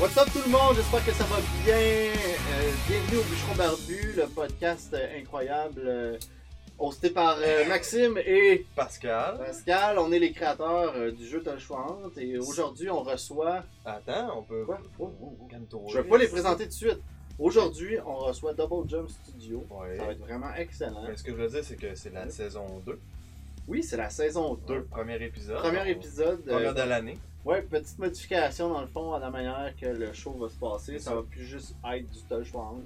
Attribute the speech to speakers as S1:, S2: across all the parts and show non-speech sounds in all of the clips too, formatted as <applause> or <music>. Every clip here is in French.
S1: What's up tout le monde, j'espère que ça va bien. Euh, bienvenue au Bûcheron Barbu, le podcast euh, incroyable euh, hosté par euh, Maxime et
S2: Pascal.
S1: Pascal. On est les créateurs euh, du jeu T'as le choix entre et aujourd'hui on reçoit...
S2: Attends, on peut.
S1: Quoi? Oh,
S2: Calme-toi.
S1: Je vais pas les présenter tout de suite. Aujourd'hui on reçoit Double Jump Studio.
S2: Ouais.
S1: Ça va être vraiment excellent.
S2: Mais ce que je veux dire, c'est que c'est la saison 2.
S1: Oui, c'est la saison 2.
S2: Deux. Premier épisode.
S1: Premier épisode. euh,
S2: Première de l'année.
S1: Ouais, petite modification dans le fond à la manière que le show va se passer. Ça va plus juste être du touch round.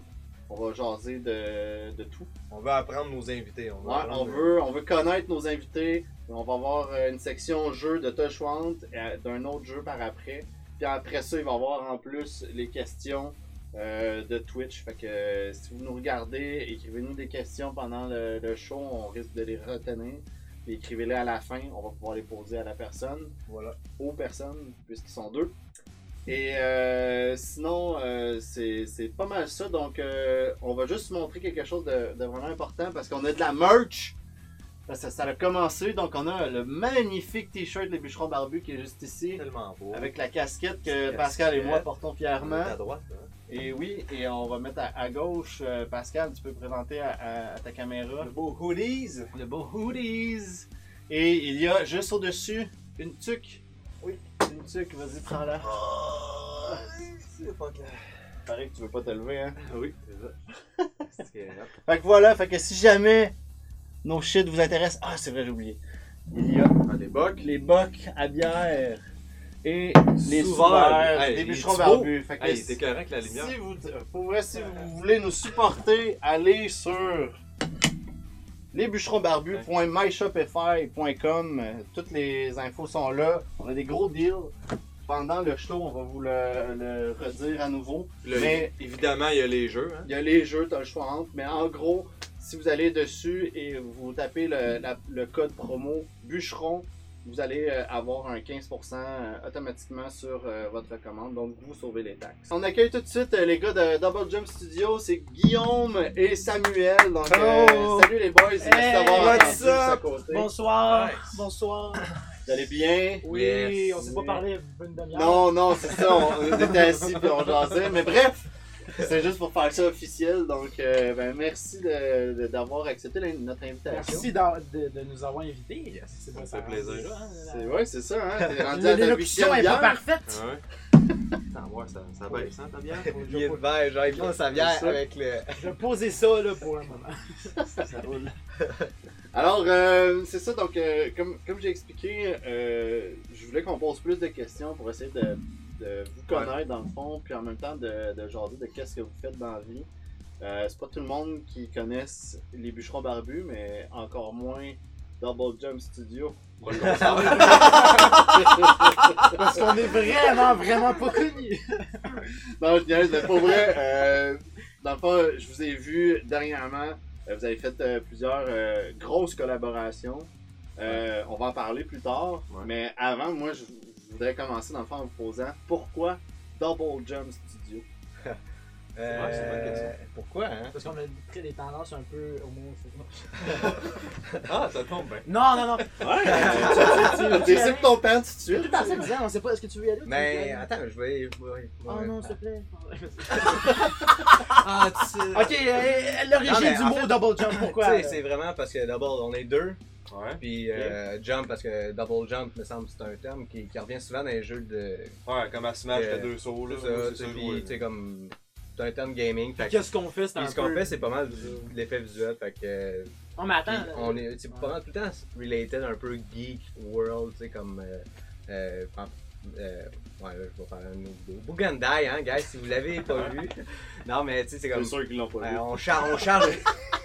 S1: On va jaser de, de tout.
S2: On veut apprendre nos invités. On veut.
S1: Ouais, on
S2: apprendre-
S1: veut, on veut connaître nos invités. On va avoir euh, une section jeu de touch round et euh, d'un autre jeu par après. Puis après ça, il va y avoir en plus les questions euh, de Twitch. Fait que euh, si vous nous regardez, écrivez-nous des questions pendant le, le show. On risque de les retenir. Puis écrivez-les à la fin. On va pouvoir les poser à la personne
S2: Voilà.
S1: aux personnes, puisqu'ils sont deux. Et euh, sinon, euh, c'est c'est pas mal ça. Donc, euh, on va juste montrer quelque chose de, de vraiment important parce qu'on a de la merch. Parce que ça a commencé. Donc, on a le magnifique t-shirt Les Bûcherons Barbus qui est juste ici.
S2: Tellement beau.
S1: Avec la casquette que
S2: Oh. Casquette.
S1: Pascal et moi portons
S2: On est
S1: fièrement.
S2: à droite. hein.
S1: Et oui, et on va mettre à, à gauche. euh, Pascal, tu peux présenter à, à- à ta caméra
S2: Le beau hoodies.
S1: le beau hoodies. Et il y a juste au-dessus une tuque.
S2: Oui.
S1: Une tuque, vas-y, prends-la.
S2: Ah, C'est pas clair.
S1: Pareil que tu veux pas te lever, hein.
S2: Oui, c'est ça. C'est rap.
S1: Fait que voilà, fait que si jamais nos shit vous intéressent. Ah, c'est vrai, j'ai oublié. Il y a
S2: Ah, des bocs.
S1: les bocs à bière et les
S2: Souvent,
S1: souverains des
S2: hey, il est
S1: bûcherons
S2: beau.
S1: barbus. Fait que
S2: Hey, t'es
S1: si,
S2: correct la lumière.
S1: si vous, euh, pour vrai, si vous voulez nous supporter, allez sur lesbûcheronsbarbus.myshopify.com. Euh, Toutes les infos sont là. On a des gros deals. Pendant le show, on va vous le- le redire à nouveau.
S2: Là,
S1: Mais-
S2: Évidemment, il y a les jeux. Hein.
S1: Il y a les jeux, t'as le choix entre. Mais en gros, si vous allez dessus et vous tapez le, la- le code promo bûcheron, vous allez euh, avoir un 15% euh, automatiquement sur euh, votre commande. Donc, vous sauvez les taxes. On accueille tout de suite euh, les gars de Double Jump Studio. C'est Guillaume et Samuel. Donc, euh,
S3: Hello.
S1: salut les boys. Merci
S3: Hey,
S1: d'avoir
S3: what's
S1: entendu à
S2: up?
S1: côté.
S3: Bonsoir,
S2: Nice.
S4: <coughs>
S3: bonsoir.
S1: Vous allez bien?
S3: Oui,
S2: Yes.
S3: on s'est pas parlé une demi-heure.
S1: Non, non, c'est ça, on, on était assis puis on jasait, mais bref, c'est juste pour faire ça officiel, donc euh, ben, merci de- de- d'avoir accepté la- notre invitation.
S3: Merci d'a- de, de nous avoir invités.
S2: Yes,
S3: C'est
S2: ça
S3: pas
S2: me fait plaisir.
S3: Hein,
S1: C'est ouais, c'est ça, hein, t'es
S3: la-
S1: rendu à ta
S3: L'élocution
S1: huitième
S3: est pas
S1: bière.
S3: parfaite.
S2: Ouais. Attends, ouais, ça, ça baisse, hein, ta <laughs> bière?
S4: Il est de verre,
S2: hein,
S4: genre il prend sa
S1: C'est
S4: bière
S1: ça.
S4: avec le.
S3: Je vais poser ça là, pour un moment.
S1: Alors, euh, c'est ça, donc euh, comme, comme j'ai expliqué, euh, je voulais qu'on pose plus de questions pour essayer de, de vous connaître dans le fond, puis en même temps de, de jaser de qu'est-ce que vous faites dans la vie. Euh, c'est pas tout le monde qui connaisse les bûcherons barbus, mais encore moins Double Jump Studio.
S2: Pas le contraire.
S3: Parce qu'on est vraiment, vraiment pas connus.
S1: Non, je niaise, mais pour vrai, euh, dans le fond, je vous ai vu dernièrement, euh, vous avez fait euh, plusieurs euh, grosses collaborations. Euh, On va en parler plus tard,
S2: Ouais.
S1: mais avant, moi, je je voudrais commencer dans le fond en vous posant pourquoi Double Jump Studio
S2: vrai, c'est une bonne question.
S4: pourquoi, hein?
S3: Parce qu'on a pris des tendances un peu homo.
S2: Ah, ça tombe bien.
S3: Non, non, non.
S1: Ouais, Euh, tu décides ton père tout de
S3: Tout
S1: suite.
S3: en se disant, on sait pas, est-ce que tu veux y aller? ou tu veux y
S4: Mais
S3: aller?
S4: attends, je vais. je vais-
S3: Oh
S4: ouais.
S3: non, s'il te plaît.
S4: Ah, tu sais.
S3: ok, euh, l'origine
S4: Non, mais
S3: du
S4: en
S3: mot double jump, pourquoi?
S4: Tu sais, c'est vraiment parce que double, on est deux.
S2: Ouais.
S4: Puis euh, jump, parce que double jump, me semble, c'est un terme qui, qui revient souvent dans les jeux de.
S2: Ouais, comme à Smash,
S4: Euh,
S2: t'as deux sauts, là.
S4: Tout
S2: moi,
S4: ça,
S2: c'est
S4: tu sais,
S2: ça, je vois,
S4: puis,
S2: <laughs>
S4: tu sais,
S2: là.
S4: comme. C'est un terme gaming. Fait que.
S3: Qu'est-ce qu'on fait? C'est un
S4: Puis ce qu'on
S3: peu-
S4: fait, c'est pas mal du- l'effet visuel. Fait que. euh,
S3: Non, mais attends.
S4: Puis
S3: là.
S4: on est, c'est pas mal tout le temps related un peu geek world, tu sais, comme. Euh, euh, en- euh, ouais, là, je vais faire un autre vidéo. Bugandai, hein, guys, si vous l'avez pas vu. Non, mais tu sais, c'est comme.
S1: C'est sûr qu'ils l'ont pas vu.
S4: euh, on, char- on charge.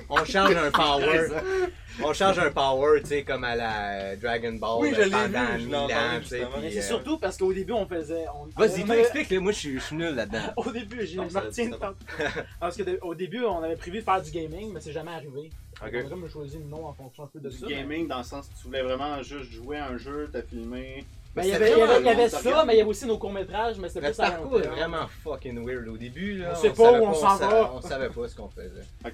S4: On charge un <laughs> power. on charge un power, tu sais, comme à la Dragon Ball.
S2: Oui, je
S4: euh,
S2: l'ai
S4: pendant
S2: vu, je l'ai
S4: mille
S2: entendu,
S4: ans, tu sais,
S2: justement.
S4: puis,
S3: Mais c'est
S4: euh,
S3: surtout parce qu'au début, on faisait. on-
S4: Vas-y,
S3: on
S4: toi,
S3: avait-
S4: explique, moi, je suis je suis nul là-dedans.
S3: <laughs> Au début, j'ai
S2: Non, ça va
S3: Martine
S2: être ça.
S3: tente- Parce que de- au début, on avait prévu de faire du gaming, mais c'est jamais arrivé.
S2: Ok.
S3: On a comme choisi le nom en fonction un peu de
S1: Du
S3: ça.
S1: gaming dans le sens que tu voulais vraiment juste jouer à un jeu, t'as filmé.
S3: Ben, il y
S4: c'est
S3: avait, il y
S1: vraiment
S3: avait- il y
S1: le
S3: avait
S1: monde
S3: ça,
S1: s'organise.
S3: mais il y avait aussi nos courts-métrages, mais c'était
S4: Le
S3: plus à
S4: parcours est
S3: l'intérieur.
S4: vraiment fucking weird au début. Là,
S3: On sait pas
S4: savait
S3: où on s'en
S4: sa-
S3: va.
S4: On savait pas ce qu'on faisait.
S1: Ok.
S2: Ben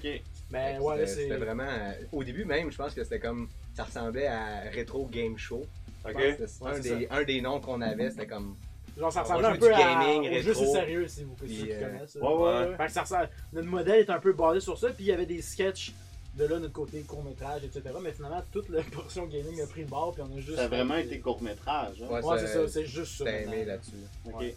S3: Mais
S4: Fait que
S3: ouais,
S4: c'était-
S3: c'est.
S4: C'était vraiment. euh, Au début même, je pense que c'était comme. Ça ressemblait à Retro Game Show.
S2: Ok.
S4: C'était
S3: Ouais,
S4: un,
S3: c'est
S4: des, un des noms qu'on avait, c'était comme
S3: Genre, ça
S4: On
S3: ressemble
S4: joue
S3: un
S4: du
S3: peu à.
S4: gaming,
S3: au jeu,
S4: rétro.
S3: c'est sérieux, si vous
S4: Puis,
S3: si vous
S4: euh,
S3: connaissez ça.
S1: Ouais, ouais, ouais.
S3: Fait que ça ressemble- Notre modèle est un peu basé sur ça, puis il y avait des sketchs de là, notre côté court-métrage, etc. Mais finalement, toute la <laughs> portion gaming a pris le bord, puis on a juste.
S1: Ça a vraiment été court-métrage. hein?
S4: Ouais,
S3: Ouais, c'est
S4: ça-
S3: ça, c'est juste ça.
S4: T'as aimé
S3: maintenant.
S4: là-dessus.
S1: Ok.
S3: ouais.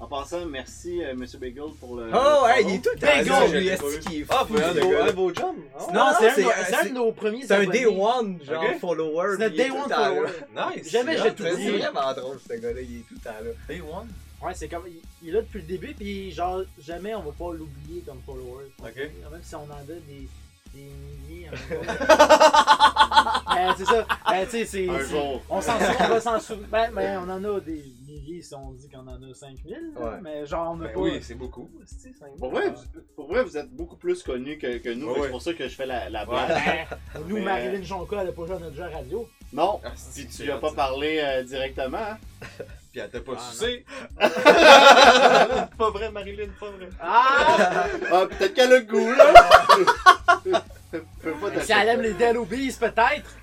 S1: En passant, merci euh, Monsieur Bagel pour le.
S4: Oh,
S1: le
S2: ah
S4: hey,
S1: follow.
S4: il est tout le temps
S3: Ben,
S4: là,
S3: gros,
S4: lui,
S2: je l'ai
S4: est-ce
S2: pas vu.
S4: qu'il est
S2: Ah,
S4: fou,
S2: faut <laughs> un
S4: ce
S2: de vos-
S4: gars-là.
S2: un de vos chums. Ah,
S3: Non,
S4: Ah,
S3: c'est un,
S4: c'est-
S3: de nos- c'est un
S4: c'est-
S3: de nos premiers.
S4: C'est un
S3: abonnés.
S4: day one, genre
S2: Ok.
S4: follower.
S3: C'est notre
S4: puis il est
S3: day
S4: tout
S3: one
S4: le temps là.
S3: follower.
S2: Nice.
S3: Jamais
S2: Ah,
S3: j'ai tout
S4: C'est
S3: dit.
S4: vraiment drôle ce gars-là, il est tout le temps là.
S2: Day one.
S3: Ouais, c'est comme. Il, il est là depuis le début, puis genre, jamais on va pas l'oublier comme follower.
S2: Ok.
S3: Même si on en a des, des milliers en
S1: <laughs>
S3: même temps. Mais c'est ça. <laughs> Ben, tu sais, c'est.
S1: Un
S3: c'est-
S1: jour.
S3: On s'en sou- on va s'en <laughs> souvenir. Ben, ben, on en a des milliers si on dit qu'on en a 5000. là,
S4: Ouais.
S3: Mais genre, on a
S2: Ben
S3: pas.
S2: oui, c'est beaucoup.
S1: Pour vrai, vous, pour vrai, vous êtes beaucoup plus connus que, que nous. fait
S2: Ouais,
S1: que
S2: ouais.
S1: C'est pour ça que je fais la, la
S2: Ouais.
S1: blague.
S3: Ben, nous,
S1: Mais-
S3: Marilyn Jonca, elle a pas joué à notre jeu à radio.
S1: Non,
S2: Ah,
S1: si
S2: c'est
S1: tu lui as
S2: hot,
S1: pas
S2: ça.
S1: parlé euh, directement. hein.
S2: Puis elle t'a pas
S4: Ah,
S2: sucé.
S1: pas vrai, Marilyn, pas vrai.
S3: Ah!
S1: Ah, peut-être qu'elle a le goût,
S2: <laughs>
S1: là. Peux pas
S3: si elle aime les Dello Bees, <laughs> peut-être!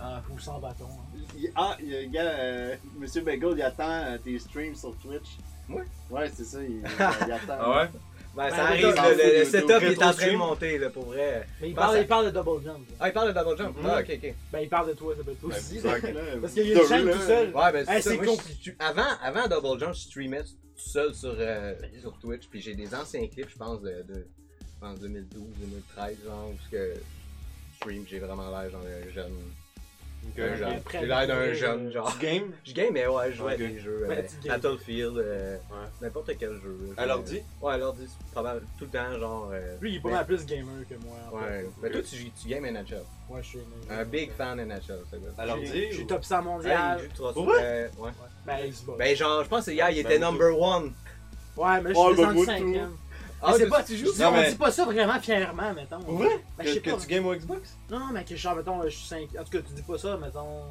S3: ah, ou sans bâton. hein.
S1: Il- Ah, il y a- gars, euh, Monsieur Bagel, il attend euh, tes streams sur Twitch.
S4: Ouais.
S1: Ouais, c'est ça,
S2: <laughs>
S1: il, il attend.
S2: Ah ouais?
S4: Ben,
S3: Ben,
S4: ça arrive,
S3: il s'en
S4: le,
S1: fout,
S4: le
S1: il est au
S4: setup il est en train de
S2: rétro-stream.
S4: monter là, pour vrai.
S3: Mais il
S4: Ben,
S3: parle,
S4: ça-
S3: il parle de double jump. là.
S4: Ah, il parle de Double Jump?
S1: Mhm.
S4: Ah, ok, ok.
S3: Ben, il parle de toi, ça peut être toi
S1: Ben,
S3: aussi.
S1: vous
S3: là.
S1: êtes là,
S3: Parce qu'il y a
S1: vous
S3: une
S1: êtes
S3: chaîne
S1: là.
S3: tout seul.
S4: Ouais, ben c'est
S3: Hey,
S4: ça.
S3: c'est
S4: Moi,
S3: con-
S4: je- tu- avant, avant Double Jump, je streamais tout seul sur, euh, sur Twitch, puis j'ai des anciens clips, je pense, de, de je pense 2012, 2013, genre, parce que stream, j'ai vraiment l'air genre un jeune. un jeune.
S3: Après,
S4: J'ai l'air d'un
S3: euh,
S4: jeune, genre.
S2: Tu game?
S4: Je game, mais ouais, je joue à
S2: Ok.
S4: des jeux.
S3: Ben,
S4: euh,
S3: tu games.
S4: Battlefield, euh,
S2: Ouais.
S4: n'importe quel jeu. là.
S2: À l'ordi?
S4: Ouais, à l'ordi, c'est probable- tout le temps, genre. euh,
S3: Lui, il est pas
S4: mais-
S3: mal plus gamer que moi. en
S4: Ouais.
S3: fait.
S4: Mais toi, tu, tu games NHL.
S3: Ouais, je suis gamer.
S4: Un big fan NHL, ce gars.
S2: À l'ordi?
S3: Je suis
S2: ou-
S3: top 100
S4: Ah,
S3: mondial.
S4: il joue trois-
S1: Pour vrai?
S4: euh, ouais.
S3: Ben, Xbox.
S4: Ben genre, je pense que hier, il
S2: Ben,
S4: était
S2: moi,
S4: number one.
S3: Ouais, mais je
S1: Oh, ben,
S3: suis descendu
S1: moi, tout.
S3: cinquième.
S4: Ah,
S3: Mais c'est
S4: toi,
S3: pas,
S4: tu
S3: je dis-
S2: Non,
S3: on
S2: mais-
S3: dit pas ça vraiment fièrement, mettons.
S2: Pour vrai?
S3: Ben, je
S2: Que
S3: sais
S2: que
S3: pas.
S2: tu games au Xbox?
S3: Non, non, mais que genre, mettons, je suis 5. En tout cas, tu dis pas ça, mettons.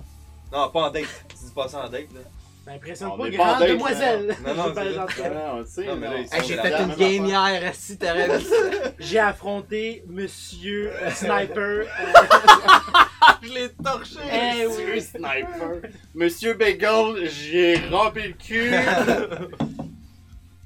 S2: Non, pas en date. Tu dis pas ça en date, là.
S3: Ben, impressionne
S1: On
S3: pas,
S1: est
S3: grande
S1: pas en date,
S3: demoiselle.
S2: non. Non, non,
S3: <laughs> Je parle
S2: c'est-
S3: en tout
S1: Ah,
S3: cas.
S1: non, on le sait,
S2: Non, mais là,
S1: mais
S2: ils
S1: on-
S2: sont
S4: Hey, j'ai
S1: on
S2: dans
S1: a
S4: fait
S1: la
S4: une
S1: même
S4: game
S1: affaire.
S4: hier, assis, t'aurais vu ça.
S2: <laughs>
S3: J'ai affronté Monsieur euh, Sniper.
S4: Je l'ai torché.
S3: Eh
S1: Monsieur
S3: oui.
S1: Sniper. Monsieur Bagel, j'ai rampé le
S2: <laughs>
S1: cul.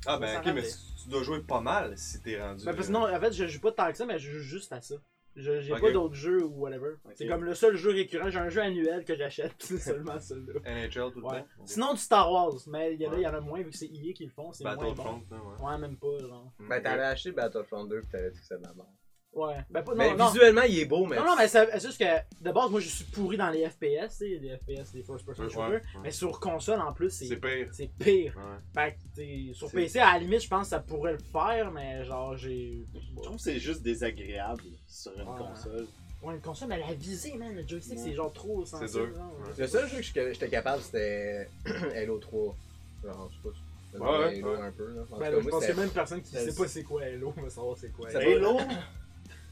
S2: Ah,
S3: Ouais, ça
S2: ben ok,
S3: va,
S2: mais
S3: mais-
S2: tu tu dois jouer pas mal si t'es rendu. euh,
S3: Ben, parce que non, en fait, je joue pas tant que ça, mais je joue juste à ça. Je- J'ai
S2: Ok.
S3: pas d'autres jeux ou whatever. C'est
S1: Ok.
S3: comme le seul jeu récurrent. J'ai un jeu annuel que j'achète, <laughs> puis c'est seulement celui-là.
S2: NHL tout le
S3: Ouais.
S2: temps.
S3: Sinon, du Star Wars, mais il y en a,
S2: Ouais.
S3: il y en a moins vu que c'est EA qui le font. C'est moins bon.
S2: Battlefront, là, ouais.
S3: Ouais, même pas, genre.
S4: Ben t'avais acheté Battlefront 2 pis t'avais dit que c'était de la merde.
S3: Ouais. Ben, pas, non,
S4: Mais
S3: non.
S4: visuellement, il est beau, mais.
S3: Non, non, mais c'est c'est juste que de base, moi je suis pourri dans les FPS, tu sais, les FPS, les first person
S2: Ouais,
S3: shooters.
S2: ouais.
S3: Mais sur console en plus,
S2: C'est
S3: c'est
S2: pire.
S3: c'est pire.
S2: Ouais.
S3: Fait que, tu sais, sur
S2: C'est-
S3: PC, à la limite, je pense que ça pourrait le faire, mais genre, j'ai.
S1: Je trouve que c'est juste désagréable sur une
S3: Ouais.
S1: console.
S3: Ouais, une console, mais la visée, man, le joystick,
S1: Ouais.
S3: c'est genre trop sensible.
S2: dur.
S3: genre.
S2: Ouais.
S4: Le seul jeu que je- j'étais capable, c'était <clears throat> Halo 3. Genre, je sais pas. si-
S2: Ouais, ouais,
S4: Halo
S2: ouais.
S4: un peu, là. En tout
S3: Ben,
S4: cas,
S3: là, je pense
S4: moi,
S3: qu'il y a
S4: c'était-
S3: même personne qui
S4: c'est-
S3: sait pas c'est quoi Halo, on va savoir c'est quoi.
S4: Ça
S3: Halo.
S4: va.
S1: Halo,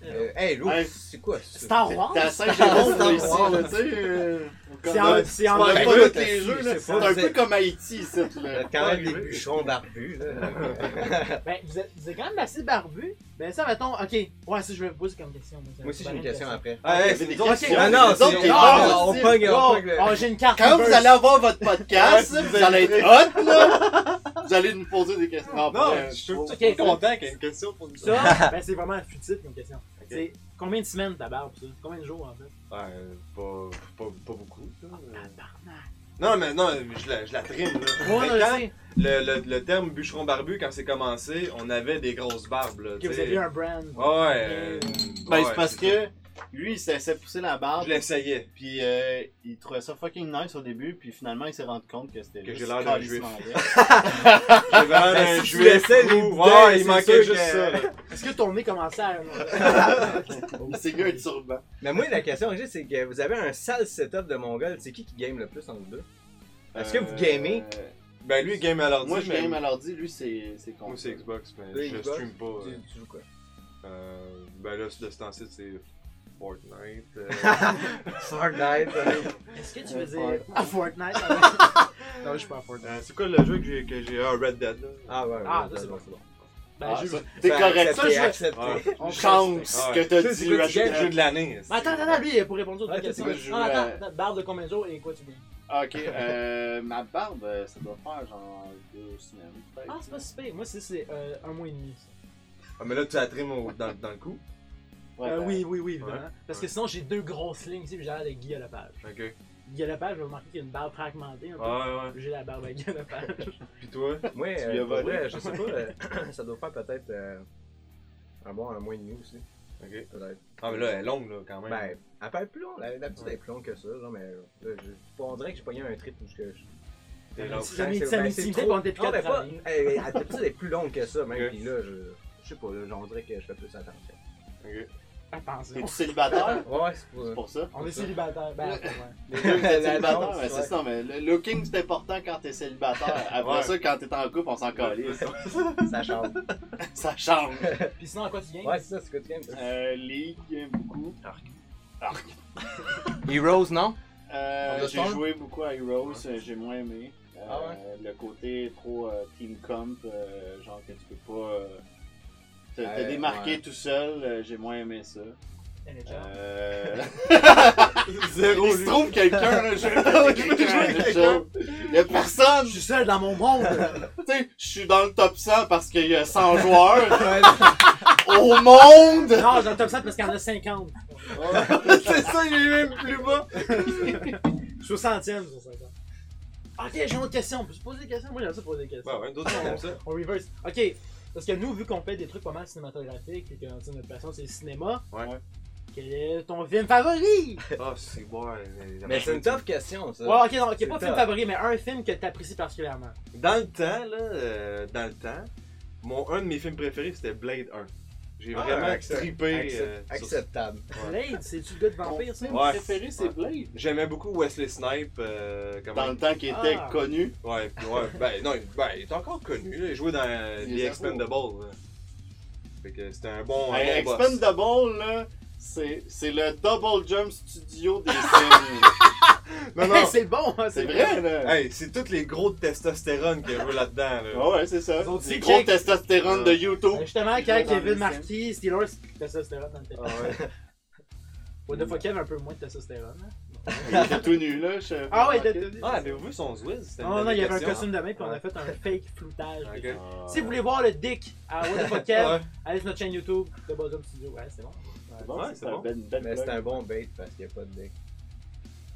S4: Euh, Halo,
S1: Ouais.
S4: c'est quoi ça?
S3: Star Wars?
S1: t'as 5 secondes
S4: Star
S1: là, ici,
S4: Wars.
S1: là, tu sais. euh, on
S3: C'est
S1: connaît-
S3: en- C'est
S1: On
S3: en
S1: parle
S4: Ouais,
S1: pas
S4: écoute,
S1: tous les
S4: je
S1: jeux,
S4: sais
S1: là.
S4: pas,
S1: C'est un
S4: vous
S1: peu
S4: êtes-
S1: comme Haïti, ici,
S4: Vous
S1: là.
S4: êtes quand même des
S2: Ouais.
S4: bûcherons barbus, là.
S3: Ben, vous êtes, vous êtes quand même assez barbu. Ben, ça, mettons, ok. Ouais, ça, je vais vous poser comme question.
S4: Moi aussi, j'ai une question après.
S2: Ah, hey,
S1: c'est
S2: c'est
S1: des
S2: des
S1: questions.
S4: Ah
S2: questions.
S4: non,
S1: c'est-
S4: c'est.
S1: Ah,
S4: On
S1: c'est-
S4: pogne, on
S3: Oh,
S4: pogne. le-
S3: oh, j'ai une carte.
S1: Quand
S3: burst.
S1: vous allez avoir votre podcast, vous allez être hot, là. Vous allez nous poser des questions. Ah,
S2: Non,
S1: après.
S2: je suis tout
S3: Ok,
S2: le temps content qu'il y ait une question pour nous.
S3: Ça, ben, c'est vraiment futile comme question. C'est combien de semaines ta barbe, ça Combien de jours, en fait
S2: Ben, pas, pas, pas beaucoup. là.
S3: <laughs> Tabarnak.
S2: Ah, Non, mais non, mais je la, je la trime. Là.
S3: Ouais,
S2: Mais
S3: je
S2: quand
S3: sais.
S2: le, le, le terme bûcheron barbu, quand c'est commencé, on avait des grosses barbes. Là,
S3: Que
S2: tu
S3: vous
S2: sais.
S3: aviez un brand.
S2: Ouais. euh,
S1: Ben,
S2: ouais,
S1: c'est parce
S2: ça.
S1: que lui, il s'est s'est poussé la barbe.
S2: Je l'essayais.
S1: Puis euh, il trouvait ça fucking nice au début, puis finalement il s'est rendu compte que c'était
S2: Que
S1: juste
S2: j'ai l'air d'un
S1: calissement laid.
S2: <laughs> J'avais l'air d'un
S4: Ben, si tu
S2: juif
S4: l'essayes,
S2: fou.
S4: les
S2: Ouais,
S4: idées,
S2: il
S4: c'est
S2: manquait
S4: sûr
S2: juste
S4: que-
S2: ça. là.
S3: Est-ce que ton nez commençait à.
S1: Il s'est mis un turban.
S4: Mais moi, la question que j'ai, c'est que vous avez un sale setup de mongol. C'est qui qui game le plus entre vous deux? Est-ce que vous gamez?
S1: Euh,
S2: Ben, lui, il game à l'ordi.
S1: Moi je
S2: mais-
S1: game à l'ordi, lui c'est c'est con.
S2: Moi, c'est Xbox, mais
S4: Oui,
S2: je
S4: Xbox.
S2: stream pas. euh.
S4: Tu, tu joues quoi?
S2: Euh, ben là, de ce temps-ci, c'est Fortnite.
S4: <laughs>
S2: euh,
S4: Fortnite. euh,
S3: Est-ce que tu
S1: Ouais,
S3: veux dire.
S1: Fortnite.
S3: À Fortnite Non, je suis pas à Fortnite.
S2: euh, c'est quoi le jeu que j'ai- que j'ai. Ah, Red Dead. Là.
S4: Ah ouais,
S3: Ah,
S4: ouais,
S3: ça, c'est bon,
S4: c'est bon.
S3: Ben,
S1: Ah,
S3: je.
S1: ça, T'es
S4: Ben,
S1: correct.
S4: accepté,
S3: je-
S4: accepté.
S2: Ouais.
S3: on
S1: Chance
S2: Ouais.
S1: que t'as
S4: Ça,
S1: dit
S4: c'est quoi, tu
S1: Red
S4: gagnes?
S2: Le
S1: Dead.
S2: jeu de l'année.
S3: Mais attends, attends, lui, pour répondre aux
S4: Ouais,
S3: autres
S4: toi,
S3: questions.
S1: tu veux
S3: Non,
S1: jouer à-
S3: attends, attends, barbe de combien de jours et quoi tu dis
S1: Ok, euh, ma barbe, euh, ça doit faire genre deux semaines. peut-être.
S3: Ah, c'est pas si pire. Moi, c'est- c'est euh, un mois et demi. ça.
S2: Ah, mais là, tu la trimes au- dans, dans le cou.
S1: Ouais,
S3: Euh,
S1: ben,
S3: oui, oui, oui, évidemment.
S2: ouais,
S3: Parce
S2: ouais.
S3: que sinon, j'ai deux grosses lignes ici, puis j'ai l'air de Guy à la page.
S2: Ok. Ouais,
S3: Guy à la page, je vais remarquer qu'il y a une barbe fragmentée. Un peu.
S2: ouais.
S3: J'ai la barbe à Guy à la page.
S2: Puis toi
S4: Moi,
S1: Tu
S4: euh,
S1: lui as
S4: pour
S1: volé.
S4: vrai, je sais pas, euh, <clears throat> ça doit faire peut-être euh, un bon un mois et demi aussi.
S2: Ok.
S4: Peut-être.
S2: Ah, mais là, elle est longue, là, quand même.
S4: Ben, elle peut être plus longue, la, la petite
S2: Ouais.
S4: est plus longue que ça, genre, mais là, je- on dirait que j'ai pogné un trip où je. que je-
S2: T'es
S3: Ah,
S2: long.
S3: si jamais
S4: Ben,
S3: il
S4: c'est- ben, c'est
S3: s'amuse,
S4: trop-
S3: on était plus
S4: Non, mais
S3: capable de
S4: pas.
S3: travailler.
S4: eh, mais La petite est plus longue que ça, même,
S2: Ok.
S4: puis là, je. Je sais pas, là, genre, on dirait que je fais plus attention.
S2: Ok.
S1: T'es-tu
S3: Attention.
S1: célibataire?
S4: Ah, Ouais, c'est pour
S1: C'est pour
S4: <laughs>
S1: ça.
S3: On est célibataire. Ben, après, ouais.
S1: Les deux, vous êtes
S4: La
S1: célibataire,
S4: danse,
S1: mais c'est
S4: ouais.
S1: ça, mais le looking c'est important quand t'es célibataire. Après
S2: Ouais.
S1: ça, quand t'es en couple, on s'en calisse.
S4: ça change.
S1: ça change.
S3: Puis sinon, à quoi tu gagnes
S4: Ouais, c'est ça, c'est quoi tu aimes.
S1: Euh, League, j'aime beaucoup.
S4: Arc.
S1: Arc.
S4: Heroes, non
S1: Euh,
S4: On
S1: j'ai
S4: a Storm?
S1: joué beaucoup à Heroes, euh, j'ai moins aimé. Euh,
S4: Ah
S1: Le côté trop euh, team comp, euh, genre que tu peux pas euh, te, te
S4: Ouais,
S1: démarquer
S4: ouais.
S1: tout seul, euh, j'ai moins aimé ça.
S3: NHL.
S1: <laughs> Euh...
S2: Zéro
S1: Il se trouve quelqu'un, là, je <laughs> je veux jouer avec quelqu'un. Il y a personne.
S3: Je suis seul dans mon monde.
S1: Tu sais, je suis dans le top 100 parce qu'il y a <laughs> 100 joueurs
S4: Ouais,
S1: au monde.
S3: <laughs> Non, j'ai un top 100 parce qu'il y en a 50.
S2: C'est ça, il est même plus
S3: <laughs>
S2: bas.
S3: 60e sur 50. Ok, j'ai une autre question. On peut se poser des questions? Moi, j'aime ça poser des questions.
S2: Ben, ouais, d'autres gens ont
S4: <laughs>
S2: ça.
S3: On reverse. Ok, parce que nous, vu qu'on fait des trucs pas mal cinématographiques et que tu sais, notre passion c'est le cinéma,
S2: Ouais.
S3: quel est ton film favori
S2: Ah, c'est bon. Mais,
S4: Mais c'est une tough question, ça.
S3: Ouais, ok, non, ok,
S4: C'est
S3: pas
S4: le
S3: film
S4: top.
S3: favori, mais un film que t'apprécies particulièrement.
S2: Dans le temps, là, euh, dans le temps, mon, un de mes films préférés, c'était Blade 1. J'ai
S4: Ah,
S2: vraiment
S4: accept-
S2: trippé.
S4: accept-
S2: euh, sur-
S4: acceptable.
S3: Blade, c'est-tu le gars de
S1: Mon
S3: vampire, ça
S1: film
S2: Ouais.
S1: préféré, c'est
S2: Ouais.
S1: Blade.
S2: J'aimais beaucoup Wesley Snipe. euh, quand
S1: Dans
S2: même.
S1: le temps qu'il était
S3: Ah.
S1: connu.
S2: Ouais,
S1: <laughs>
S2: puis ouais, ben non, il- ben, il est encore connu, là. il jouait dans euh,
S1: Il est
S2: The Expendables. là. Fait que c'était un bon, un
S1: Hey,
S2: bon boss.
S1: Expendable, là, c'est c'est le Double Jump Studio des
S2: <laughs>
S1: signes.
S2: Non, non,
S3: <laughs> c'est bon, hein,
S1: <laughs> C'est vrai, là.
S2: hey, c'est tous les gros de testostérone qu'il y a là-dedans. Là.
S1: Ah ouais, c'est ça.
S3: Ils ont dit
S1: C'est gros
S3: que-
S1: testostérone de
S3: Euh,
S1: YouTube.
S3: Justement,
S1: Il est
S3: quand
S1: dans les
S3: Kevin
S1: scènes.
S3: Marquis, Steelers, testostérone dans le
S2: Ah
S3: téléphone. Au deux fois Kevin, un peu moins de testostérone. hein.
S1: <laughs> Il était tout nu, là. je-
S3: Ah ouais, t'as- t'as-
S2: Ah, avez-vous vu son Zwiz C'était une
S3: Oh, Non, non,
S2: bonne
S3: il y avait un
S2: question.
S3: costume de main, puis on a
S2: Ouais.
S3: fait un fake floutage.
S2: Ok.
S3: des gars.
S1: Ah.
S3: Si vous voulez voir le dick à What the fuck Kev,
S2: Ouais.
S3: allez sur notre chaîne YouTube, The Bottom Studio. Ouais, c'est bon.
S1: C'est bon,
S2: Ouais,
S1: c'est
S2: c'est
S1: un
S2: bon.
S1: bel- bel
S4: Mais c'est
S1: plug.
S4: un bon bait parce qu'il n'y a pas de deck.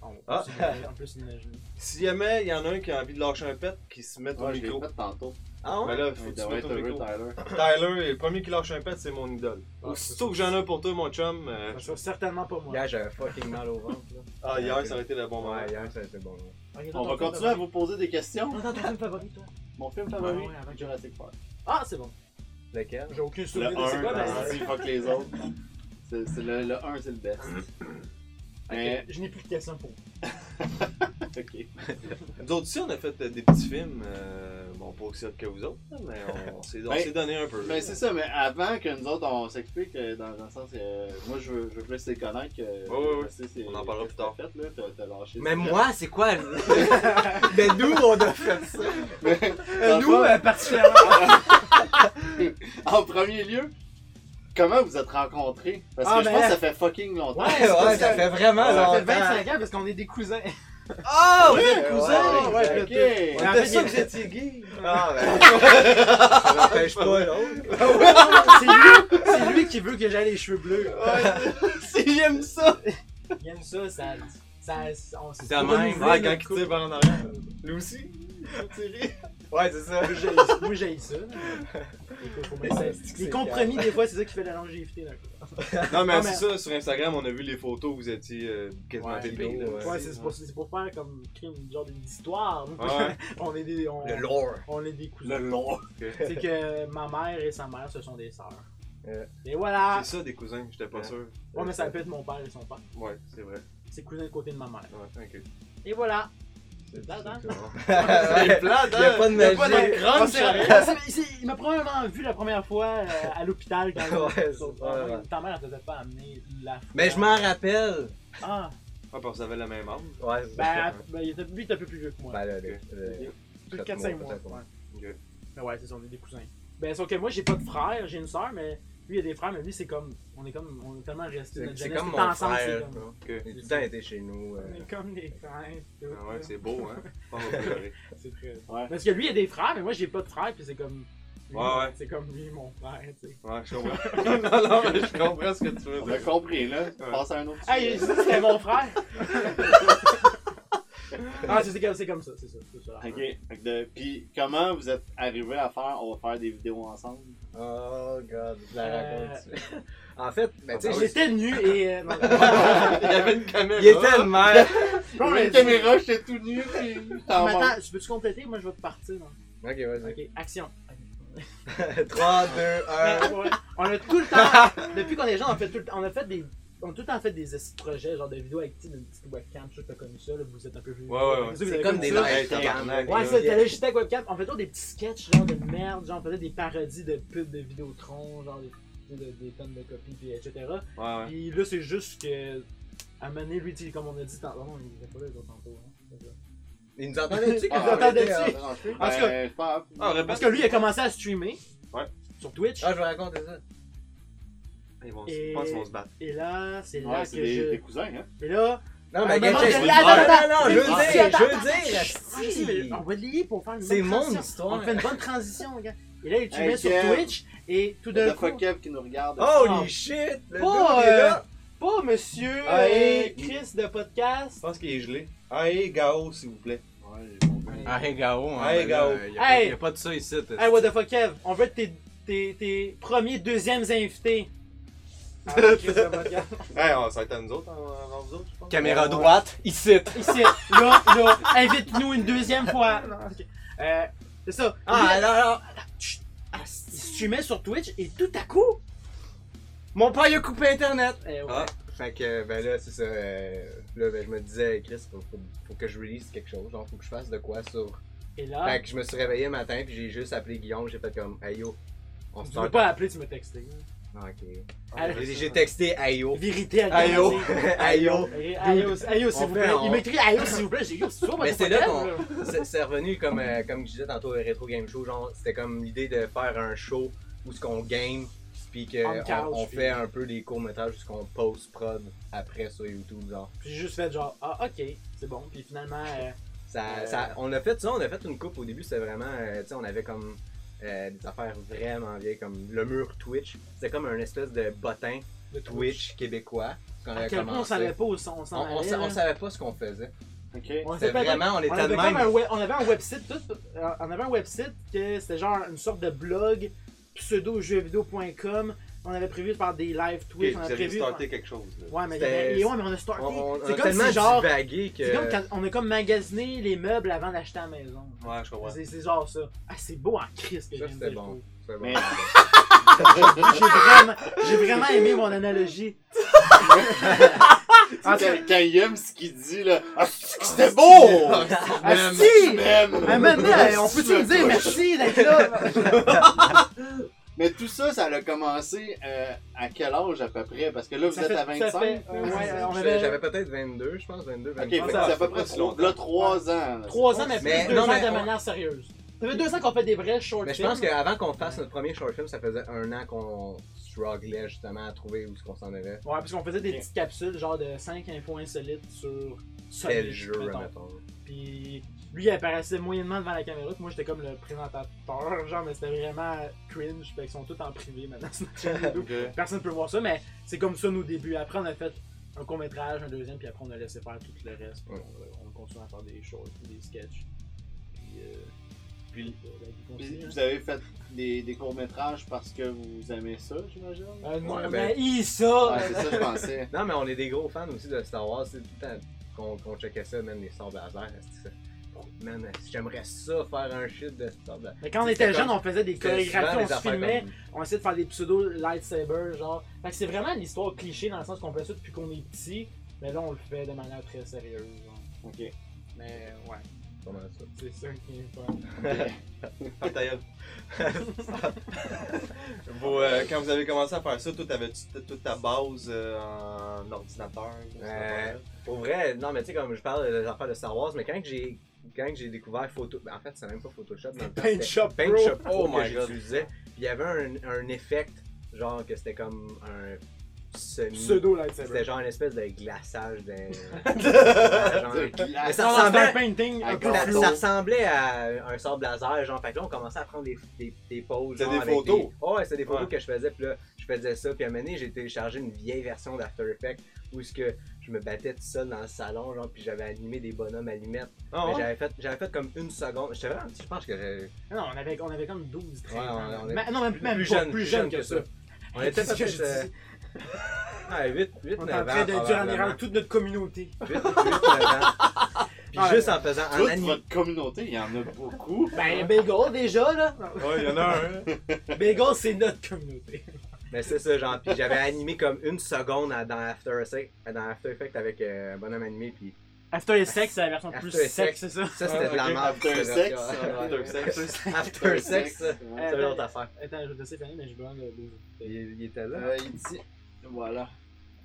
S3: On peut
S2: Ah.
S3: s'imaginer- on peut s'imaginer.
S2: Si jamais il y en a un qui a envie de lâcher un pet, qui se mette au
S1: Ouais, je l'ai
S2: micro.
S1: fait tantôt.
S4: Ah
S2: Ben là,
S1: Il
S2: faut que tu te
S1: devrait
S2: mettes
S1: être
S2: au
S1: heureux,
S2: micro.
S1: Tyler.
S2: Tyler, le premier qui lâche un pet, c'est mon idole.
S3: Ah,
S2: Aussitôt que j'en ai un pour toi, mon chum, euh,
S4: Ah,
S3: Ça sera certainement pas moi.
S4: Là, j'avais fucking mal au ventre. Là.
S2: ah, hier, ça aurait été le bon moment.
S4: Ouais, hier, ça a été bon.
S3: Regarde
S1: On
S3: ton
S1: va
S3: film
S1: continuer à
S3: favori.
S1: vous poser des questions.
S3: Non, non, ton film favori, toi.
S1: Mon film favori,
S3: Ah ouais, avant que-
S1: Jurassic Park.
S3: Ah, c'est bon.
S4: Lequel
S3: J'ai aucune
S1: Le
S3: souvenir de c'est
S1: 1,
S3: quoi, mais.
S1: on dit fuck les autres. C'est, c'est le, le 1, c'est le best.
S2: Mm.
S3: Ok,
S1: Mais,
S3: Je n'ai plus de questions pour vous.
S1: <laughs> ok.
S2: Nous autres aussi, on a fait euh, des petits films, euh, bon, pas aussi hot que vous autres, là, mais on, on s'est on
S1: Ben,
S2: s'est donné un peu.
S1: Mais c'est ça, mais avant que nous autres on s'explique, euh, dans dans le sens que euh, moi je veux, je veux plus les connaître. Que,
S2: Ouais, ouais, ouais.
S1: je sais, c'est-
S2: On en parlera
S1: qu'est-ce
S2: plus tard.
S1: que t'as fait, là, t'as- t'as lâché
S4: Mais
S1: ça.
S4: moi, c'est <laughs> quoi Mais d'où on a fait ça
S1: Dans le fond,
S3: particulièrement.
S1: <laughs> en premier lieu, comment vous êtes rencontrés Parce
S3: Ah,
S1: que je
S3: mais-
S1: pense que ça fait fucking longtemps.
S3: Ouais,
S4: Ouais, ouais, ça fait vraiment
S3: Ça fait
S4: longtemps.
S3: 25 ans parce qu'on est des cousins.
S4: Ah, oui,
S1: Ouais,
S4: cousin
S1: ouais,
S3: ouais, ouais,
S1: ok.
S3: ouais.
S4: On
S3: En
S4: était
S3: fait,
S4: sûr
S3: il-
S4: que vous étiez gay. <laughs> Ah, ben. Ça m'empêche pas, l'autre.
S3: c'est, lui, c'est lui qui veut que j'aille les cheveux bleus.
S1: <laughs> Si j'aime ça
S3: Il aime ça, ça. ça on,
S4: C'est la même.
S2: Ouais, quand il tire par en arrière. Lui aussi, tiré.
S4: Ouais, c'est ça.
S3: Moi, j'ai ça. Écoute, faut mettre
S4: Ouais,
S3: ça.
S4: c'est que
S3: Les
S4: c'est
S3: compromis, des fois, c'est ça qui fait la longévité. d'un coup.
S2: Non, mais
S3: Ah,
S2: c'est
S3: mais-
S2: ça, sur Instagram, on a vu les photos où vous étiez euh, quasiment
S4: Ouais,
S2: pépé. là.
S4: ouais.
S3: Ouais, c'est, c'est pour, c'est pour faire comme créer une genre d'histoire.
S2: Ah, Ouais.
S3: on est des. On,
S4: Le lore.
S3: on est des
S4: <laughs>
S3: cousins.
S1: Le long.
S3: C'est que ma mère et sa mère, ce sont des sœurs.
S4: Euh.
S3: Et voilà!
S2: C'est ça, des cousins, j'étais pas
S4: Ouais.
S2: sûr.
S3: Ouais, mais ça peut être mon père et son père.
S2: Ouais, c'est vrai.
S3: C'est cousin de côté de ma mère.
S2: Ouais, ok.
S3: Et voilà! C'est plate, hein?
S4: C'est
S2: plate,
S4: hein? Y a pas de magie.
S2: pas
S3: Ouais,
S2: d'écran,
S3: ouais,
S2: Ah, c'est
S3: c'est-
S2: vrai.
S3: c'est- c'est- Il m'a probablement vu la première fois euh, à l'hôpital
S4: <laughs>
S3: quand
S4: Ouais, c'est-
S3: Sauf-
S4: ouais,
S3: ah,
S4: ouais.
S3: ta mère ne devait pas amener la fois.
S4: Mais je m'en rappelle.
S3: Ah!
S2: Ah, parce que vous avez la même arme.
S4: Ouais, c'est
S3: Ben, ben, il était- lui, il est un peu plus vieux que moi.
S4: Ben, là, le- le-
S3: Plus de
S4: quatre
S3: 4-5
S4: mois,
S3: mois.
S4: peut-être, ouais.
S3: Ben, ouais. Mais ouais, c'est ça, on est des cousins. Ben, sauf que moi, j'ai pas de frère, j'ai une sœur, mais Lui, il a des frères, mais lui, c'est comme. On est comme. On est tellement resté
S4: C'est-
S3: notre
S4: C'est
S3: jeunesse,
S4: comme
S3: tout
S4: mon
S3: ensemble, c'est
S4: frère.
S3: comme-
S4: là. Il a tout le temps été chez
S3: On
S4: nous. euh,
S3: est comme des frères. tout,
S2: Ah ouais,
S3: là.
S2: c'est beau, hein? Pas en pleurer.
S3: C'est très.
S1: Ouais.
S3: Parce que lui, il a des frères, mais moi, j'ai pas de frères, puis c'est comme. lui,
S2: Ouais, ouais.
S3: C'est comme lui, mon frère, tu sais.
S2: Ouais, je comprends. non, non, mais je comprends ce que tu veux
S1: On a
S2: dire.
S1: compris, là. Passe à un autre
S3: Ah, il a
S1: sujet.
S3: dit que c'était mon
S4: <laughs>
S3: frère! ah, c'est- c'est comme, c'est comme ça, c'est ça. c'est ça.
S4: Ah,
S1: Ok. Fait que de- Puis comment vous êtes arrivé à faire on va faire des vidéos ensemble
S4: Oh god, je la
S3: Euh,
S4: raconte. <laughs> En fait, ben, tu
S3: Tu
S4: sais,
S3: sais,
S4: j'ai-
S3: j'étais nu et.
S4: <laughs>
S3: euh, non.
S2: Il y avait une caméra.
S4: il était le maire.
S1: Prends la caméra, j'étais tout nu, puis
S3: Ah,
S1: t'en
S3: mais
S1: manges.
S3: attends, je peux-tu compléter? Moi, je vais te partir. non?
S4: <laughs> Ok, vas-y.
S3: Ok, action.
S4: <laughs> 3, 2, 1.
S3: Mais, ouais, on a tout le
S4: <laughs>
S3: temps, depuis qu'on est jeunes, on, fait tout le temps- on a fait des. On a tout le temps fait des estis de projets, genre de vidéos avec tu sais, une petite webcam, je sais que t'as connu ça, là, vous êtes un peu vieux.
S2: Ouais, ouais, ouais.
S3: Vous avez
S4: C'est comme
S3: connu
S4: des
S3: ça.
S4: live
S1: Ouais,
S4: cam, là,
S3: Ouais,
S4: gars.
S3: ça, t'allais juste avec webcam. On fait toujours des petits sketchs, genre de merde, genre on faisait des parodies de pubs de Vidéotron, genre des, tu sais, de- des tonnes de copies, puis etc.
S2: Ouais, ouais.
S3: Puis là, c'est juste que. À un moment donné, lui, tu sais, comme on a dit tantôt, non, il était pas là, les autres tantôt. hein, c'est ça.
S4: Il nous entendait-tu
S3: Ah,
S4: quand on était,
S3: entendait-tu?
S4: euh,
S1: En tout
S3: En tout cas-
S1: cas,
S2: Ah,
S3: Parce
S2: répète.
S3: que lui, il a commencé à streamer.
S2: Ouais.
S3: Sur Twitch.
S4: Ah, je vais raconter ça.
S2: Ils vont
S3: Et-
S2: se- Je pense qu'ils vont se battre.
S3: Et là, c'est là
S1: Ouais,
S3: Ah, que
S1: c'est des,
S3: je.
S1: des cousins, hein.
S3: Et là.
S4: Non,
S3: Ah,
S4: mais
S3: mais
S4: ben, gars,
S3: non,
S4: check.
S3: je-
S4: Non,
S3: attends, attends,
S4: non, je veux
S3: attends,
S4: dire,
S3: attends,
S4: je veux
S3: attends,
S4: dire,
S3: Ouais, c'est-
S4: asti.
S3: on va le lier pour faire une
S4: C'est
S3: bonne
S4: mon
S3: transition.
S4: histoire.
S3: On fait une bonne transition, regarde. Et là, tu
S1: Hey,
S3: mets sur
S1: Kev.
S3: Twitch et tout d'un
S1: The
S3: coup, Ah.
S1: fuck up qui nous regarde.
S4: Holy shit! Le
S3: Pas,
S4: gars, il est là.
S3: pas monsieur
S2: Hey.
S3: euh, Chris de podcast.
S2: pense qu'il est gelé. Allez, Gao, s'il vous plaît.
S1: Ouais, bon, ben,
S3: Hey,
S5: Ah, hey, Gao, hein,
S2: Hey,
S5: ben
S2: Gao.
S5: là, y a pas-
S3: Hey.
S5: y a pas de ça ici. t'as-
S3: what the fuck, Kev, on veut être tes, tes, tes premiers, deuxièmes
S1: <laughs>
S3: invités. Ah, Chris de podcast.
S2: Hey, on- ça va être à nous autres, hein, avant vous autres, je pense.
S5: Caméra droite, ici.
S3: Ici, là, là, invite-nous une deuxième fois. <laughs> Non, ok. Euh, c'est ça. Lui,
S4: Ah, là, là.
S3: il streamait sur Twitch et tout à coup,
S4: Mon père, il a coupé Internet.
S3: eh, ouais.
S2: Ah.
S4: Fait que, ben là, c'est ça. euh, là, ben, je me disais, Chris, faut, faut- faut que je release quelque chose. Genre, faut que je fasse de quoi sur.
S3: et là,
S4: Fait que je me suis réveillé le matin, puis j'ai juste appelé Guillaume, j'ai fait comme, hey yo, on
S3: tu
S4: se
S3: m'as
S4: tente.
S3: pas appelé, tu m'as texté.
S4: Ah, ok.
S3: Ah,
S4: J'ai j'ai texté, hey yo.
S3: Vérité à
S4: Aïe, oh.
S3: garantie.
S4: <laughs> Aïe, oh.
S3: Aïe, aïe, oh, aïe, oh, s'il
S4: On
S3: vous
S4: fait
S3: plaît.
S4: un-
S3: Il m'écrit Aïe, oh, s'il vous plaît. J'ai dit, Yo, c'est sûr, moi,
S4: Mais
S3: j'ai
S4: c'est
S3: pas
S4: là
S3: de
S4: qu'on-
S3: thème, là.
S4: C'est c'est revenu comme, euh, comme je disais tantôt au Retro Game Show, genre c'était comme l'idée de faire un show où ce qu'on game puis
S3: On
S4: qu'on
S3: couch,
S4: on, on
S3: puis-
S4: fait un peu des courts métrages où ce qu'on post prod après sur YouTube genre.
S3: Puis j'ai juste fait genre, ah, ok, c'est bon. Puis finalement, euh,
S4: Ça,
S3: Euh.
S4: ça- on a fait ça, on a fait une coupe au début, c'était vraiment, euh, tu sais, on avait comme euh, des affaires vraiment vieilles comme le mur Twitch, c'était comme un espèce de bottin
S3: le Twitch.
S4: Twitch québécois quand
S3: À quel point on savait pas où on s'en hein.
S4: on,
S3: allait.
S4: on sa-
S3: là.
S4: on savait pas ce qu'on faisait.
S1: Ok.
S3: On
S4: C'était
S3: s'appelait-
S4: vraiment, on
S3: on
S4: était
S3: avait
S4: de
S3: comme
S4: même.
S3: un web- on avait un website, tout, euh, on avait un website que c'était genre une sorte de blog pseudo-jeuxvideo.com. On avait prévu de faire des live Twitch, on
S2: Vous
S3: avait
S2: avez
S3: prévu.
S2: starté quelque chose, là.
S3: Ouais, mais,
S4: C'était-
S3: mais- ouais, mais on a starté.
S4: On, on- on
S3: c'est
S4: a
S3: comme
S4: tellement
S3: si genre.
S4: divagué que.
S3: C'est comme quand on a comme magasiné les meubles avant d'acheter la maison.
S2: Ouais, je comprends.
S3: C'est, c'est genre ça. Ah, c'est beau en Christ que
S4: Ça,
S3: j'aime
S4: c'était bon. C'était bon.
S1: Mais-
S3: J'ai vraiment, j'ai vraiment aimé mon analogie.
S4: <laughs>
S1: Ah,
S3: en tout cas,
S1: quand, quand il aime ce qu'il dit, là. Ah, c'est que c'était beau!
S3: <laughs> ah, si!
S1: Tu m'aimes!
S3: Ah, mais, mais, on peut-tu
S1: Ah,
S3: me dire merci d'être là?
S1: Mais tout ça, ça a commencé euh, à quel âge à peu près? Parce que là, vous
S3: Ça
S1: êtes
S3: fait-
S1: à 25.
S3: ça fait, euh,
S1: là.
S3: ouais, on
S4: J'avais
S3: avait-
S4: j'avais peut-être 22, je pense, 22,
S1: Ok,
S4: 23.
S1: fait que c'est
S3: ça,
S1: à
S2: ça
S1: peu
S2: fait
S1: près
S2: pas si
S1: trois-
S2: longtemps.
S1: là, 3 ans. là.
S3: Trois ans, mais plus
S4: Mais
S3: deux
S4: non,
S3: ans
S4: mais
S3: de
S4: on-
S3: manière sérieuse. Ça fait deux ans qu'on fait des vrais short
S4: Mais je
S3: films.
S4: pense qu'avant qu'on fasse notre premier short film, ça faisait un an qu'on strugglait justement à trouver où ce qu'on s'en allait.
S3: Ouais, parce qu'on faisait des
S1: Ok.
S3: petites capsules, genre de 5 infos insolites sur Sonic,
S4: Quel jeu,
S3: mettons.
S4: mettons.
S3: Puis lui, il apparaissait moyennement devant la caméra, puis moi, j'étais comme le présentateur, genre, mais c'était vraiment cringe, fait qu'ils sont tous en privé maintenant sur notre
S4: <laughs>
S3: chaîne YouTube.
S2: Ok.
S3: Personne peut voir ça, mais c'est comme ça nos débuts. Après, on a fait un court-métrage, un deuxième, puis après, on a laissé faire tout le reste. Puis
S4: Ouais.
S3: on, on continue à faire des choses, des sketchs. Puis, euh,
S1: Puis-
S3: euh, la vie
S1: Puis
S3: continue, hein.
S1: vous avez fait des, des courts-métrages parce que vous aimez ça, j'imagine?
S3: Euh, non,
S4: Ouais,
S3: on
S4: ben-
S3: a eu ça!
S1: Ouais, c'est ça, je pensais.
S4: Non, mais on est des gros fans aussi de Star Wars. C'est tout le temps qu'on qu'on checkait ça, même les sorts laser. c'est ça. Man, j'aimerais ça faire un shit de Star Wars.
S3: Mais quand on était
S4: C'était
S3: jeunes,
S4: comme-
S3: on faisait des
S4: C'était souvent
S3: chorégraphies, on
S4: des
S3: se
S4: affaires
S3: filmait,
S4: comme-
S3: on essayait de faire des pseudo lightsabers, genre. Fait que c'est vraiment une histoire cliché dans le sens qu'on fait ça depuis qu'on est petit, mais là, on le fait de manière très sérieuse. genre. <laughs>
S1: Ok.
S3: Mais ouais,
S4: Comment ça?
S3: c'est ça qui est fun.
S2: Ah, ta gueule. Vous, euh, quand vous avez commencé à faire ça, toi, t'avais-tu t- toute ta base euh, en ordinateur? là, cette affaire-là?
S4: Pour vrai, non, mais tu sais, comme je parle des affaires de Star Wars, mais quand que j'ai quand que j'ai découvert photo, en fait,
S3: <laughs>
S4: c'est même pas Photoshop, mais
S3: Paint Shop
S4: Paint
S3: Pro.
S4: Shop
S2: Ben Oh
S4: Pro que hein.
S2: my God.
S4: j'utilisais, puis il y avait un, un effect genre que c'était comme un semi.
S3: Pseudo
S4: C'était
S3: lightsaber.
S4: genre une espèce de glaçage
S2: <laughs>
S4: de. genre-
S1: De
S4: Mais
S1: glace.
S4: ça
S3: Non, non, c'était
S4: ressemblait,
S3: un painting un
S1: Avec
S3: peu
S1: la-
S4: ça,
S3: flou.
S4: ça ressemblait à un sort laser, genre. Fait que là, on commençait à prendre des, des, des poses.
S2: C'était
S4: genre,
S2: des
S4: avec
S2: photos.
S4: des- Oh, ouais, c'était des photos
S2: Ouais.
S4: que je faisais. Puis là, je faisais ça. Puis à un moment donné, j'ai téléchargé une vieille version d'After Effects où ce que je me battais tout seul dans le salon, genre. Puis j'avais animé des bonhommes allumettes.
S2: Ah
S4: Mais
S2: ouais?
S4: j'avais fait, j'avais fait comme une seconde. J'étais vraiment petit, je pense que j'avais-
S3: Non, on avait, on avait comme 12, 13
S4: Ouais,
S3: ans.
S4: on est-
S3: Ma- non, même, même
S4: plus
S3: pas,
S4: jeune-
S3: plus jeune que ça.
S4: On était
S3: Qu'est-ce que je
S4: peut-être. euh, ah,
S3: dis?
S4: Ouais, 8, 8,
S3: On est
S4: 9
S3: en train de dire en erreur toute notre communauté.
S4: 8, 8, 9 ans.
S3: <laughs>
S4: Puis
S3: Ouais.
S4: juste en faisant, en
S1: Toute
S4: animant.
S1: votre communauté, il y en a beaucoup.
S3: Ben, Bagel déjà, là.
S2: Ouais, il y en a
S3: hein.
S2: un.
S3: <laughs> Bagel, c'est notre communauté.
S4: <laughs> Mais c'est ça, genre, puis j'avais animé comme une seconde à- dans After Effects, dans After Effects avec euh, un bonhomme animé, puis
S3: After Sex, c'est la version
S4: After
S3: plus
S4: Sex.
S3: sexe, c'est ça?
S4: ça, c'était
S2: Ah,
S4: de la
S2: ok.
S4: merde.
S1: After
S4: cette <laughs>
S1: sex.
S4: version.
S2: After sex.
S4: After Sex, ça,
S1: ouais.
S4: c'est une autre affaire.
S3: Attends, je vais te laisser finir, mais je vais prendre le deux.
S4: Il, il était là.
S1: Euh, ici. Voilà.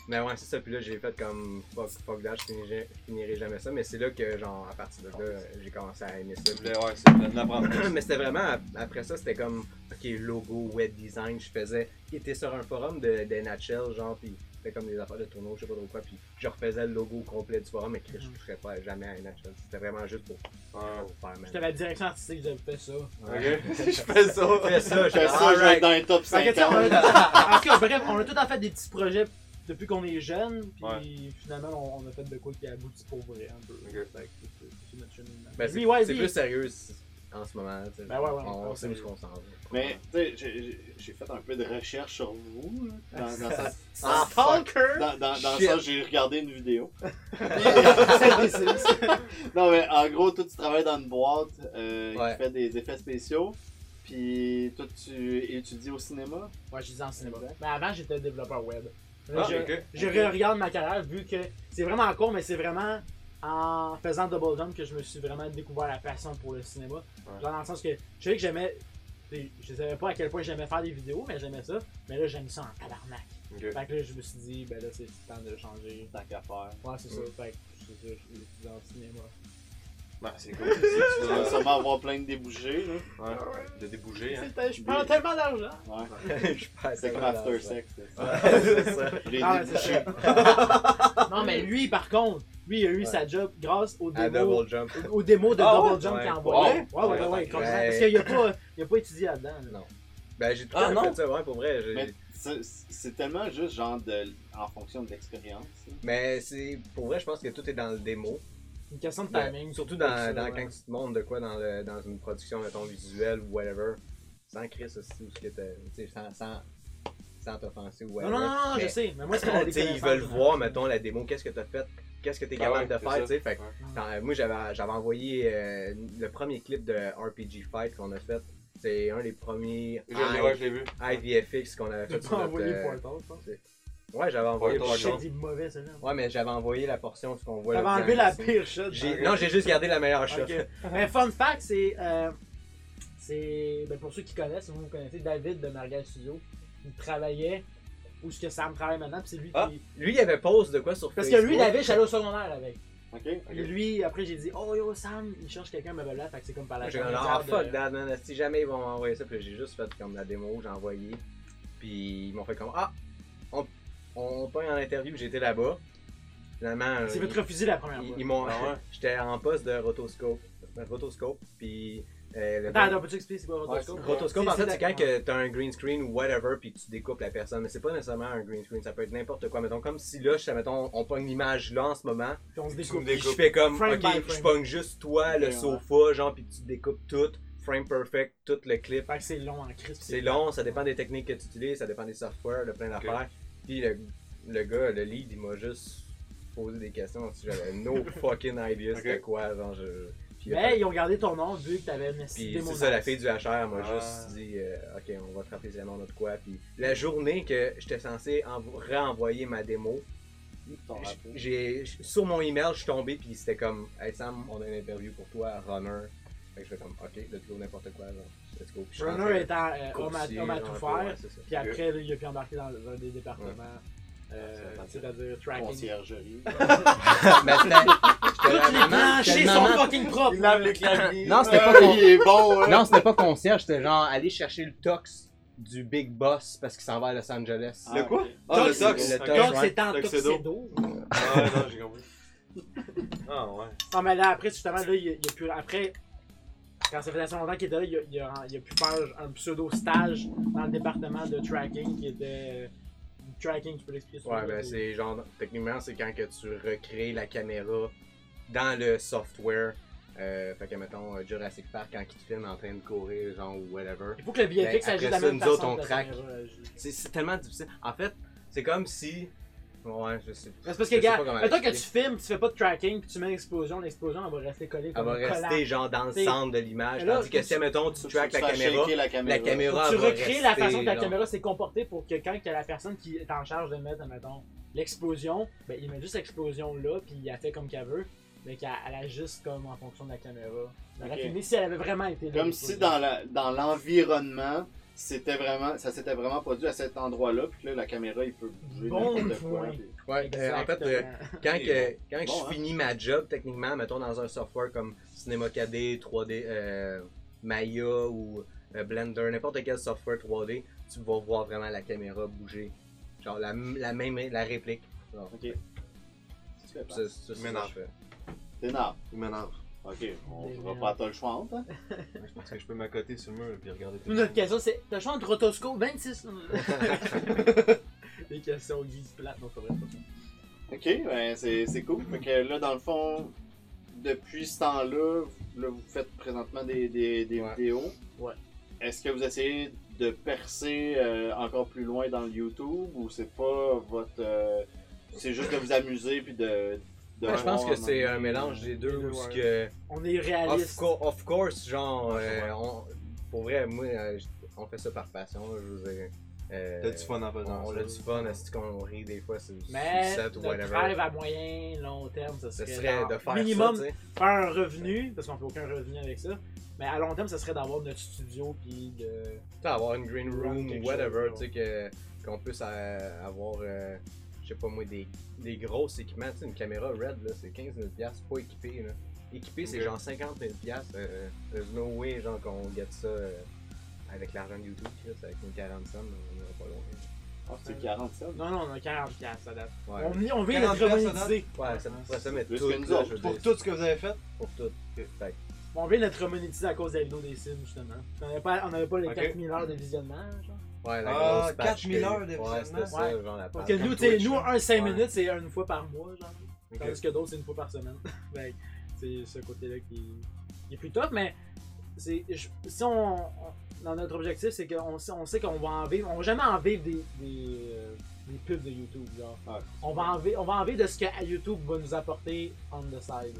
S4: Mais ouais, c'est ça, puis là, j'ai fait comme fuck, fuck that, je finirai, je finirai jamais ça, mais c'est là que, genre, à partir de là, j'ai commencé à aimer ça.
S2: Je voulais, ouais, c'est de l'apprendre.
S4: <clears throat> mais c'était vraiment après ça c'était comme ok logo web design je faisais était sur un forum de, de NHL genre puis c'était comme des affaires de tournoi je sais pas trop quoi puis je refaisais le logo complet du forum mais que je toucherais pas jamais à NHL c'était vraiment juste pour,
S2: Ah,
S4: pour faire man.
S3: J'étais à la direction artistique, j'avais fait ça.
S4: Ouais.
S2: ok. <laughs> Je fais ça.
S4: Je fais ça
S1: Je fais
S4: fais
S1: ça, je vais être
S4: alright.
S1: dans les top
S3: Fait
S1: 5
S3: que, tu sais, on
S1: ans.
S3: a- en tout cas, bref, on a tout en fait des petits projets depuis qu'on est jeune, puis finalement, on, on a fait de quoi qui aboutit pour vrai un peu.
S2: Ok.
S3: Fait que c'est- c'est notre cheminement.
S4: Ben,
S3: Lui,
S4: c'est
S3: ouais,
S4: c'est
S3: lui,
S4: plus sérieux c- en ce moment tu sais.
S3: Ben ouais, ouais,
S4: on
S3: ouais,
S4: sait où
S3: ouais.
S4: ce qu'on s'en va
S1: Mais, tu sais, j'ai- j'ai- j'ai fait un peu de recherche sur vous. là, Dans, dans, ça,
S4: Ah,
S3: Stalker!
S1: dans, dans, dans
S4: Shit.
S1: ça, j'ai regardé une vidéo.
S3: <laughs>
S1: <laughs>
S3: C'est- c'est- c'est-
S1: Non, mais en gros, toi, tu travailles dans une boîte euh,
S4: Ouais.
S1: qui fait des effets spéciaux. Puis, toi, tu étudies au cinéma.
S3: Moi, je disais en cinéma. Mais avant, j'étais développeur web.
S2: Ah,
S3: je
S2: ok.
S3: je re-regarde ma carrière vu que c'est vraiment court, mais c'est vraiment en faisant Double Jump que je me suis vraiment découvert la passion pour le cinéma. Genre dans le sens que je savais que j'aimais. t'sais, Je savais pas à quel point j'aimais faire des vidéos, mais j'aimais ça. Mais là, j'aime ça en tabarnak.
S2: Ok.
S3: Fait que là, je me suis dit, ben là, c'est le temps de changer.
S1: Tant qu'à faire.
S3: Ouais, c'est ça. Fait que c'est ça, je suis étudiant en cinéma.
S2: Ben, c'est
S4: <laughs>
S2: cool. aussi,
S1: Tu
S2: tu
S1: vas
S2: dois-
S1: sûrement avoir plein de débouchés. Là.
S2: Ouais, de débouger, hein.
S3: Je prends tellement d'argent!
S1: Ouais.
S4: <laughs> je suis pas
S1: C'est
S4: assez
S1: comme
S4: malade,
S1: After
S4: ça.
S1: Sex. c'est ça.
S4: Ouais, <laughs> c'est ça
S1: Les
S3: Ah, c'est
S1: débouchés.
S3: Non, mais lui, par contre, lui, il a eu sa job grâce aux
S4: à
S3: démos,
S4: double jump
S3: aux démos de
S2: Ah ouais?
S3: Double Jump
S4: Ouais.
S3: qu'il a envoyé.
S1: Ouais?
S3: Ouais, ouais, ouais, ouais,
S2: Ouais.
S3: complètement. Parce qu'il a pas, il a pas étudié là-dedans. là.
S4: non ben j'ai tout
S2: Ah,
S4: à
S2: non?
S4: fait ça ouais pour vrai j'ai-
S1: Mais c'est- c'est tellement juste genre de, en fonction de l'expérience. là.
S4: Mais c'est pour vrai, je pense que tout est dans le démo.
S3: Une question de
S4: Ben,
S3: timing.
S4: surtout
S3: tout
S4: dans,
S3: ça,
S4: dans
S3: ouais.
S4: quand tu te montres de quoi dans, le- dans une production, mettons, visuelle ou whatever. Sans Chris aussi, ou ce que t'as- tu sais, sans, sans, sans t'offenser ou
S3: Non,
S4: whatever.
S3: non, non, non, je
S4: Mais,
S3: sais. Mais moi,
S4: <laughs>
S3: c'est
S4: tu sais, ils veulent voir, mettons, la démo, qu'est-ce que t'as fait, qu'est-ce que t'es
S2: Ah
S4: capable
S2: ouais,
S4: de
S2: c'est
S4: faire,
S2: ça.
S4: tu sais. Fait que,
S2: Ouais.
S4: quand, euh, moi, j'avais j'avais envoyé euh, le premier clip de RPG Fight qu'on a fait. C'est un des premiers
S2: Je l'ai- ouais, je l'ai vu.
S4: I- IVFX qu'on avait
S3: <laughs> Tu
S4: fait.
S3: pas
S4: sur notre,
S3: envoyé
S4: euh,
S3: pour un temps,
S4: <laughs>
S3: je pense.
S4: Ouais, j'avais envoyé
S2: Portal.
S3: Je
S4: Portal.
S3: dit mauvais, celle-là.
S4: Ouais, mais j'avais envoyé la portion, ce qu'on voit
S3: T'avais
S4: là,
S3: enlevé
S4: bien
S3: la
S4: ici.
S3: pire shot.
S4: J'ai- Non, j'ai juste gardé la meilleure shot.
S3: Ok. Mais fun fact, c'est. euh, c'est. ben, pour ceux qui connaissent, vous connaissez David de Margal Studio. Il travaillait. Où ce que Sam travaille maintenant, puis c'est lui
S4: Ah.
S3: qui.
S4: Lui, il avait pose de quoi sur
S3: Parce que
S4: Facebook.
S3: lui, David, j'allais au secondaire avec.
S1: Ok?
S3: Puis lui, après, j'ai dit, oh yo, Sam, il cherche quelqu'un, me là, fait que c'est comme par la
S4: J'ai
S3: suite,
S4: comme,
S3: on
S4: ah,
S3: regarde,
S4: fuck
S3: euh,
S4: that, man. Si jamais ils vont m'envoyer ça, puis j'ai juste fait comme la démo, j'ai envoyé. Puis ils m'ont fait comme, ah, on, on pogne en interview, j'étais là-bas. Finalement,
S3: Il s'est
S4: euh,
S3: fait refuser la première
S4: ils,
S3: fois.
S4: ils m'ont.
S2: Ah ouais?
S4: <laughs> J'étais en poste de rotoscope. Rotoscope, puis. euh, le-
S3: Attends, attends, peux-tu expliquer c'est quoi Rotoscope
S1: Ouais,
S4: Rotoscope, en fait, c'est quand
S3: la-
S4: que t'as un green screen ou whatever, puis que tu découpes la personne. Mais c'est pas nécessairement un green screen, ça peut être n'importe quoi. Mettons, comme si là, je, mettons, on pogne l'image là en ce moment,
S3: Puis on se
S2: Tu me
S3: découpe.
S4: Puis je
S2: découpes.
S4: fais comme,
S3: Frame by
S4: ok,
S3: frame.
S4: je pogne juste toi, le
S1: Ok, ouais.
S4: sofa, genre, puis tu découpes tout, frame perfect, tout le clip.
S3: Fait que c'est long hein, en crisp.
S4: C'est long, ça dépend des techniques que tu utilises, ça dépend des softwares, de plein d'affaires. Puis le, le gars, le lead, il m'a juste posé des questions si j'avais no fucking idea c'était
S2: Ok.
S4: quoi, genre, je. Puis, il a
S3: Mais
S4: fait-
S3: ils ont gardé ton nom vu que t'avais une
S4: puis
S3: démo
S4: c'est ça, la
S3: nice.
S4: fille du HR m'a
S2: Ah.
S4: juste dit, euh, ok, on va te rappeler vraiment notre quoi. Puis la journée que j'étais censé envo- renvoyer ma démo,
S1: T'en rappelles.
S4: j'ai sur mon email, je suis tombé puis c'était comme Hey Sam, on a une interview pour toi, runner. Fait que je fais comme OK, let's go n'importe quoi genre. Let's go. Puis je suis rentré
S3: Runner étant euh, homme à
S4: coursier,
S3: homme à
S4: genre,
S3: tout
S4: un peu,
S3: faire.
S4: ouais, c'est ça. <laughs>
S3: Puis après, là, il a pu embarquer dans un des départements. euh,
S1: Ouais, c'est
S3: C'est-à-dire tracking. <laughs>
S1: Conciergerie.
S4: Mais c'était- j'étais
S3: Toutes les
S4: la maman,
S3: planchers
S4: j'étais le
S3: sont
S4: maman.
S3: fucking propres.
S2: lave les claviers.
S4: Non, c'était pas
S1: il est bon, hein?
S4: Non, c'était pas concierge, c'était genre aller chercher le tox du Big Boss parce qu'il s'en va à Los Angeles.
S1: Ah,
S2: quoi?
S1: ok.
S2: Ah, le
S3: Tox,
S2: Tox!
S4: le
S2: Ok.
S4: Tox.
S3: Donc, c'est en
S2: Tuxedo.
S3: Tuxedo.
S2: Ouais, non, j'ai compris.
S4: <laughs>
S2: Ah, ouais.
S3: Non, mais là, après, justement, là, il y a, il y a plus. Après, quand ça faisait assez longtemps qu'il était là, il y a, il y a, il y a pu faire un pseudo-stage dans le département de tracking qui était. du Tracking, tu peux l'expliquer sur
S4: Ouais,
S3: le-
S4: ben c'est genre, techniquement, c'est quand que tu recrées la caméra dans le software. Euh, fait que, mettons, euh, Jurassic Park, quand ils te filment en train de courir, genre, ou whatever.
S3: Il faut que le VFX
S4: Ben,
S3: agisse de euh, la
S4: après ça,
S3: même
S4: nous autres,
S3: façon.
S4: on
S3: que la
S4: traque.
S3: caméra agit.
S4: C'est c'est tellement difficile. En fait, c'est comme si. Ouais, je sais.
S3: Mais c'est parce
S4: Je
S3: que,
S4: sais
S3: gars,
S4: pas comment
S3: mettons que tu
S4: l'expliquer.
S3: filmes, tu fais pas de tracking, puis tu mets l'explosion, l'explosion, elle va rester collée
S4: Elle
S3: comme
S4: va
S3: un collant.
S4: rester, genre, dans le
S3: T'sais,
S4: centre de l'image.
S3: mais là,
S4: Tandis que si, mettons, tu
S1: Faut que
S4: track
S1: tu
S4: la
S1: fasses
S4: caméra,
S1: shaker la caméra.
S4: la caméra.
S3: Tu
S4: elle va
S3: recrées la
S4: rester,
S3: façon que la
S4: genre.
S3: caméra s'est comportée pour que quand que la personne qui est en charge de mettre, mettons, l'explosion, ben, il met juste l'explosion là, puis il a fait comme qu'elle veut, mais qu'elle elle agisse comme en fonction de la caméra. Elle aurait
S1: Ok.
S3: filmé si elle avait vraiment été là.
S1: Comme si
S3: l'explosion.
S1: dans la- dans l'environnement, c'était vraiment, ça s'était vraiment produit à cet endroit-là, puis que là, la caméra, il peut bouger
S3: Bon
S1: n'importe quoi.
S3: point.
S1: puis-
S4: Ouais, euh, en fait,
S3: Exactement.
S4: euh, quand, que, quand que
S1: Bon,
S4: je
S1: hein.
S4: finis ma job, techniquement, mettons dans un software comme Cinema 4D, 3D, euh, Maya ou euh, Blender, n'importe quel software 3D, tu vas voir vraiment la caméra bouger. Genre la, m- la même la réplique. Genre,
S1: Ok. Tu fais pas.
S4: ça, ça, ça,
S2: Mais non.
S4: je fais.
S1: Ténard.
S2: Il m'énerve.
S1: Ok, on
S3: Des
S1: va
S3: gens.
S1: pas à Tol Schwant, hein?
S2: Je pense que je peux m'accoter sur le mur et regarder.
S3: Une autre question, c'est t'as choix entre Rotoscope 26
S4: <laughs>
S3: Des questions guise plate, non, faudrait pas ça.
S1: Ok, ben c'est c'est cool. Fait que là, dans le fond, depuis ce temps-là, vous- là, vous faites présentement des, des, des
S4: Ouais.
S1: vidéos.
S3: Ouais.
S1: Est-ce que vous essayez de percer euh, encore plus loin dans le YouTube ou c'est pas votre. euh, c'est juste de vous amuser puis de. de
S4: Ouais, je pense
S1: voir
S4: que c'est
S1: dans-
S4: un mélange des deux,
S3: deux,
S4: où ce
S3: ouais.
S4: que
S3: On est
S4: Of,
S3: réaliste.
S4: co- of course, genre, euh, on- pour vrai, moi, euh, j- on fait ça par passion, là, je vous ai. euh,
S2: T'as du fun en faisant
S4: On
S2: ça.
S4: on a du fun, est-ce qu'on rit des fois sur sur
S3: Mais
S4: le set ou
S3: notre
S4: whatever.
S3: rêve à moyen, long terme, ça
S4: Ce
S3: serait,
S4: serait de
S3: d'en-
S4: faire
S3: minimum
S4: ça, tu sais.
S3: faire un revenu, parce qu'on fait aucun revenu avec ça. Mais à long terme, ça serait d'avoir notre studio puis de.
S4: Tu sais, avoir une green room
S3: Quelque
S4: ou whatever,
S3: chose,
S4: tu sais, que- qu'on puisse euh, avoir, euh, je sais pas moi, des, des gros équipements. Tu sais, une caméra Red, là, c'est 15 000 pas équipé, là. Équipé, c'est
S2: Ok.
S4: genre 50 000 euh, There's no way, genre, qu'on get ça euh, avec l'argent de YouTube, Chris, avec une 40 cents, on ira pas loin.
S1: Ah, c'est 40 cents.
S3: Non, non, on a 40 piastres, ça date.
S4: Ouais,
S3: On, est- on vient d'être
S2: 40 piastres, ça
S3: monétisé.
S4: ouais ça pourrait ça, mais tout,
S1: Plus que nous
S4: là,
S1: autres.
S4: je veux
S2: Pour
S4: dire,
S2: tout ce que vous avez fait,
S4: pour tout. Fait
S3: On vient d'être monétisé à cause de la vidéo des Sims, justement. On n'avait pas, on avait pas les
S2: Ok.
S3: 4000 heures
S4: Mm-hmm.
S3: de visionnement, genre.
S4: que, ouais, la
S2: Ah,
S4: grosse patch
S2: 4000
S4: que-
S2: heures de
S4: Ouais, c'était
S2: visionnement.
S4: ça, genre la
S3: Parce
S4: patch.
S3: que nous,
S4: Comme
S3: tu sais,
S4: Twitch,
S3: nous,
S4: là.
S3: un 5
S4: Ouais.
S3: minutes, c'est une fois par mois, genre.
S4: Ok.
S3: Tandis que d'autres, c'est une fois par semaine. <laughs> Fait que c'est ce côté-là qui, qui est plus top, mais c'est, je- si on, on- dans notre objectif, c'est qu'on sait- on sait qu'on va en vivre, on va jamais en vivre des, des, euh, des pubs de YouTube. Genre.
S1: Ouais.
S3: On, va en vivre, on va en vivre de ce que YouTube va nous apporter on the side.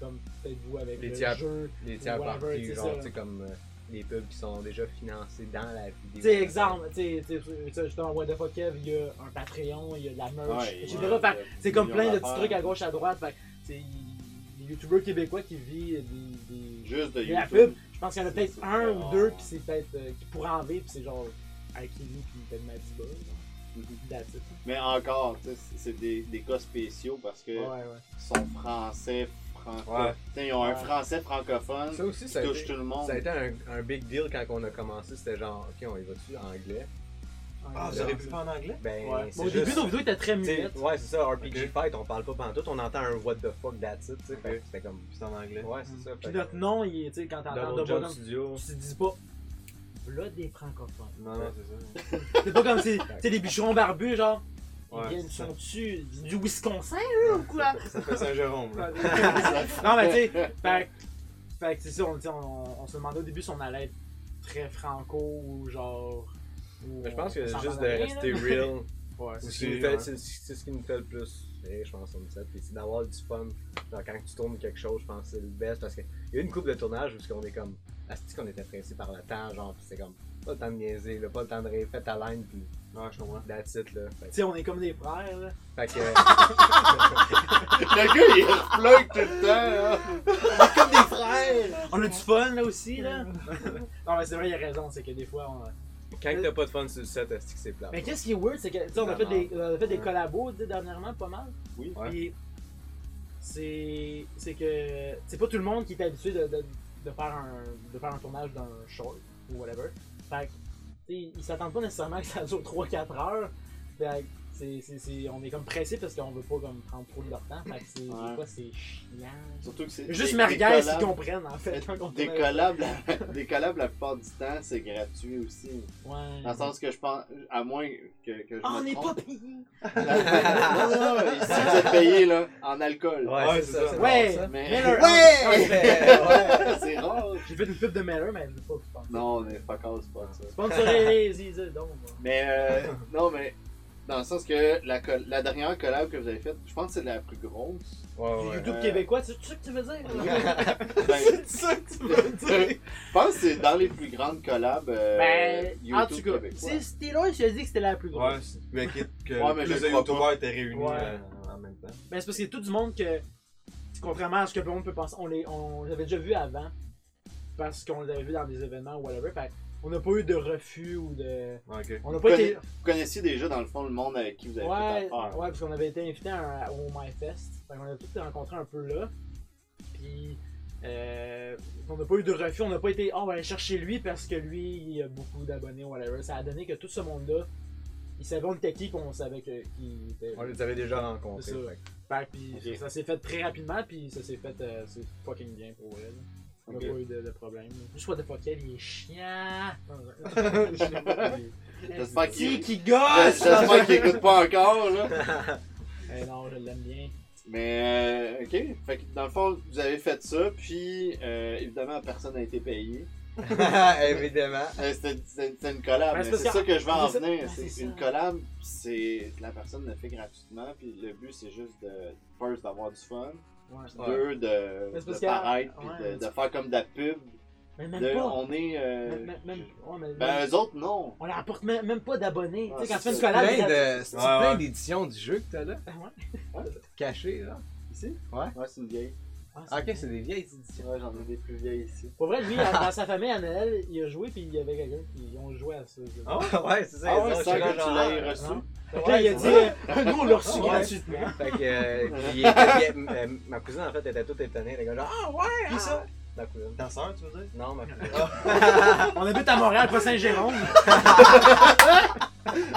S3: Comme peut-être vous avec
S4: Les
S3: le
S4: tiers-
S3: jeu.
S4: les tiers
S3: Whatever,
S4: parties,
S3: c'est
S4: genre,
S3: ça.
S4: tu sais, comme euh, les pubs qui sont déjà financés dans la vidéo.
S3: Tu sais, exemple, tu sais, tu sais, ça, justement, What the fuck, Kev, il y a un Patreon, il y a de la merch,
S1: Ouais,
S3: etc.
S1: ouais,
S3: Fait que C'est comme plein de
S1: millions
S3: petits trucs à gauche, à droite. Fait que, tu sais, il- les youtubeurs québécois qui vivent des, des,
S1: Juste de
S3: de la
S1: YouTube.
S3: pub, je pense qu'il y en a
S1: C'est-
S3: peut-être
S1: c'est
S3: un
S1: très
S3: ou deux,
S1: rare.
S3: puis c'est peut-être euh, qui pourraient en vivre, puis c'est genre Akili, puis peut-être Madiba.
S1: Mhm.
S3: là. That's it.
S1: Mais encore, tu sais, c'est- c'est des, des cas spéciaux parce que
S3: Ouais, ouais.
S1: ils sont français,
S2: Ouais.
S1: francophones. Ils ont un
S3: Ouais.
S1: français francophone
S4: Ça aussi,
S1: qui
S4: ça a
S1: touche
S4: été,
S1: tout le monde.
S4: ça a été <laughs> un, un big deal quand on a commencé. C'était genre, ok, on y va-tu en anglais?
S2: ah, vous
S3: Ouais.
S2: auriez pu faire en anglais?
S4: Ben,
S3: Ouais.
S4: c'est
S3: Bon, Au
S4: juste-
S3: début, nos vidéos étaient très
S4: tu sais,
S3: muettes.
S4: Ouais, c'est ça, RPG
S2: Ok.
S4: Fight, on parle pas pantoute, on entend un what the fuck, that's it, tu sais.
S2: Ok.
S4: fait que C'était comme.
S2: C'est en anglais.
S4: Ouais, c'est ça.
S3: Mm. Puis notre nom, il est, tu sais, quand t'entends
S4: Double
S3: Double
S4: Job
S3: Bonhomme,
S4: Studio.
S3: tu te dis pas. Là, des francophones.
S4: <laughs>
S2: Non, non, c'est ça.
S3: C'est pas comme si, tu sais, des bûcherons barbus, genre, ils
S2: Ouais.
S3: viennent,
S2: Ça,
S3: sont-tu du Wisconsin, eux, ou quoi?
S2: ça fait Saint-Jérôme, là.
S3: <laughs> non, mais tu sais, fait, fait que c'est ça, on, tu sais, on, on se demandait au début si on allait être très franco ou genre. ou
S4: Mais je
S3: on-
S4: pense que
S3: on s'en
S4: juste de
S3: rendait rien,
S4: rester
S3: là.
S4: real,
S3: Ouais.
S4: c'est ce
S2: C'est-
S4: qui me fait-
S2: ouais.
S4: c'est- c'est ce qui me fait le plus rire, je pense, comme ça. Puis c'est d'avoir du fun. Genre, quand tu tournes quelque chose, je pense que c'est le best. Parce qu'il y a eu une coupe de tournage où on est comme. Asti qu'on était pressé par le temps, genre, puis c'est comme. Pas le temps de niaiser, là, pas le temps de rire, fais ta line, puis
S2: Ouais, je comprends.
S4: that's it, là. Fait,
S3: Tu sais, on est comme des frères, là.
S4: fait que.
S1: Le gars, il refleugue tout le temps. hein.
S3: Comme des frères! On a du fun, là aussi,
S4: <laughs>
S3: là. non, mais c'est vrai, il a raison, c'est que des fois, on.
S4: quand t'as pas de fun sur le set, Asti que c'est plat.
S3: Mais qu'est-ce qui est weird, c'est que, tu sais, on a fait des, on a fait des collabos, tu sais, dernièrement, pas mal.
S1: Oui.
S2: Ouais.
S3: Puis, c'est, c'est que, c'est pas tout le monde qui est habitué de, de, de faire, un, de faire un tournage d'un short ou whatever. Fait que, tu sais, ils s'attendent pas nécessairement <laughs> que ça dure 3-4 heures. Fait que c'est- c'est- c'est- on est comme pressé parce qu'on veut pas comme prendre trop de leur temps. Fait que c'est des
S1: Ouais.
S3: fois, c'est chiant.
S1: Surtout que c'est.
S3: Juste
S1: des-
S3: merguez
S1: des
S3: s'ils
S1: collabs-
S3: comprennent en fait. quand on
S1: Des
S3: connaît-
S1: collabs, la- <laughs> des collabs, la plupart du temps, c'est gratuit aussi.
S3: Ouais.
S1: Dans le sens que je pense, à moins que, que je
S3: Ah, on
S1: me
S3: n'est pas
S1: trompe.
S3: payé!
S1: <laughs> non, non, non, ici, vous êtes payé là, en alcool.
S4: Ouais, c'est ça. c'est
S3: Ouais!
S4: bon, ça.
S1: Mais- <laughs>
S3: Miller!
S4: Ouais!
S1: c'est rare.
S3: J'ai fait une pub de Miller, mais elle veut pas que je pense.
S1: Non, mais fuck off, c'est pas ça.
S3: Sponsorisez-y, dis donc.
S1: Mais euh, non, mais dans le sens que la, col- la dernière collab que vous avez faite, je pense que c'est la plus grosse.
S3: Du
S4: Ouais, ouais.
S3: YouTube
S1: Euh,
S3: québécois, c'est ça que tu veux dire?
S1: Ben,
S3: <laughs> c'est ça que tu veux dire?
S1: je pense que c'est dans les plus grandes collabs euh,
S3: Ben,
S1: YouTube
S3: en tout cas,
S1: québécois.
S3: si c'était là, je te dis que c'était la plus grosse.
S2: Ouais, c'est- mais que, que
S1: Ouais, mais
S2: plus
S1: je
S2: de
S1: crois
S2: youtubeurs étaient réunis
S3: Ouais.
S2: euh, en même temps.
S3: Mais Ben, c'est parce que tout du monde que, contrairement à ce que le monde peut penser, on les, on les avait déjà vus avant, parce qu'on les avait vus dans des événements ou whatever, fait on n'a pas eu de refus ou de...
S2: Ok.
S3: On n'a
S1: Vous,
S3: pas
S1: conna-
S3: été...
S1: vous connaissiez déjà dans le fond le monde avec qui vous avez
S3: Ouais, ouais,
S1: fait affaire.
S3: parce qu'on avait été invité à un- au MyFest. Fait qu'on a tous été rencontrés un peu là. Puis, euh, on n'a pas eu de refus. On n'a pas été, oh, on va aller chercher lui parce que lui, il a beaucoup d'abonnés, whatever. Ça a donné que tout ce monde-là, il savait on était qui, qu'on savait que- qu'il était.
S4: On les avait déjà
S3: C'est
S4: <laughs> rencontrés.
S3: ça.
S4: fait que-
S3: Fait que, puis,
S1: Ok.
S3: ça s'est fait très rapidement, puis ça s'est fait, euh, c'est fucking bien pour elle. On n'a
S1: Ok.
S3: pas eu de, de problème. Juste what the fuck, elle, il est <laughs> chiant.
S1: J'espère
S3: Petit
S1: qu'il
S3: qui
S1: J'espère
S3: gosse!
S1: Euh, j'espère qu'il écoute pas encore là.
S3: Eh non, je l'aime bien.
S1: Mais euh, ok, fait que dans le fond vous avez fait ça, puis euh, évidemment personne n'a été payé.
S4: Évidemment.
S1: Euh, C'était c'était- c'était une collab,
S3: Ben,
S1: mais
S3: c'est
S1: c'est
S3: parce
S1: ça que je vais en
S3: c'est ça-
S1: venir.
S3: ben,
S1: C'est
S3: c'est
S1: une
S3: ça.
S1: collab, c'est la personne le fait gratuitement, puis le but c'est juste de first d'avoir du fun,
S3: Ouais.
S1: puis deux de,
S3: Mais c'est parce
S1: de
S3: que-
S1: paraître, puis
S3: ouais.
S1: de, de faire comme de la pub.
S3: Mais même
S1: De,
S3: pas.
S1: on est. euh,
S3: Même- même- même- ouais, mais-
S1: ben
S3: même-
S1: eux autres non.
S3: on leur apporte même, même pas d'abonnés.
S1: Ah,
S3: tu sais, quand tu
S1: c'est
S3: fais une
S1: ça.
S3: collab,
S4: Plein
S3: ils
S4: de- c'est-tu
S2: Ouais,
S4: plein
S2: ouais.
S4: d'éditions du jeu que t'as là,
S3: Ah ouais?
S4: caché là.
S1: Ici?
S4: Ouais.
S1: Ouais, c'est une vieille.
S3: Ah,
S4: Ah, ok,
S3: bien.
S4: c'est des vieilles éditions.
S1: Ouais, j'en ai des plus vieilles ici.
S3: Pour vrai, lui, à- dans sa famille à Noël, il a joué puis il y avait quelqu'un qui ont joué à ça.
S4: Ah ouais, c'est ça.
S1: Ah
S4: ils
S1: ouais,
S4: ont
S1: c'est
S4: chacun
S1: ça que
S4: genre-
S1: tu l'as reçu. <laughs>
S3: Non.
S4: Ouais,
S3: Là, il a
S4: c'est
S3: dit,
S4: ça.
S3: euh, nous on l'a reçu
S4: Ouais.
S3: gratuitement. <laughs>
S4: Fait que, euh, puis il était bien- euh, ma cousine en fait était toute étonnée. Les gars, genre, ah ouais!
S2: Qui
S4: ah,
S2: ça?
S4: ouais. Ma cousine.
S2: Ta soeur, tu veux dire?
S4: Non, ma cousine.
S3: On habite à Montréal, pas Saint-Jérôme.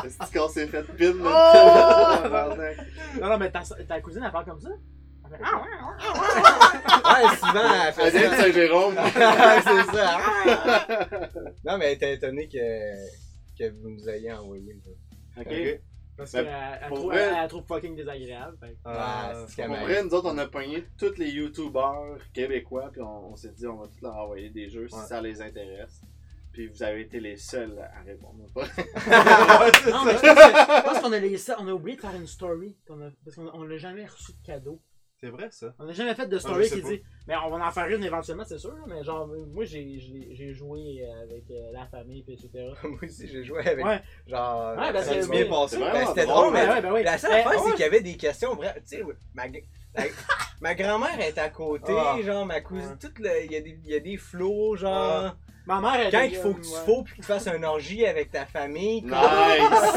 S1: Est-ce qu'on s'est fait pin? là? Tabarnak. <laughs>
S3: Non, non, mais ta, ta cousine, elle parle comme ça. Elle fait, Ah ouais, ouais.
S4: ouais, souvent, elle
S1: Elle <laughs>
S4: fait
S1: vient de
S4: ça.
S1: Saint-Jérôme.
S4: Ah, c'est ça. Ah. <laughs> non, mais elle était étonnée que, que vous nous ayez envoyé. le jeu.
S1: Ok.
S2: Euh,
S3: Parce
S1: Ben,
S3: qu'elle elle
S1: pour
S3: trouve,
S1: vrai-
S3: elle- elle trouve fucking désagréable. fait que-
S4: Ah,
S2: <laughs> Euh,
S4: c'est
S1: Pour
S4: qu'elle
S1: vrai, nous autres, on a pogné tous les youtubeurs québécois, puis on, on s'est dit, on va tous leur envoyer des jeux si
S2: Ouais.
S1: ça les intéresse. Puis vous avez été les seuls à répondre.
S3: Non, mais je pense que- je pense qu'on a, laissé- on a oublié de faire une story. qu'on a- parce qu'on on l'a jamais reçu de cadeau.
S2: C'est vrai ça?
S3: On n'a jamais fait de
S2: Ah,
S3: story
S2: je sais
S3: qui
S2: pas.
S3: dit. Mais on va en faire une éventuellement, c'est sûr. Mais genre, moi, j'ai- j'ai j'ai joué euh, avec euh, la famille, puis etc.
S4: <laughs> Moi aussi, j'ai joué avec.
S3: Ouais.
S4: Genre.
S3: Ouais, parce
S2: Ça
S3: que-
S2: s'est
S4: euh,
S2: bien
S3: ouais.
S2: passé.
S1: C'est
S4: Ben,
S1: vraiment
S4: c'était
S1: drôle,
S4: drôle, mais
S3: Ouais, ouais, ben oui.
S4: la seule
S3: Eh,
S4: affaire,
S3: ouais.
S4: c'est qu'il y avait des questions. vra- Tu sais, ma, gu- la- <laughs> ma grand-mère est à côté,
S2: Ah.
S4: genre, ma cousine. tout le- Il y, a des- il y a des flots, genre.
S3: Ma mère, elle
S4: Quand
S3: dit,
S4: il faut que tu
S3: euh,
S4: fous puis que tu fasses un orgie avec ta famille. comme-
S1: Nice!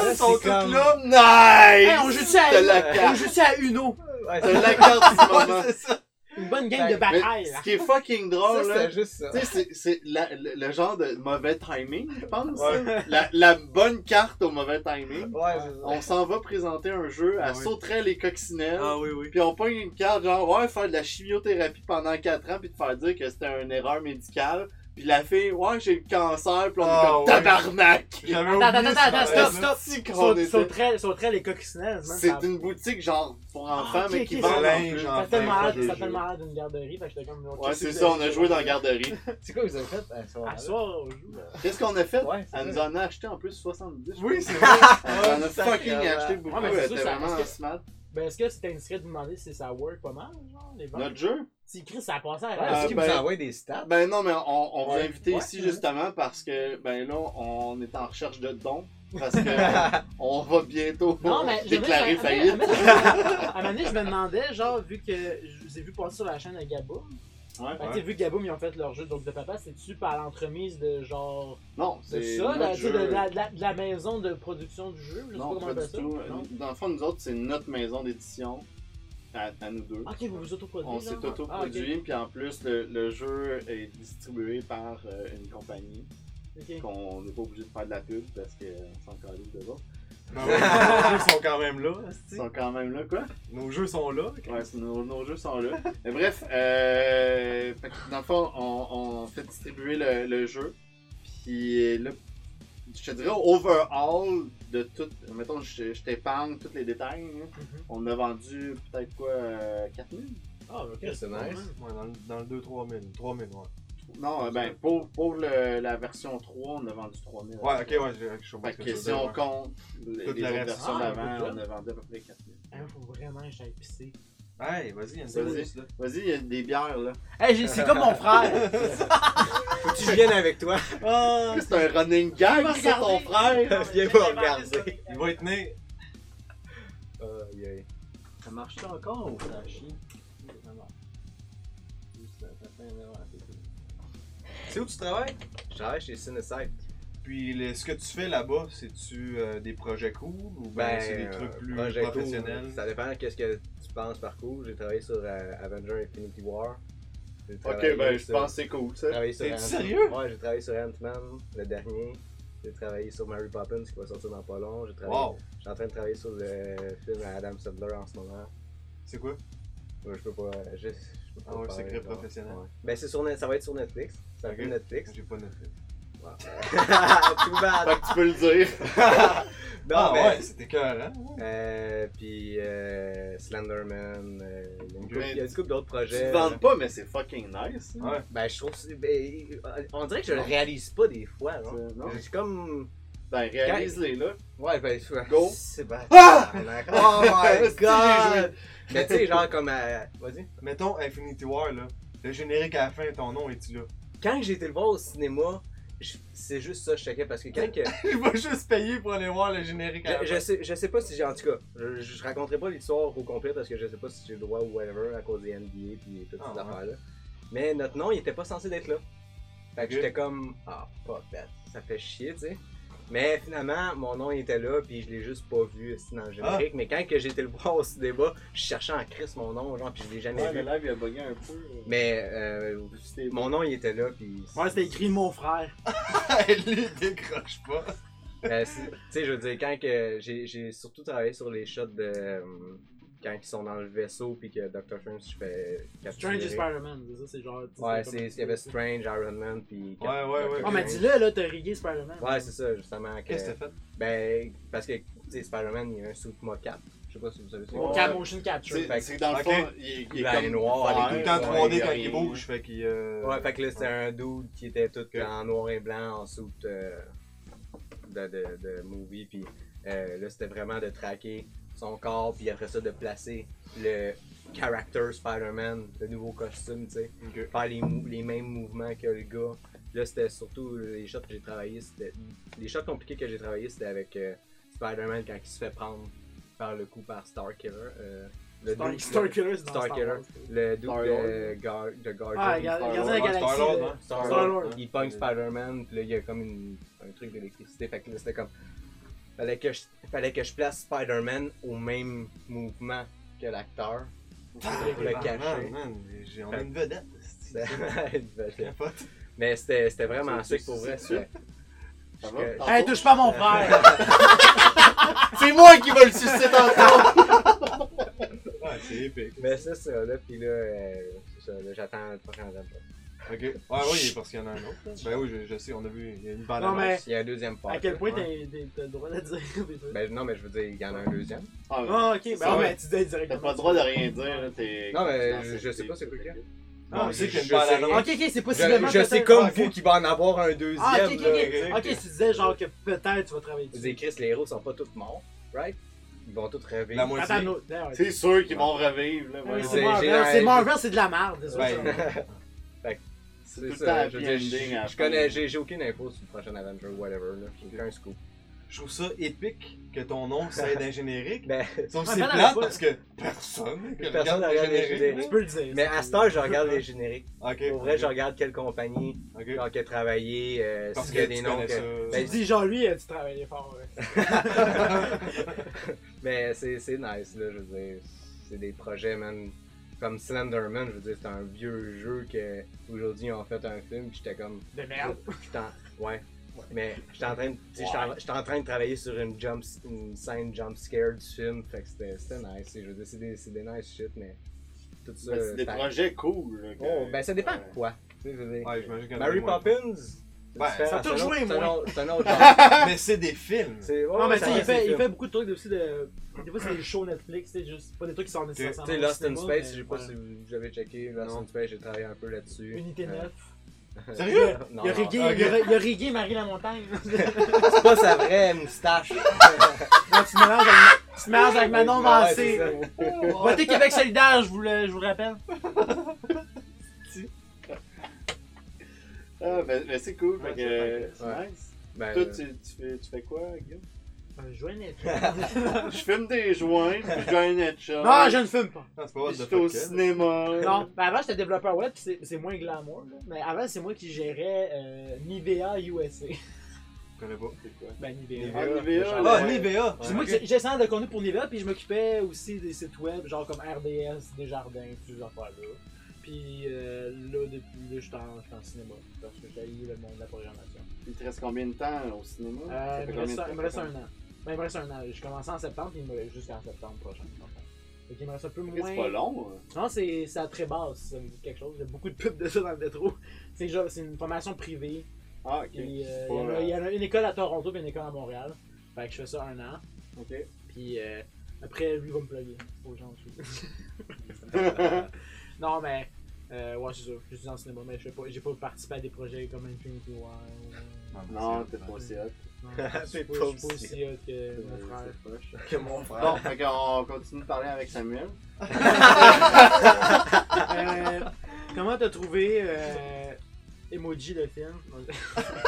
S4: Ça,
S2: Ils sont
S4: c'est
S2: tous
S4: comme-
S2: là!
S1: Oh, nice!
S3: Hey, on joue-tu à,
S1: T'as la
S3: on <laughs>
S1: carte.
S3: joue-tu à Uno
S4: Ouais,
S1: T'as
S4: ça,
S1: la carte du moment.
S2: Ouais, c'est ça!
S3: Une bonne game
S4: Ben,
S3: de
S1: Mais
S3: bataille. là.
S1: ce qui est fucking drôle,
S4: ça,
S1: là,
S4: c'est juste ça.
S1: tu sais, c'est- c'est la- le, le genre de mauvais timing, je pense.
S2: Ouais.
S1: La, la bonne carte au mauvais timing.
S4: Ouais, c'est ça.
S1: On s'en va présenter un jeu à
S2: Ah oui.
S1: sauterelles et coccinelles.
S2: Ah oui, oui.
S1: Puis on pogne une carte, genre, ouais, faire de la chimiothérapie pendant 4 ans, puis te faire dire que c'était une erreur médicale. Puis la fille, ouais, j'ai le cancer, puis on est
S2: Ah,
S1: comme
S2: ouais.
S1: tabarnak!
S2: J'avais
S3: Attends,
S2: oublié
S3: attends,
S2: ce
S3: attends,
S2: moment-là.
S3: stop, stop.
S1: Si qu'on
S3: Saute-
S1: était-
S3: Sauterelle sauterelle et coccinelle. man, ça-
S1: C'est une boutique, genre, pour
S3: Ah,
S1: enfants,
S3: ok,
S1: mais
S3: ok,
S1: qui
S3: ça
S1: vend
S3: va.
S1: en plus.
S2: Linge,
S3: Ça fait
S2: Enfin,
S3: malade,
S2: des
S3: ça
S2: jeux.
S3: fait malade d'une garderie. Fait que j'étais comme.
S1: Ouais, c'est ça, on a joué dans la garderie.
S4: C'est quoi que vous avez fait euh, à ce
S3: À
S4: moment-là?
S3: soir, on joue. là.
S1: Qu'est-ce qu'on a fait?
S4: Ouais, c'est
S1: Elle nous
S4: ça.
S1: en a acheté en plus 70. je crois.
S2: Oui, c'est vrai! Ah,
S1: Elle en a
S4: Sacrément.
S1: fucking acheté beaucoup,
S3: Ouais, mais c'est
S1: elle
S3: sûr,
S1: était
S3: ça-
S1: vraiment
S3: parce que-
S1: smart.
S3: Ben, est-ce que c'était indiscret de vous demander si ça work pas mal, genre, les ventes?
S1: Notre jeu?
S3: Si Chris, ça a passé
S4: Ouais,
S3: à
S4: Est-ce
S1: Euh,
S4: qu'ils
S1: ben-
S4: vous envoient des stats?
S1: Ben non, mais on, on vous
S4: Ouais.
S1: invite
S4: Ouais.
S1: ici justement parce que, ben là, on est en recherche de dons. Parce que
S3: <laughs>
S1: on va bientôt
S3: Non, mais
S1: déclarer
S3: je me- à-
S1: faillite.
S3: À à- à un moment donné, je me demandais, genre, vu que je vous ai vu passer sur la chaîne de Gaboom,
S1: Ouais.
S3: ben, tu sais, vu que Gaboom, ils ont fait leur jeu donc de papa, c'est-tu par l'entremise de genre.
S1: Non,
S3: de
S1: c'est
S3: ça,
S1: notre
S3: là, tu sais,
S1: jeu.
S3: de, la, de la- de la maison de production du jeu, je sais pas
S1: Non,
S3: comment on
S1: pas
S3: appelle
S1: du
S3: ça.
S1: tout.
S3: Non?
S1: Dans le fond, nous autres, c'est notre maison d'édition à, à nous deux.
S3: Ok, vous vous autoproduisez.
S1: euh, On s'est
S3: genre? Ah, ok.
S1: autoproduit, puis en plus, le, le jeu est distribué par euh, une compagnie.
S3: Ok.
S1: qu'on n'est pas obligé de faire de la pub parce que euh, sans calice de là.
S2: Ben ouais, nos jeux sont quand même là,
S1: Ils
S2: asti.
S1: sont quand même là, quoi.
S2: Nos jeux sont là.
S1: Ouais, c'est- nos, nos jeux sont là. Mais bref, euh, fait que dans le fond, on, on fait distribuer le, le jeu. Puis là, je te dirais, overall, de tout, mettons, je, je t'épargne tous les détails. hein.
S2: Mm-hmm.
S3: Mhm.
S1: On a vendu peut-être quoi, euh, 4000
S3: Ah, ok.
S4: C'est nice.
S2: Ouais, dans, le- dans le 2, 3000. 3000, ouais.
S1: Non, euh, ben, pour, pour le- la version 3, on a vendu 3000.
S2: Ouais, ok, ouais, j'ai- je suis
S1: Fait que si on compte les
S2: Toute
S1: les
S2: la
S1: autres
S2: reste-
S1: versions
S3: Ah,
S1: d'avant,
S3: écoute,
S1: on a vendu à peu près 4000.
S3: Hein, faut vraiment que j'aille
S4: <laughs>
S3: pisser.
S2: Hey, vas-y, il y a une
S1: Vas-y.
S2: bonus, là.
S1: Vas-y, il y a des bières là.
S3: Hey, j'ai- c'est comme mon <laughs> frère!
S4: Faut que tu viennes avec <laughs> toi.
S3: Ah,
S1: C'est un running gag, c'est ton frère!
S4: <laughs> Viens pas regarder.
S2: Il va être né.
S4: Euh, yeah.
S3: Ça marche encore ou ça chie? euh,
S2: C'est où tu travailles?
S4: Je travaille chez Cinecite.
S2: Puis le- ce que tu fais là-bas, c'est-tu euh, des projets cool ou ben, c'est des
S4: euh,
S2: trucs plus
S4: projet cool.
S2: professionnels?
S4: Ça dépend de qu'est-ce que tu penses par cool. J'ai travaillé sur euh, Avenger Infinity War. J'ai travaillé
S1: Ok, ben, je
S4: sur-
S1: pense que c'est cool ça.
S4: j'ai travaillé sur
S2: T'es-tu
S4: Ant-
S2: sérieux?
S4: Ouais, j'ai travaillé sur Ant-Man, le dernier. J'ai travaillé sur Mary Poppins qui va sortir dans pas long. J'ai travaillé-
S2: Wow!
S4: Je suis en train de travailler sur le film à Adam Sandler en ce moment.
S2: C'est quoi?
S4: Ouais, je peux pas. euh, Je, je peux pas
S2: Ah ouais,
S4: parler,
S2: secret
S4: genre.
S2: professionnel.
S4: Ouais. Ben, c'est sur, Net- ça va être sur Netflix. C'est un
S2: Ok.
S4: film Netflix.
S2: J'ai pas Netflix.
S4: Ouais. <laughs>
S2: <laughs>
S4: Too bad. <laughs>
S1: Fait que tu peux le <laughs> dire.
S4: Non,
S2: ah
S4: mais-
S2: ouais, c'était cœur, hein?
S4: Euh, puis euh, Slenderman, euh, il y a une couple-
S1: Mais
S4: il y a une couple d'autres
S1: Tu te
S4: projets.
S1: vantes pas, mais c'est fucking nice. hein.
S2: Ouais.
S4: Ben, je trouve. c'est- ben, on dirait que je le réalise pas des fois.
S1: Tu-
S4: Genre.
S1: non?
S4: Je suis comme.
S1: Ben, réalise-les là.
S4: Ouais, ben, je-
S1: Go.
S4: C'est bad. Oh
S1: <laughs>
S4: my
S1: Si, j'ai
S4: god! Mais tu sais, genre, comme. euh, à- Vas-y.
S2: Mettons Infinity War, là. Le générique à la fin, ton nom est-tu là?
S4: Quand j'ai été le voir au cinéma, je- c'est juste ça, je checkais. Parce que quand que.
S2: <laughs> Je vais juste payer pour aller voir le générique à la
S4: Je, je
S2: fin.
S4: sais, je sais pas si j'ai. En tout cas, je, je raconterai pas l'histoire au complet parce que je sais pas si j'ai le droit ou whatever à cause des NBA puis toutes
S2: Ah,
S4: ces
S2: ouais.
S4: affaires-là. Mais notre nom, il était pas censé d'être là. Fait que
S2: Ok.
S4: j'étais comme, ah, fuck that, ça fait chier, tu sais. Mais finalement, mon nom il était là, puis je l'ai juste pas vu c'est
S2: Ah.
S4: dans le générique. Mais quand que j'ai été le voir au cinéma, je cherchais en Christ mon nom, genre, puis je l'ai jamais
S1: Ouais,
S4: vu.
S1: le live il a bugué un peu.
S4: Mais euh,
S1: C'était
S4: mon nom, il était là, puis.
S3: Ouais, c'était écrit mon frère.
S2: <laughs> Elle les décroche pas.
S4: Euh, c'est- tu sais, je veux dire, quand que j'ai, j'ai surtout travaillé sur les shots de. euh, quand ils sont dans le vaisseau, puis que Dr. Strange se fait capturer.
S3: Strange et Spider-Man, c'est ça, c'est genre. comme-
S4: Ouais, c'est, il y avait Strange, Iron Man, puis.
S2: Ouais, ouais, ouais.
S3: Ah, mais dis-le, là, t'as rigué Spider-Man.
S4: Ouais, c'est ça, justement. que-
S2: Qu'est-ce que t'as fait?
S4: Ben, parce que, tu sais, Spider-Man, il y a un suit mocap. Je sais pas si vous savez ça.
S1: Ouais.
S3: Cap- motion capture.
S1: C'est
S4: Fait
S1: c'est que dans le
S2: ok.
S1: fond, il, il est
S4: Blanc et
S1: comme
S4: noir,
S1: Ouais,
S2: Tout le temps
S1: ouais,
S2: 3D quand
S1: ouais.
S2: il bouge, fait qu'il. euh,
S4: Ouais, fait que là, c'était un dude qui était tout
S2: Ok.
S4: en noir et blanc, en suit euh, de, de, de movie. Puis euh, là, c'était vraiment de traquer son corps, puis après ça, de placer le character Spider-Man, le nouveau costume, tu sais.
S2: ok.
S4: Faire les, mou- les mêmes mouvements que le gars. Là, c'était surtout les shots que j'ai travaillé. c'était- Les shots compliqués que j'ai travaillé, c'était avec euh, Spider-Man quand il se fait prendre par le coup par Starkiller. euh, le
S3: Star,
S4: dude-
S3: Star Killer, c'est dans
S4: Star
S3: Star
S4: Killer.
S3: Wars.
S4: Le dude
S1: Star-Lord.
S4: de, Gar- de Guardian.
S3: Ah, Gardien de
S1: Star-Lord.
S3: la Galaxie.
S2: Star-Lord,
S3: là.
S2: hein?
S3: Star-Lord.
S4: Il pogne Spider-Man, puis là, il y a comme une- un truc d'électricité. Fait que là, c'était comme. Fallait que, je, fallait que je place Spider-Man au même mouvement que l'acteur. Pour le
S2: Ah,
S4: cacher.
S2: man, man, j'ai- On a une vedette. c'est-
S4: C'était-
S2: Je
S4: Ben,
S2: capote.
S4: <laughs> Mais c'était c'était vraiment
S1: C'est-
S4: sick pour vrai.
S1: c'est-
S4: c'était-
S1: Ça
S4: Parce que-
S1: va?
S3: Hey, touche pas à mon
S4: <laughs>
S3: frère!
S1: C'est moi qui vais le sucer tantôt!
S2: Ouais, c'est épique.
S4: Mais c'est ça, là, puis là, euh, c'est ça, là, j'attends le prochain album.
S2: Ok. Ouais, oui, parce qu'il y en a un autre. Ben oui, je, je sais, on a vu. Il y a une bande
S3: Non, mais-
S4: Il y a un deuxième part.
S3: À quel point
S2: Ouais.
S3: t'as t'as- t'as le droit de dire des trucs?
S4: Ben non, mais je veux dire, il y en a un deuxième.
S1: Ah, ouais.
S3: Ah, ok, ben,
S1: Ça,
S3: ah,
S1: ouais.
S3: ben, tu disais
S1: T'as
S3: directement.
S1: pas le droit de rien dire. là, t'es-
S4: Non, mais
S1: t'es dans
S4: je-
S1: cette-
S4: je sais pas c'est quoi qu'il y a.
S2: Ah, on sait qu'il y a une
S4: Je sais-
S2: bande annonce.
S3: Ok, ok, c'est
S4: Je,
S3: possiblement.
S4: je sais
S3: peut-être-
S4: comme
S3: Ah, ok.
S4: vous qu'il va en avoir un deuxième.
S3: Ah, ok, ok,
S4: là.
S3: ok. Ok, tu disais genre que peut-être tu vas travailler
S4: Je veux dire,
S3: dessus.
S4: Chris, les héros sont pas tous morts, right? Ils vont tous rêver.
S2: La moitié.
S3: Ah, Attends, non, d'ailleurs,
S1: C'est sûr qu'ils vont revivre. là,
S3: ouais,
S1: voyons.
S4: c'est-
S3: C'est
S4: j'ai
S3: Marvel,
S4: la-
S3: c'est Marvel, c'est de la merde, désolé.
S2: Ben,
S1: C'est
S4: C'est
S1: tout le temps
S4: ça, je,
S1: happy
S4: veux dire, je-
S1: ending à la
S4: je
S1: fin.
S4: connais, j'ai j'ai aucune info sur le prochain Avenger ou whatever, là. J'ai aucun scoop.
S2: Je trouve ça épique que ton nom c'est d'un générique.
S4: <laughs> Ben,
S2: Sauf que
S3: Ouais,
S2: c'est
S3: ben, non,
S2: plate
S3: mais-
S2: parce que personne que
S4: Personne
S2: regarde
S4: regarde
S2: le
S4: les
S2: générique.
S4: génériques.
S3: Tu peux le dire.
S4: mais
S3: ça,
S4: à
S3: tu
S4: cette
S3: peux
S4: heure, je regarde les génériques.
S2: Ok.
S4: Pour vrai,
S2: ok,
S4: je regarde quelle compagnie,
S2: ok.
S4: genre, qui a travaillé, euh,
S2: Parce
S4: s'il y a
S2: que
S4: des
S2: tu
S4: noms
S2: connais
S4: que... Ben,
S3: le dire.
S2: ça.
S3: Tu dis genre lui, euh, tu travaillais fort. ouais.
S4: <laughs> Mais c'est c'est nice, là, je veux dire. C'est des projets, man. Comme Slenderman, je veux dire, c'est un vieux jeu que aujourd'hui ils ont fait un film, puis j'étais comme,
S3: Hein? De merde.
S4: putain, ouais. Mais j'étais en train de, tu sais, j'étais en- j'étais en train de travailler sur une, jump, une scène jump scare du film, fait que c'était c'était nice. Je veux dire, c'est des, c'est des nice shit, mais tout ça.
S1: Ben, c'est des
S4: ça-
S1: projets cool. là, que-
S4: Oh, ben ça dépend
S1: Ouais.
S4: de quoi. Tu sais, je veux dire.
S2: Ouais, j'imagine que
S4: Mary
S2: moi-
S4: Poppins.
S2: Ben,
S4: c'est différent,
S3: ça a tout
S4: c'est un autre-
S3: joué,
S4: c'est un
S3: moi.
S4: autre- C'est un autre genre.
S2: Mais c'est des films.
S3: <laughs>
S4: C'est- ouais,
S3: Non, mais
S4: ça
S3: tu sais, il
S4: reste des
S3: fait, il
S4: films.
S3: fait beaucoup de trucs aussi de. Des fois, c'est des shows Netflix, c'est juste pas des trucs qui sont
S4: Tu
S3: nécessairement.
S4: sais,
S3: au
S4: Lost in
S3: cinéma,
S4: Space,
S3: mais
S4: je sais pas
S3: voilà.
S4: si vous avez checké, Lost
S2: Non.
S4: in Space, j'ai travaillé un peu là-dessus.
S3: Unité
S4: Euh,
S3: 9. <laughs>
S4: <laughs>
S2: Sérieux?
S4: non,
S3: il a
S4: non, <laughs> Ah,
S3: rigué, il a- il a rigué Marie la <laughs> Montagne.
S4: C'est pas sa vraie <laughs> moustache.
S3: Non, tu te mélanges avec, tu te mélanges avec Manon
S4: Ouais,
S3: Mancé.
S4: c'est ça.
S3: Votez Québec solidaire, je vous le, je vous le rappelle.
S1: Ah, ben, ben, c'est cool. fait
S3: Ouais,
S1: que,
S3: c'est
S1: euh, c'est
S4: ouais.
S1: nice.
S4: Ben,
S1: Toi,
S4: euh,
S1: tu, tu fais, tu fais quoi, Guillaume?
S3: Un joint Netflix.
S1: Je fume des joints, puis je gagne un headshot.
S3: <laughs> Non, je ne fume pas.
S2: Non, Ah, c'est pas
S1: Puis
S2: what
S1: Je
S2: the
S1: suis au
S2: fuck.
S1: <laughs> cinéma.
S3: Non, ben avant j'étais développeur web, pis c'est- c'est moins glamour. là. Mais avant c'est moi qui gérais euh, Nivea USA.
S2: Je connais pas.
S1: C'est quoi?
S3: Ben Nivea.
S1: Ah,
S4: le
S1: Nivea,
S4: chandail.
S1: là.
S2: Ah, Nivea!
S3: C'est moi qui j'ai- j'ai essayé de conduire pour Nivea, puis je m'occupais aussi des sites web, genre comme RDS, Desjardins, toutes ces affaires-là. Puis euh, là, depuis là, je suis en, je suis en cinéma, parce que j'ai eu le monde de la programmation.
S1: Il te reste combien de temps là, au cinéma?
S3: Euh,
S1: Ça fait
S3: il, me
S1: combien de
S3: reste,
S1: temps
S3: il me reste un an. Ben, il me reste un an. J'ai commencé en septembre, puis il me reste jusqu'en septembre prochain. dans le fond. Fait qu'il me reste un peu
S1: C'est
S3: moins.
S1: pas long. hein.
S3: Non, c'est c'est à très basse, ça me dit quelque chose. J'ai beaucoup de pubs de ça dans le métro. C'est genre- c'est une formation privée.
S1: Ah, ok.
S3: Puis, euh,
S1: Pas,
S3: il, y en
S1: euh,
S3: a, il y en a une école à Toronto et une école à Montréal. Fait que je fais ça un an.
S1: Ok.
S3: Puis euh, après, lui va me plugger. Aux gens <laughs> aussi. non, mais. Euh, ouais, c'est ça. Je suis en cinéma, mais je sais pas- j'ai pas, participé à des projets comme Infinity War. ou-
S1: Non, t'es pas aussi hot.
S3: <laughs> Non, je suis pas, je suis pas aussi hot que mon
S1: Euh,
S3: frère.
S1: c'est poche.
S4: <laughs> que mon frère.
S1: Bon, fait qu'on continue de parler avec Samuel.
S3: <laughs> Euh, comment t'as trouvé euh, Emoji le film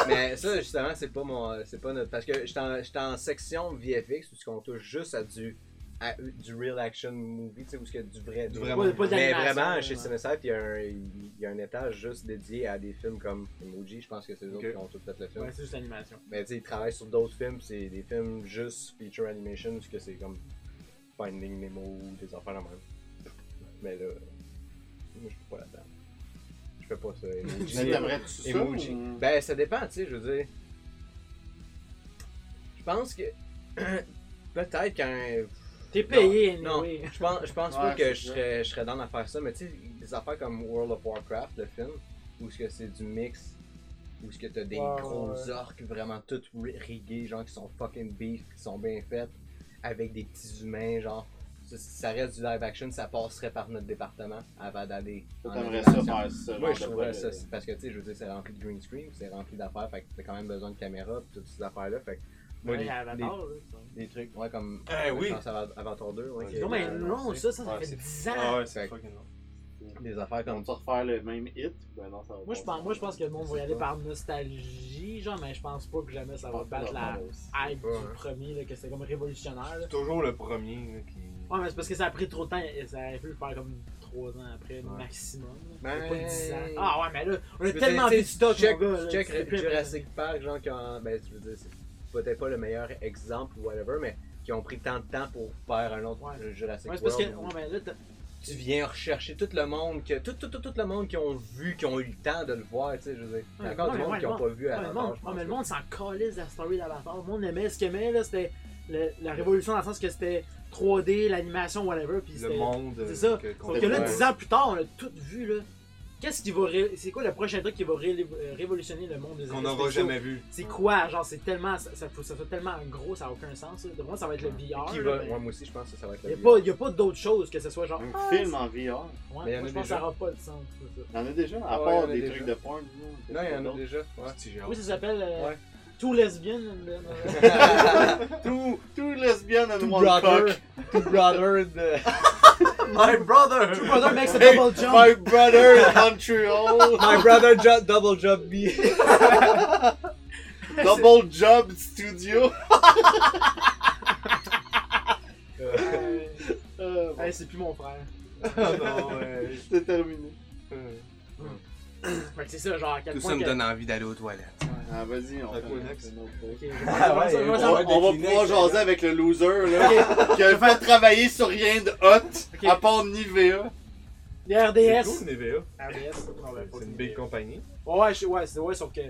S4: Mais ça, justement, c'est pas mon. euh, C'est pas notre. Parce que j'étais en, j'étais en section VFX où on touche juste à du. à du real action movie, tu sais, où c'est du vrai.
S2: Du
S4: du-
S2: vrai
S3: Pas-
S2: monde.
S3: pas
S4: Mais
S3: d'animation,
S4: vraiment, chez
S3: ouais.
S4: Cinesite, il y, a un, il y a un étage juste dédié à des films comme Emoji. Je pense que c'est eux autres
S2: Ok.
S4: qui ont tout fait le film.
S3: Ouais, c'est juste l'animation.
S4: Mais tu sais, ils travaillent sur d'autres films, c'est des films juste feature animation, parce que c'est comme Finding Nemo ou des affaires la même. Mais là, moi je peux pas là-dedans. Je fais pas ça. Emoji.
S1: Mais t'aimerais-tu ça?
S4: Emoji.
S1: ou-
S4: Ben, ça dépend, tu sais, je veux dire. Je pense que. <clears throat> Peut-être qu'un.
S3: T'es payé,
S4: Non,
S3: anyway.
S4: Je pense, je pense
S1: Ouais,
S4: pas que
S1: c'est
S4: je
S1: ça.
S4: serais, je serais dans à faire ça, mais tu sais, des affaires comme World of Warcraft, le film, où est-ce que c'est du mix, où est-ce que t'as des
S3: Ouais, ouais,
S4: gros orques vraiment toutes ri- rigués, genre qui sont fucking beef, qui sont bien faites, avec des petits humains, genre. Ça, ça reste du live action, ça passerait par notre département avant d'aller.
S1: Toi,
S4: en
S1: T'aimerais ça
S4: animation.
S1: faire ça?
S4: Moi,
S1: genre
S4: je
S1: de
S4: trouverais
S1: projet.
S4: ça, c'est parce que tu sais, je veux dire, c'est rempli de green screen, c'est rempli d'affaires, fait que t'as quand même besoin de caméra, pis toutes ces affaires-là, fait que moi,
S3: Ouais,
S4: des,
S3: Avatar, là, ça.
S4: des- des trucs, ouais, comme
S2: Eh oui!
S4: je pense à Avatar 2, ouais,
S2: Ouais,
S4: qui-
S3: Non, mais
S4: euh,
S3: non, ça, ça, ça
S2: Ouais,
S3: fait
S2: c'est-
S3: 10 ans.
S2: Ah ouais, c'est
S4: Fait-
S2: fucking long.
S4: des affaires comme
S1: Comme tu refaire le même hit? Ben non, ça va
S3: Moi, je pense, moi, je pense que le monde va y aller par nostalgie, genre, mais je pense pas que jamais ça va
S1: Ah,
S3: battre la hype
S4: Ouais,
S3: du
S4: hein.
S3: premier, là, que c'était comme révolutionnaire. là.
S2: C'est toujours le premier là, qui.
S3: Ouais, mais c'est parce que ça a pris trop de temps, et ça aurait pu le faire comme 3 ans après,
S2: Ouais.
S3: maximum. là.
S4: Ben-
S3: C'est Pas 10 ans. Ah ouais, mais là, on a
S4: Je veux
S3: tellement
S4: dire,
S3: vu du stock,
S4: check,
S3: mon gars, là,
S4: check
S3: c'est plus
S4: Jurassic Park, genre, qui ont, ben, je veux dire, c'est peut-être pas le meilleur exemple ou whatever, mais qui ont pris tant de temps pour faire un autre
S3: Ouais.
S4: Jurassic
S3: Ouais, c'est parce que,
S4: World.
S3: ouais,
S4: où
S3: mais là, t'as-
S4: Tu viens rechercher tout le monde, que, tout, tout, tout, tout le monde qui ont vu, qui ont eu le temps de le voir, tu sais, je veux dire. Il y a
S3: Ouais,
S4: encore
S3: ouais,
S4: du monde
S3: ouais,
S4: qui
S3: le
S4: n'ont pas vu
S3: ouais,
S4: à
S3: mais le monde- ouais, mais le monde s'en calisse de la story d'Avatar. Le monde aimait ce qu'il aimait, là, c'était le- la révolution dans le sens que c'était 3D, l'animation, whatever, puis
S2: Le
S3: c'était...
S2: monde.
S3: c'est
S2: euh,
S3: ça.
S2: que- qu'on
S3: Sauf que là,
S2: voit.
S3: 10 ans plus tard, on a tout vu, là. Qu'est-ce qui va... ré- C'est quoi le prochain truc qui va ré- euh, révolutionner le monde des
S2: Qu'on
S3: effets
S2: n'aura
S3: spéciaux?
S2: jamais vu.
S3: C'est quoi, genre, c'est tellement... Ça, ça, faut- ça soit tellement gros, ça n'a aucun sens, là. De moi, ça va être le VR,
S4: Qui
S3: là,
S4: va-
S3: mais-
S4: ouais, moi aussi, je pense que ça va être
S3: Il n'y
S4: le
S3: a,
S4: meilleur.
S3: pas- y a pas d'autre chose que ce soit genre.
S1: Un
S3: ah,
S1: film en VR?
S3: c'est- Ouais,
S4: Mais y en
S3: moi,
S4: a
S3: je pense que
S4: déjà.
S3: ça n'aura pas de sens. tout ça.
S1: Y'en a déjà? À
S4: Ah ouais,
S1: part
S4: y'en a
S1: des
S4: déjà.
S1: trucs de porn?
S4: Non, il y en a déjà.
S2: Ouais.
S4: Ouais.
S2: Si j'ai hâte.
S3: Oui, ça s'appelle. euh,
S4: Ouais.
S3: Tout lesbienne.
S4: <laughs>
S1: Tout, tout lesbienne and
S4: Euh, Two
S1: one cock.
S4: brother, two euh, brother, de-
S2: My brother!
S3: Tout brother makes a
S1: Hey,
S3: double jump.
S1: My brother in Montreal.
S4: my brother jo- double job B.
S1: Double job studio.
S3: Euh,
S1: Euh, bon,
S3: hey, c'est plus mon frère.
S2: <laughs> Ah non, ouais.
S1: C'est terminé.
S3: Fait que c'est ça, genre, à quel
S5: Tout
S3: point.
S5: ça me
S3: que-
S5: donne envie d'aller aux toilettes.
S1: Ah, vas-y, on
S2: Fait
S1: fait
S2: quoi,
S1: un-
S2: next?
S1: un autre truc. <laughs>
S3: Ok, je vais- je
S4: Ah ouais,
S3: vais- je vais-
S4: ouais,
S1: On,
S3: je vais-
S1: on va
S4: Décliner,
S1: pouvoir
S4: c'est
S1: jaser
S4: bien.
S1: avec le loser là, qui a pas travaillé sur rien de hot
S3: Ok.
S1: à part Nivea.
S3: Les RDS.
S2: C'est cool, Nivea.
S3: RDS. non, ben, pas
S2: C'est une
S3: de-
S2: big compagnie.
S3: Ouais, je- ouais, c'est ouais, sauf que.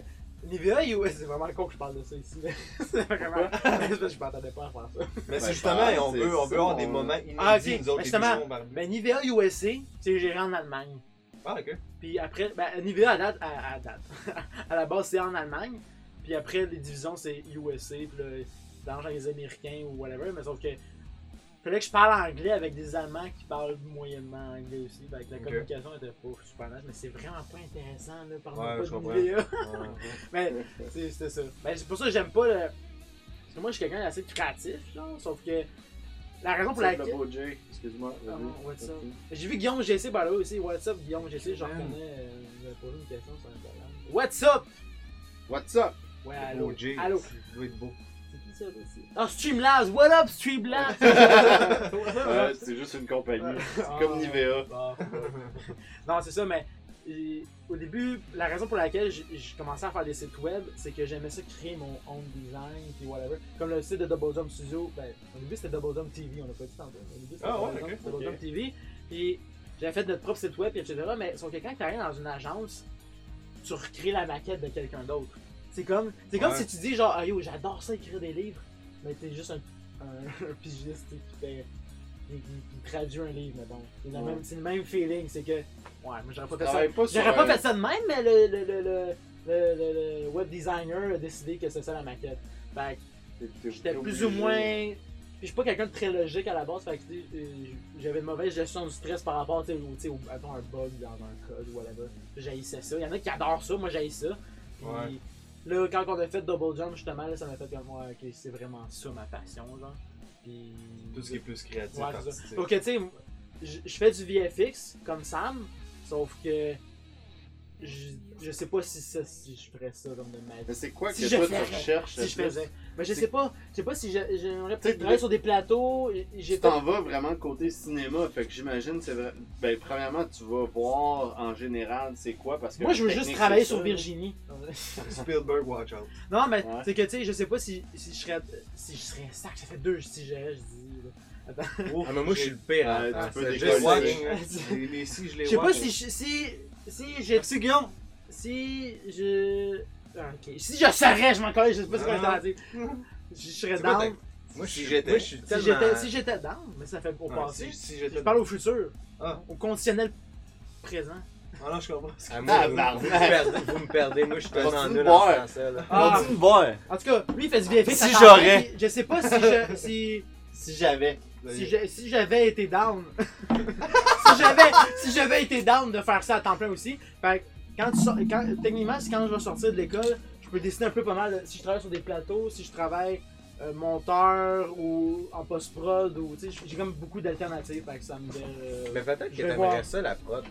S3: Les VA US, c'est vraiment con que je parle de ça ici. mais <laughs> c'est vraiment. c'est <laughs> parce que je m'attendais pas à faire ça.
S2: Mais
S1: Ben,
S2: c'est justement,
S1: pareil,
S2: on
S1: c'est-
S2: veut, on
S1: c'est
S2: veut avoir
S1: mon-
S2: des moments inédits,
S3: Ah, ok.
S2: nous autres,
S3: Ben, justement.
S2: émissions Barbie.
S3: Mais Nivea USA, c'est géré en Allemagne.
S2: Ah, ok.
S3: Puis après, ben, Nivea à date, à, à date. <laughs> à la base, c'est en Allemagne. Puis après, les divisions, c'est USA, puis là, dans genre les Américains ou whatever. Mais sauf que, fallait que je parle anglais avec des Allemands qui parlent moyennement anglais aussi. Fait que la
S2: Ok.
S3: communication était pas super nice, mais c'est vraiment pas intéressant, là, parler
S2: Ouais, je
S3: pas de
S2: comprends.
S3: Nivea.
S2: Ouais.
S3: mais c'est- c'était ça. Ben, c'est pour ça que j'aime pas le. Parce que moi, je suis quelqu'un d'assez créatif, genre. Sauf que, la raison pour
S1: C'est le
S3: laquelle.
S1: beau Jay, excuse-moi. vas-y.
S3: Ah, what's up? J'ai vu Guillaume GC par là aussi. What's up, Guillaume GC? Je reconnais. euh, Vous avez posé une question sur Instagram. What's up?
S1: What's
S3: <laughs>
S1: up?
S3: Ouais,
S4: Le
S3: allô.
S4: beau Jay,
S3: Allô.
S4: il doit être beau.
S3: C'est qui ça? Ah, Streamlabs. What up, Streamlabs?
S1: Ouais, Euh, c'est juste une compagnie.
S3: Ah,
S1: Comme Nivea.
S3: bah, bah. <laughs> non, c'est ça, mais euh, au début, la raison pour laquelle j'ai- j'ai commencé à faire des sites web, c'est que j'aimais ça créer mon own design, puis whatever. Comme le site de Double Dome Studio, ben, au début c'était Double Dome TV, on n'a pas dit tantôt. Au début c'était
S2: Ah ouais,
S3: Double, Dome,
S2: ok,
S3: Double
S1: ok.
S3: Dome TV, puis j'avais fait notre propre site web, puis etc. Mais sur quelqu'un qui arrive dans une agence, tu recrées la maquette de quelqu'un d'autre. C'est comme, c'est comme
S2: Ouais.
S3: si tu dis genre, ah yo, j'adore ça écrire des livres, mais t'es juste un, un, un <laughs> pigiste tu sais, qui fait qui, qui- qui traduit un livre, mettons. C'est le,
S1: Ouais.
S3: même, c'est le même feeling, c'est que. Ouais, moi j'aurais pas fait ça.
S1: Travaille pas sur,
S3: J'aurais pas
S1: euh,
S3: fait ça de même, mais le, le, le, le, le- le- le web designer a décidé que c'est ça la maquette. Fait que
S1: t'es- t'es-
S3: j'étais
S1: t'es
S3: plus ou
S1: obligé.
S3: moins. Puis je suis pas quelqu'un de très logique à la base, fait que tu sais, euh, j'avais une mauvaise gestion du stress par rapport tu sais, au, tu sais, au- mettons, un bug dans un code ou whatever. J'haïssais ça. Il y en a qui adorent ça, moi j'haïs ça. Puis
S2: Ouais.
S3: là, quand on a fait Double Jump, justement, là, ça m'a fait comme moi, ok, c'est vraiment ça ma passion, genre. Puis.
S2: Tout ce qui est plus créatif,
S3: Ouais, c'est ça.
S2: artistique.
S3: Donc, tu sais, je je fais du VFX comme Sam, sauf que je, je sais pas si, ça, si je ferais ça comme de ma
S1: Mais
S3: vie.
S1: c'est quoi que
S3: Si je
S1: toi tu
S3: faisais-
S1: recherches?
S3: Si je faisais. Mais je
S1: c'est-
S3: sais pas, je sais pas si je- j'aimerais
S1: Tu sais,
S3: peut-être travailler sur des plateaux. J'ai
S1: Tu
S3: pas.
S1: t'en vas vraiment côté cinéma, fait que j'imagine c'est vrai. Ben premièrement tu vas voir en général c'est quoi parce que.
S3: Moi, je veux
S1: la
S3: juste
S1: technique,
S3: travailler
S1: c'est
S3: sur
S1: ça.
S3: Virginie.
S2: Spielberg, watch out.
S3: Non, mais
S1: Ouais.
S3: c'est que, tu sais, je sais pas si, si je serais. Si je serais sac, ça fait deux si j'aurais, je dis. là.
S4: Ah, mais moi, je suis le pire Ah, à
S1: Euh,
S4: faire
S1: tu peux
S4: ça.
S1: décoller.
S4: Just watch.
S3: Ouais.
S4: Les- les si, je les
S3: Je sais pas
S4: watch.
S3: si je- si si je si Guillaume si je ah, ok si je saurais je m'en collais, je sais pas ce qu'on
S4: Non.
S3: t'a dit je serais
S4: C'est quoi
S3: down
S4: Moi,
S2: Si
S4: je suis
S2: j'étais-
S4: moi, je suis
S3: si
S4: tellement...
S3: j'étais si j'étais down mais ça fait au
S2: Ouais,
S3: passé
S2: Ah, si- si
S3: je
S2: j'étais-
S3: parle au futur
S2: Ah.
S3: au conditionnel présent
S2: Ah non, je comprends.
S4: Ah, moi, vous,
S1: Tabarnak.
S4: vous me perdez, vous me perdez, moi je suis tellement
S1: Continue de
S4: nul en
S1: boire.
S4: français là.
S3: Ah.
S5: On dit une boire.
S3: en tout cas lui il fait du VFX
S5: Si
S3: ça
S5: j'aurais.
S3: s'entend, puis je sais pas si je si
S1: Si j'avais.
S3: si je- si j'avais été down <laughs> si j'avais si j'avais été down de faire ça à temps plein aussi fait que quand tu sors- quand techniquement c'est quand je vais sortir de l'école je peux décider un peu pas mal de- si je travaille sur des plateaux si je travaille euh, monteur ou en post prod ou tu sais j'ai comme beaucoup d'alternatives fait que ça me donne, euh,
S4: Mais peut-être que
S3: Je vais voir.
S4: t'aimerais ça la prod.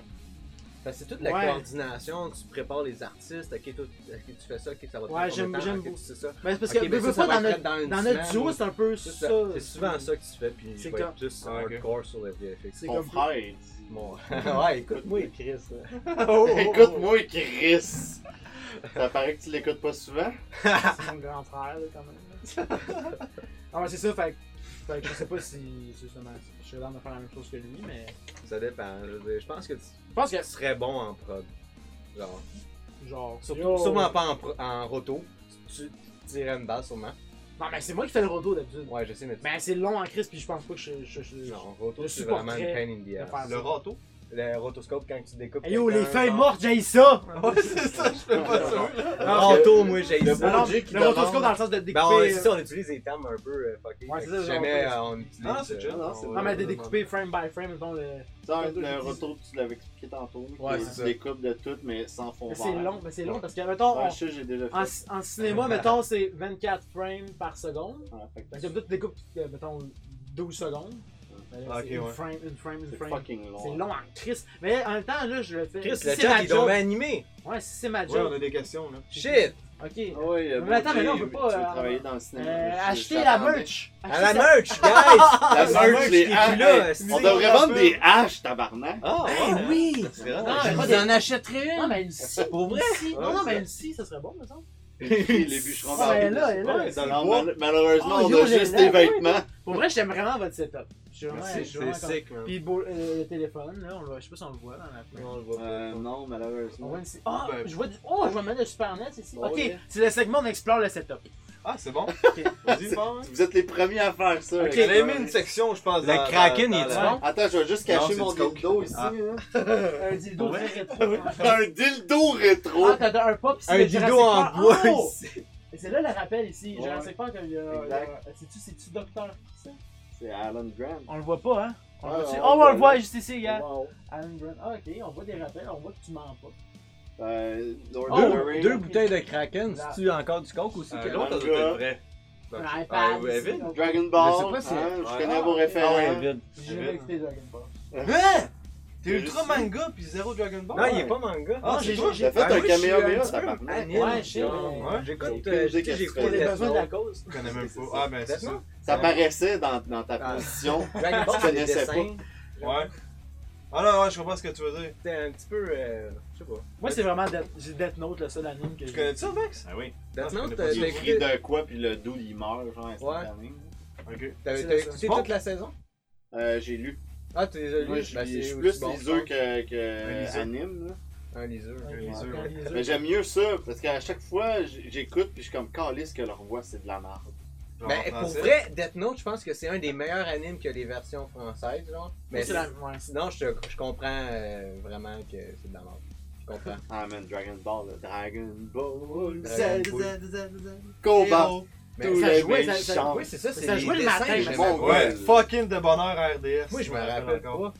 S4: Parce que c'est toute la
S3: Ouais.
S4: coordination, tu prépares les artistes, ok, toi, ok, tu fais ça, ok, ça va te
S3: Ouais,
S4: prendre
S3: j'aime-
S4: le temps,
S3: j'aime
S4: ok,
S3: beaucoup.
S4: c'est ça.
S3: mais c'est parce
S4: Ok,
S3: que
S4: ben
S3: veux, veux
S4: ça,
S3: pas
S4: ça va
S3: dans
S4: être
S3: notre
S4: fait dans une
S3: dans
S4: semaine,
S3: notre duo
S4: ou-
S3: c'est un peu
S4: C'est
S3: ça,
S4: ça. C'est souvent ça que tu fais, puis
S3: C'est
S4: je vais être
S3: comme-
S4: plus
S2: Ah, ok.
S4: hardcore sur le VFX.
S3: C'est
S1: Mon
S3: comme
S1: frère. il dit.
S4: Bon. <laughs> ouais, écoute-moi, Chris.
S2: Oh,
S1: oh, Écoute-moi Chris. Ça paraît que tu l'écoutes pas souvent.
S4: Ah,
S3: c'est mon grand frère là, quand même là. non mais c'est ça fait, que- fait que je sais pas si justement je suis down de faire la même chose que lui mais
S4: Ça dépend. Je, veux dire, je pense que tu
S3: je pense que
S4: tu serais bon en prod. Genre.
S3: genre
S4: Surtout-
S3: yo.
S4: Sûrement pas en, pro- en roto. Tu tu tirais une balle sûrement.
S3: Non, mais c'est moi qui fais le roto d'habitude.
S4: Ouais, je sais, mais tu.
S3: Mais c'est long en crise, puis je pense pas que je. je, je- je-
S4: Non, en roto,
S3: je
S4: c'est vraiment une
S3: supporterais
S4: pain in the
S3: de
S4: ass.
S3: faire
S2: Le
S3: ça.
S2: râteau.
S4: Le rotoscope, quand tu découpes.
S3: Hey yo, les
S4: quelqu'un,
S3: feuilles
S4: genre-
S3: mortes, j'ai ça!
S2: Ouais, c'est ça, je fais pas ça. là.
S4: Le râteau, moi, j'ai
S1: Le
S4: ça.
S3: Non, non,
S1: Jay qui
S3: le rotoscope
S1: demande-
S3: dans le sens de
S4: Ben, on,
S3: découper. euh,
S4: c'est ça, on utilise des termes un peu euh, fuckés.
S3: Ouais,
S4: Fait
S3: c'est
S4: que
S3: ça, Ah,
S4: si
S3: genre,
S4: jamais
S3: on
S4: euh, on utilise.
S2: Non, non, c'est
S4: euh,
S2: chill, non, c'est
S4: on-
S3: non, mais de
S2: Ouais,
S3: découper frame by frame, mettons le.
S1: Ça,
S3: Ouais,
S1: le
S3: je dis-
S1: retour, tu l'avais expliqué tantôt.
S4: Ouais,
S1: que
S4: c'est
S1: tu
S4: ça.
S1: découpes de tout, mais sans fond
S3: Mais
S1: vert.
S3: c'est long, Ah, mais c'est long
S4: ben. Ouais.
S3: parce que, mettons,
S1: Ouais,
S3: on-
S1: je sais, j'ai déjà fait.
S3: en, en
S4: <laughs>
S3: cinéma, mettons, c'est 24 frames par seconde.
S1: Ouais, fait que
S3: Fait que toi, tu découpes, euh, mettons, 12 secondes. Ben là,
S2: Ah,
S3: c'est
S2: ok,
S3: une
S2: ouais.
S3: frame, une frame, une
S1: c'est
S3: frame.
S1: fucking long.
S3: C'est long en crise. Mais en même temps, là, je le fais.
S4: Chris,
S3: Si
S4: le
S3: c'est
S4: chat,
S3: ma
S4: ils
S3: job-
S4: l'ont bien animé.
S3: Ouais, si c'est ma
S2: on
S3: job.
S2: a des questions là.
S4: Shit!
S3: Ok.
S1: Oui,
S3: Mais attends, mais là, on peut pas,
S1: Tu veux
S3: euh,
S1: travailler dans le cinéma.
S3: Euh,
S1: je- je
S3: achetez la
S1: t'attendais.
S3: merch!
S4: À
S3: Achetez
S4: la
S3: Ah, ça.
S4: merch,
S3: <laughs>
S4: guys!
S1: La
S4: La merch
S1: merch,
S4: qui est
S1: les
S4: plus
S1: haches.
S4: là,
S1: hey,
S4: c'est-
S1: On devrait vendre des haches, tabarnak.
S2: Ah,
S5: Eh oui!
S2: C'est vrai.
S3: Non, mais
S5: Je
S3: pas
S5: vous
S3: des-
S5: en achèterai
S3: Non,
S5: une.
S3: mais une scie.
S5: Pour vrai?
S3: Une scie. Non,
S2: Ouais,
S3: non,
S2: c'est
S3: mais une scie, ça serait bon, me semble.
S1: Puis <laughs> les bûcherons
S3: Ah, mais
S1: barbus.
S3: là, là,
S1: Ouais,
S2: c'est
S1: non,
S2: le bois.
S1: mal- Malheureusement,
S3: Oh,
S1: on
S3: yo,
S1: a
S3: j'ai
S1: juste
S3: l'air,
S1: des vêtements.
S3: Pour vrai, j'aime vraiment votre setup. J'ai vraiment-
S4: C'est
S3: j'ai vraiment
S4: c'est sick, man.
S3: Puis le beau- euh, le téléphone, là, on le voit- je sais pas si on le voit dans la
S4: Non, on le voit pas.
S1: Euh, non,
S3: On
S1: malheureusement.
S3: voit une- Ah,
S2: Ben-
S3: je vois du... Oh, je vois même le Super NES ici.
S1: Oh,
S3: ok,
S1: yeah.
S3: c'est le segment où on explore le setup.
S2: Ah, c'est bon. Vas-y, bon.
S1: Vous êtes les premiers à faire ça.
S3: Ok,
S1: les
S2: Elle a
S1: gars.
S2: mis une section, je pense.
S5: Le
S2: dans-
S5: Kraken,
S2: dans-
S5: il est
S2: dans
S5: du
S2: la-
S5: bon?
S1: Attends, je vais juste
S2: Non,
S1: cacher
S2: c'est
S1: mon
S2: du coke.
S1: dildo ici.
S2: Ah.
S1: hein.
S3: Un dildo
S2: Ouais.
S3: très rétro.
S1: Un dildo rétro.
S3: Ah, t'as un pop ici.
S5: Un
S3: de
S5: dildo
S3: Jurassic
S5: en
S3: Park.
S2: Ah,
S5: bois
S3: Oh!
S5: ici.
S3: Et C'est là le rappel ici.
S1: Ouais.
S3: Jurassic Park, il y a. il y a- C'est-tu, c'est-tu Docteur qui ça
S1: C'est Alan Grant.
S3: On le voit pas, hein On le
S1: Ouais, on
S3: voit-tu? Oh,
S1: voit
S3: on le voit
S1: là.
S3: juste ici, gars.
S1: Wow.
S3: Alan Grant. Ah, ok, on voit des rappels, on voit que tu mens pas.
S1: Euh, Lord
S2: Ah,
S3: Oh,
S1: of the
S5: Deux,
S1: Rings.
S5: deux bouteilles de Kraken,
S3: Là.
S5: c'est-tu encore du coke aussi?
S2: Euh,
S5: Kevin?
S2: L'autre, ça doit être vrai.
S3: Un
S2: Ah,
S3: iPad.
S2: ouais,
S3: ici,
S2: vite.
S3: donc-
S1: Dragon Ball.
S5: Je sais pas si-
S1: hein, je
S2: Ouais.
S1: connais vos
S3: Ah, ouais,
S1: références.
S5: vide.
S3: J'ai jamais écouté Dragon Ball.
S2: Hein? T'es
S1: Je
S2: ultra
S1: sais.
S2: manga puis zéro Dragon Ball?
S4: Non, il est pas manga.
S2: Ah,
S3: Non,
S2: c'est
S3: j'ai-
S2: toi?
S3: j'ai-
S1: T'as fait
S4: Ben
S1: un
S4: oui,
S1: caméo
S4: je suis un
S1: bio,
S4: petit peu
S1: tabarnak.
S4: anime,
S3: Ouais, je sais,
S4: genre,
S3: mais-
S4: ouais.
S1: Donc,
S4: J'écoute,
S1: j'ai
S4: euh, tu sais,
S1: qu'est-ce
S4: j'ai
S1: que
S4: écouté
S1: c'est
S3: J'ai
S1: Death
S4: Death
S3: besoin de
S4: Note.
S3: la cause.
S2: Je connais même
S1: C'est
S2: pas.
S1: ça.
S2: Ah, ben c'est
S4: Death
S2: ça.
S4: Note?
S1: Ça
S4: Ouais.
S1: paraissait dans, dans ta
S4: Ah.
S1: position.
S4: Dragon Ball,
S1: Je
S4: c'est des
S1: connaissais pas.
S4: dessins.
S2: Ouais. Ah non, ouais, je comprends ce que tu veux dire.
S4: C'était un petit peu. euh, Je sais pas.
S3: Moi, c'est vraiment Death, j'ai Death Note, le seul anime que
S2: Tu
S3: j'ai.
S2: connais ça, Max?
S1: Ah oui.
S2: Ah,
S4: Death
S2: je connais
S4: Note,
S2: pas
S4: euh,
S2: ça.
S1: Il
S4: t'as
S1: écrit
S4: écouté,
S1: de quoi, puis le dude il meurt, genre instantanément.
S2: Ok.
S5: Ben,
S4: t'as-
S3: C'est
S4: t'as
S3: la
S4: écouté
S2: seule.
S4: toute la saison
S1: Euh, J'ai lu.
S4: Ah, tu les as
S1: Moi,
S4: lus
S1: je
S4: Ben,
S1: lis- je
S4: c'est
S1: suis
S4: aussi
S1: plus
S4: bon, je
S1: liseux
S4: pense.
S1: que, que
S2: liseux.
S1: anime. là.
S4: Un liseur.
S3: Ouais,
S2: les
S3: ouais,
S2: yeux,
S3: ouais,
S2: ouais.
S3: les yeux.
S1: Mais j'aime mieux ça, parce qu'à chaque fois, j- j'écoute, puis je suis comme calisse que leur voix c'est de la merde.
S2: Genre en
S4: Ben, pour
S2: français.
S4: vrai, Death Note, je pense que c'est un des meilleurs animes que les versions françaises, genre. Mais
S3: Mais c'est la. Ouais.
S4: sinon, je, je comprends euh, vraiment que c'est de la merde. Je
S2: <laughs>
S4: comprends.
S1: Ah man, Dragon Ball, là. Dragon Ball.
S4: Dragon
S1: Z,
S4: Ball.
S1: Z, Z, Z. Combat.
S4: Mais
S1: Tous
S4: ça
S1: les
S4: jouait, ça, ça
S1: méchants.
S4: jouait, c'est ça,
S3: Ça
S4: c'est les
S3: jouait le
S4: dessins
S3: matin,
S4: que
S3: mais
S4: j'aimais
S1: bon,
S4: pas.
S2: Ouais,
S1: Ouais.
S2: fucking de bonheur à RDS.
S4: Moi, je me rappelle pas.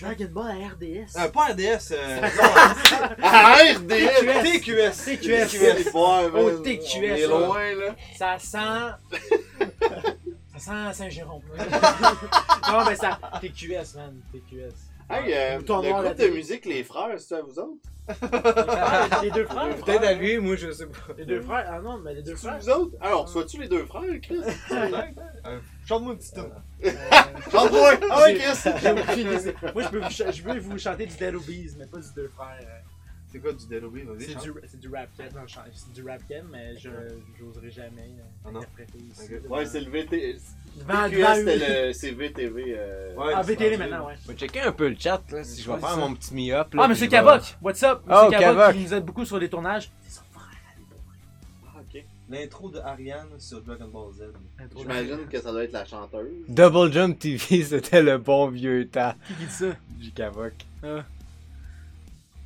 S3: Dragon Ball à RDS.
S2: Euh, pas RDS, euh,
S1: <laughs>
S2: <laughs>
S1: Ah, RDS!
S2: TQS.
S3: TQS.
S1: C'est fort, man.
S3: Oh, TQS,
S1: On est
S3: là.
S1: loin, là.
S3: Ça sent. ça sent Saint-Jérôme. <laughs> non, mais ça. TQS, man. TQS.
S1: Hey, euh, le
S3: Mouton noir,
S1: groupe
S3: la
S1: de
S3: télé.
S1: musique, les frères, c'est à vous autres?
S3: Ah, Les deux frères.
S4: Peut-être à lui, moi, je sais pas.
S3: Les deux frères. Ah non, mais les deux
S1: C'est à
S3: frères.
S1: vous autres? Ah, Alors, sois-tu les deux frères,
S4: <laughs>
S1: Chris?
S2: Euh, Chante-moi une petite tune.
S3: euh,
S1: Chante-moi! Ah ouais, Chris!
S3: j'ai aucune idée. Moi, je peux, vous ch- je peux vous chanter du Dead Obies, mais pas du deux frères. euh.
S2: C'est quoi du Delobé? Vas-y,
S3: C'est
S2: chante.
S3: du, c'est du rap ken, non, je chante- c'est du rap ken, mais je j'oserais jamais euh,
S2: Ah non?
S3: interpréter ici.
S2: Ok.
S3: devant-
S1: Ouais, c'est le VT...
S3: devant, devant
S1: TQS,
S3: eux.
S1: c'était le... C'est VTV, euh...
S2: Ouais,
S3: Ah,
S2: c'est
S3: VTL
S2: rendu.
S3: maintenant, ouais.
S5: Je vais checker un peu le chat, là, si je vais
S3: Ouais,
S5: faire
S3: ça.
S5: mon petit me-up. là,
S3: Ah,
S5: puis
S3: monsieur
S5: je vais-
S3: Kavok! What's up?
S5: Oh,
S3: Monsieur Kavok
S5: Kavok.
S3: qui nous aide beaucoup sur les tournages. C'est son frère.
S1: Ah, ok.
S2: L'intro de Ariane sur Dragon Ball Z.
S1: J'imagine que ça doit être la chanteuse.
S5: Double Jump TV, <laughs> c'était le bon vieux temps.
S3: Qui dit ça?
S5: Du Kavok.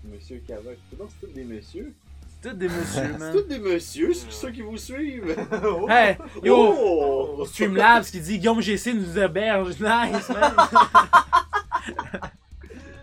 S1: Monsieur Cavac. Non, c'est tous des messieurs.
S3: C'est tous des messieurs,
S1: <laughs> C'est
S3: man. Oh.
S1: tous des messieurs, c'est ceux qui vous suivent.
S3: <laughs> Hey, yo!
S1: Oh!
S3: Streamlabs qui dit Guillaume GC nous héberge. Nice, man!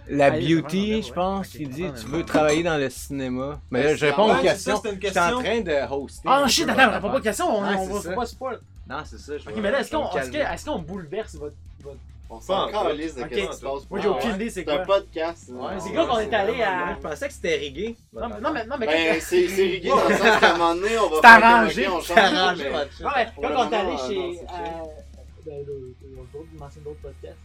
S5: La
S3: Ah, il est vraiment
S5: beauty,
S3: bien,
S5: je
S3: ouais.
S5: pense,
S3: Ok,
S5: qui dit
S3: vraiment
S5: Tu
S3: bien.
S5: veux travailler dans le cinéma Mais
S1: Ben,
S5: là, je réponds
S2: ouais,
S5: aux
S2: c'est ça,
S5: questions.
S2: c'est une
S5: Je suis en
S2: question.
S5: train de hoster.
S3: Ah, shit, attends, on répond pas aux questions, on,
S5: Ouais,
S3: on
S5: c'est
S3: va
S5: ça.
S3: faut pas spoil.
S5: Non, c'est ça. Je
S3: Ok,
S5: vais-
S3: mais là, est-ce
S5: je vais
S3: qu'on
S5: me
S3: est-ce que-
S5: calmer.
S3: est-ce qu'on bouleverse votre. votre-
S1: On s'en
S2: Pas
S1: calisse de
S3: Ok.
S1: qu'est-ce qui se passe. Ah,
S3: Moi, j'ai aucune
S1: Ouais.
S3: idée, c'est
S1: C'est un
S3: quoi?
S1: podcast. là.
S5: Ouais,
S3: C'est
S5: c'est
S3: quoi
S5: quoi
S3: qu'on est allé
S4: Ah,
S3: à.
S4: Je pensais que c'était
S3: <laughs>
S4: rigué.
S3: Non, mais- non, mais. Non, mais
S1: Ben, c'est c'est rigué dans le sens qu'à un moment donné, on va
S3: C'est
S1: faire
S3: arrangé,
S1: comme, ok, on
S4: C'est
S1: change,
S4: arrangé,
S1: mais-
S4: votre shit.
S3: Ah, Non, mais
S1: Pour
S3: quand
S1: le
S3: on est
S1: moment,
S3: allé
S1: euh, non,
S3: chez.
S1: c'est
S3: euh, ben, le- le- On va mentionner d'autres podcasts.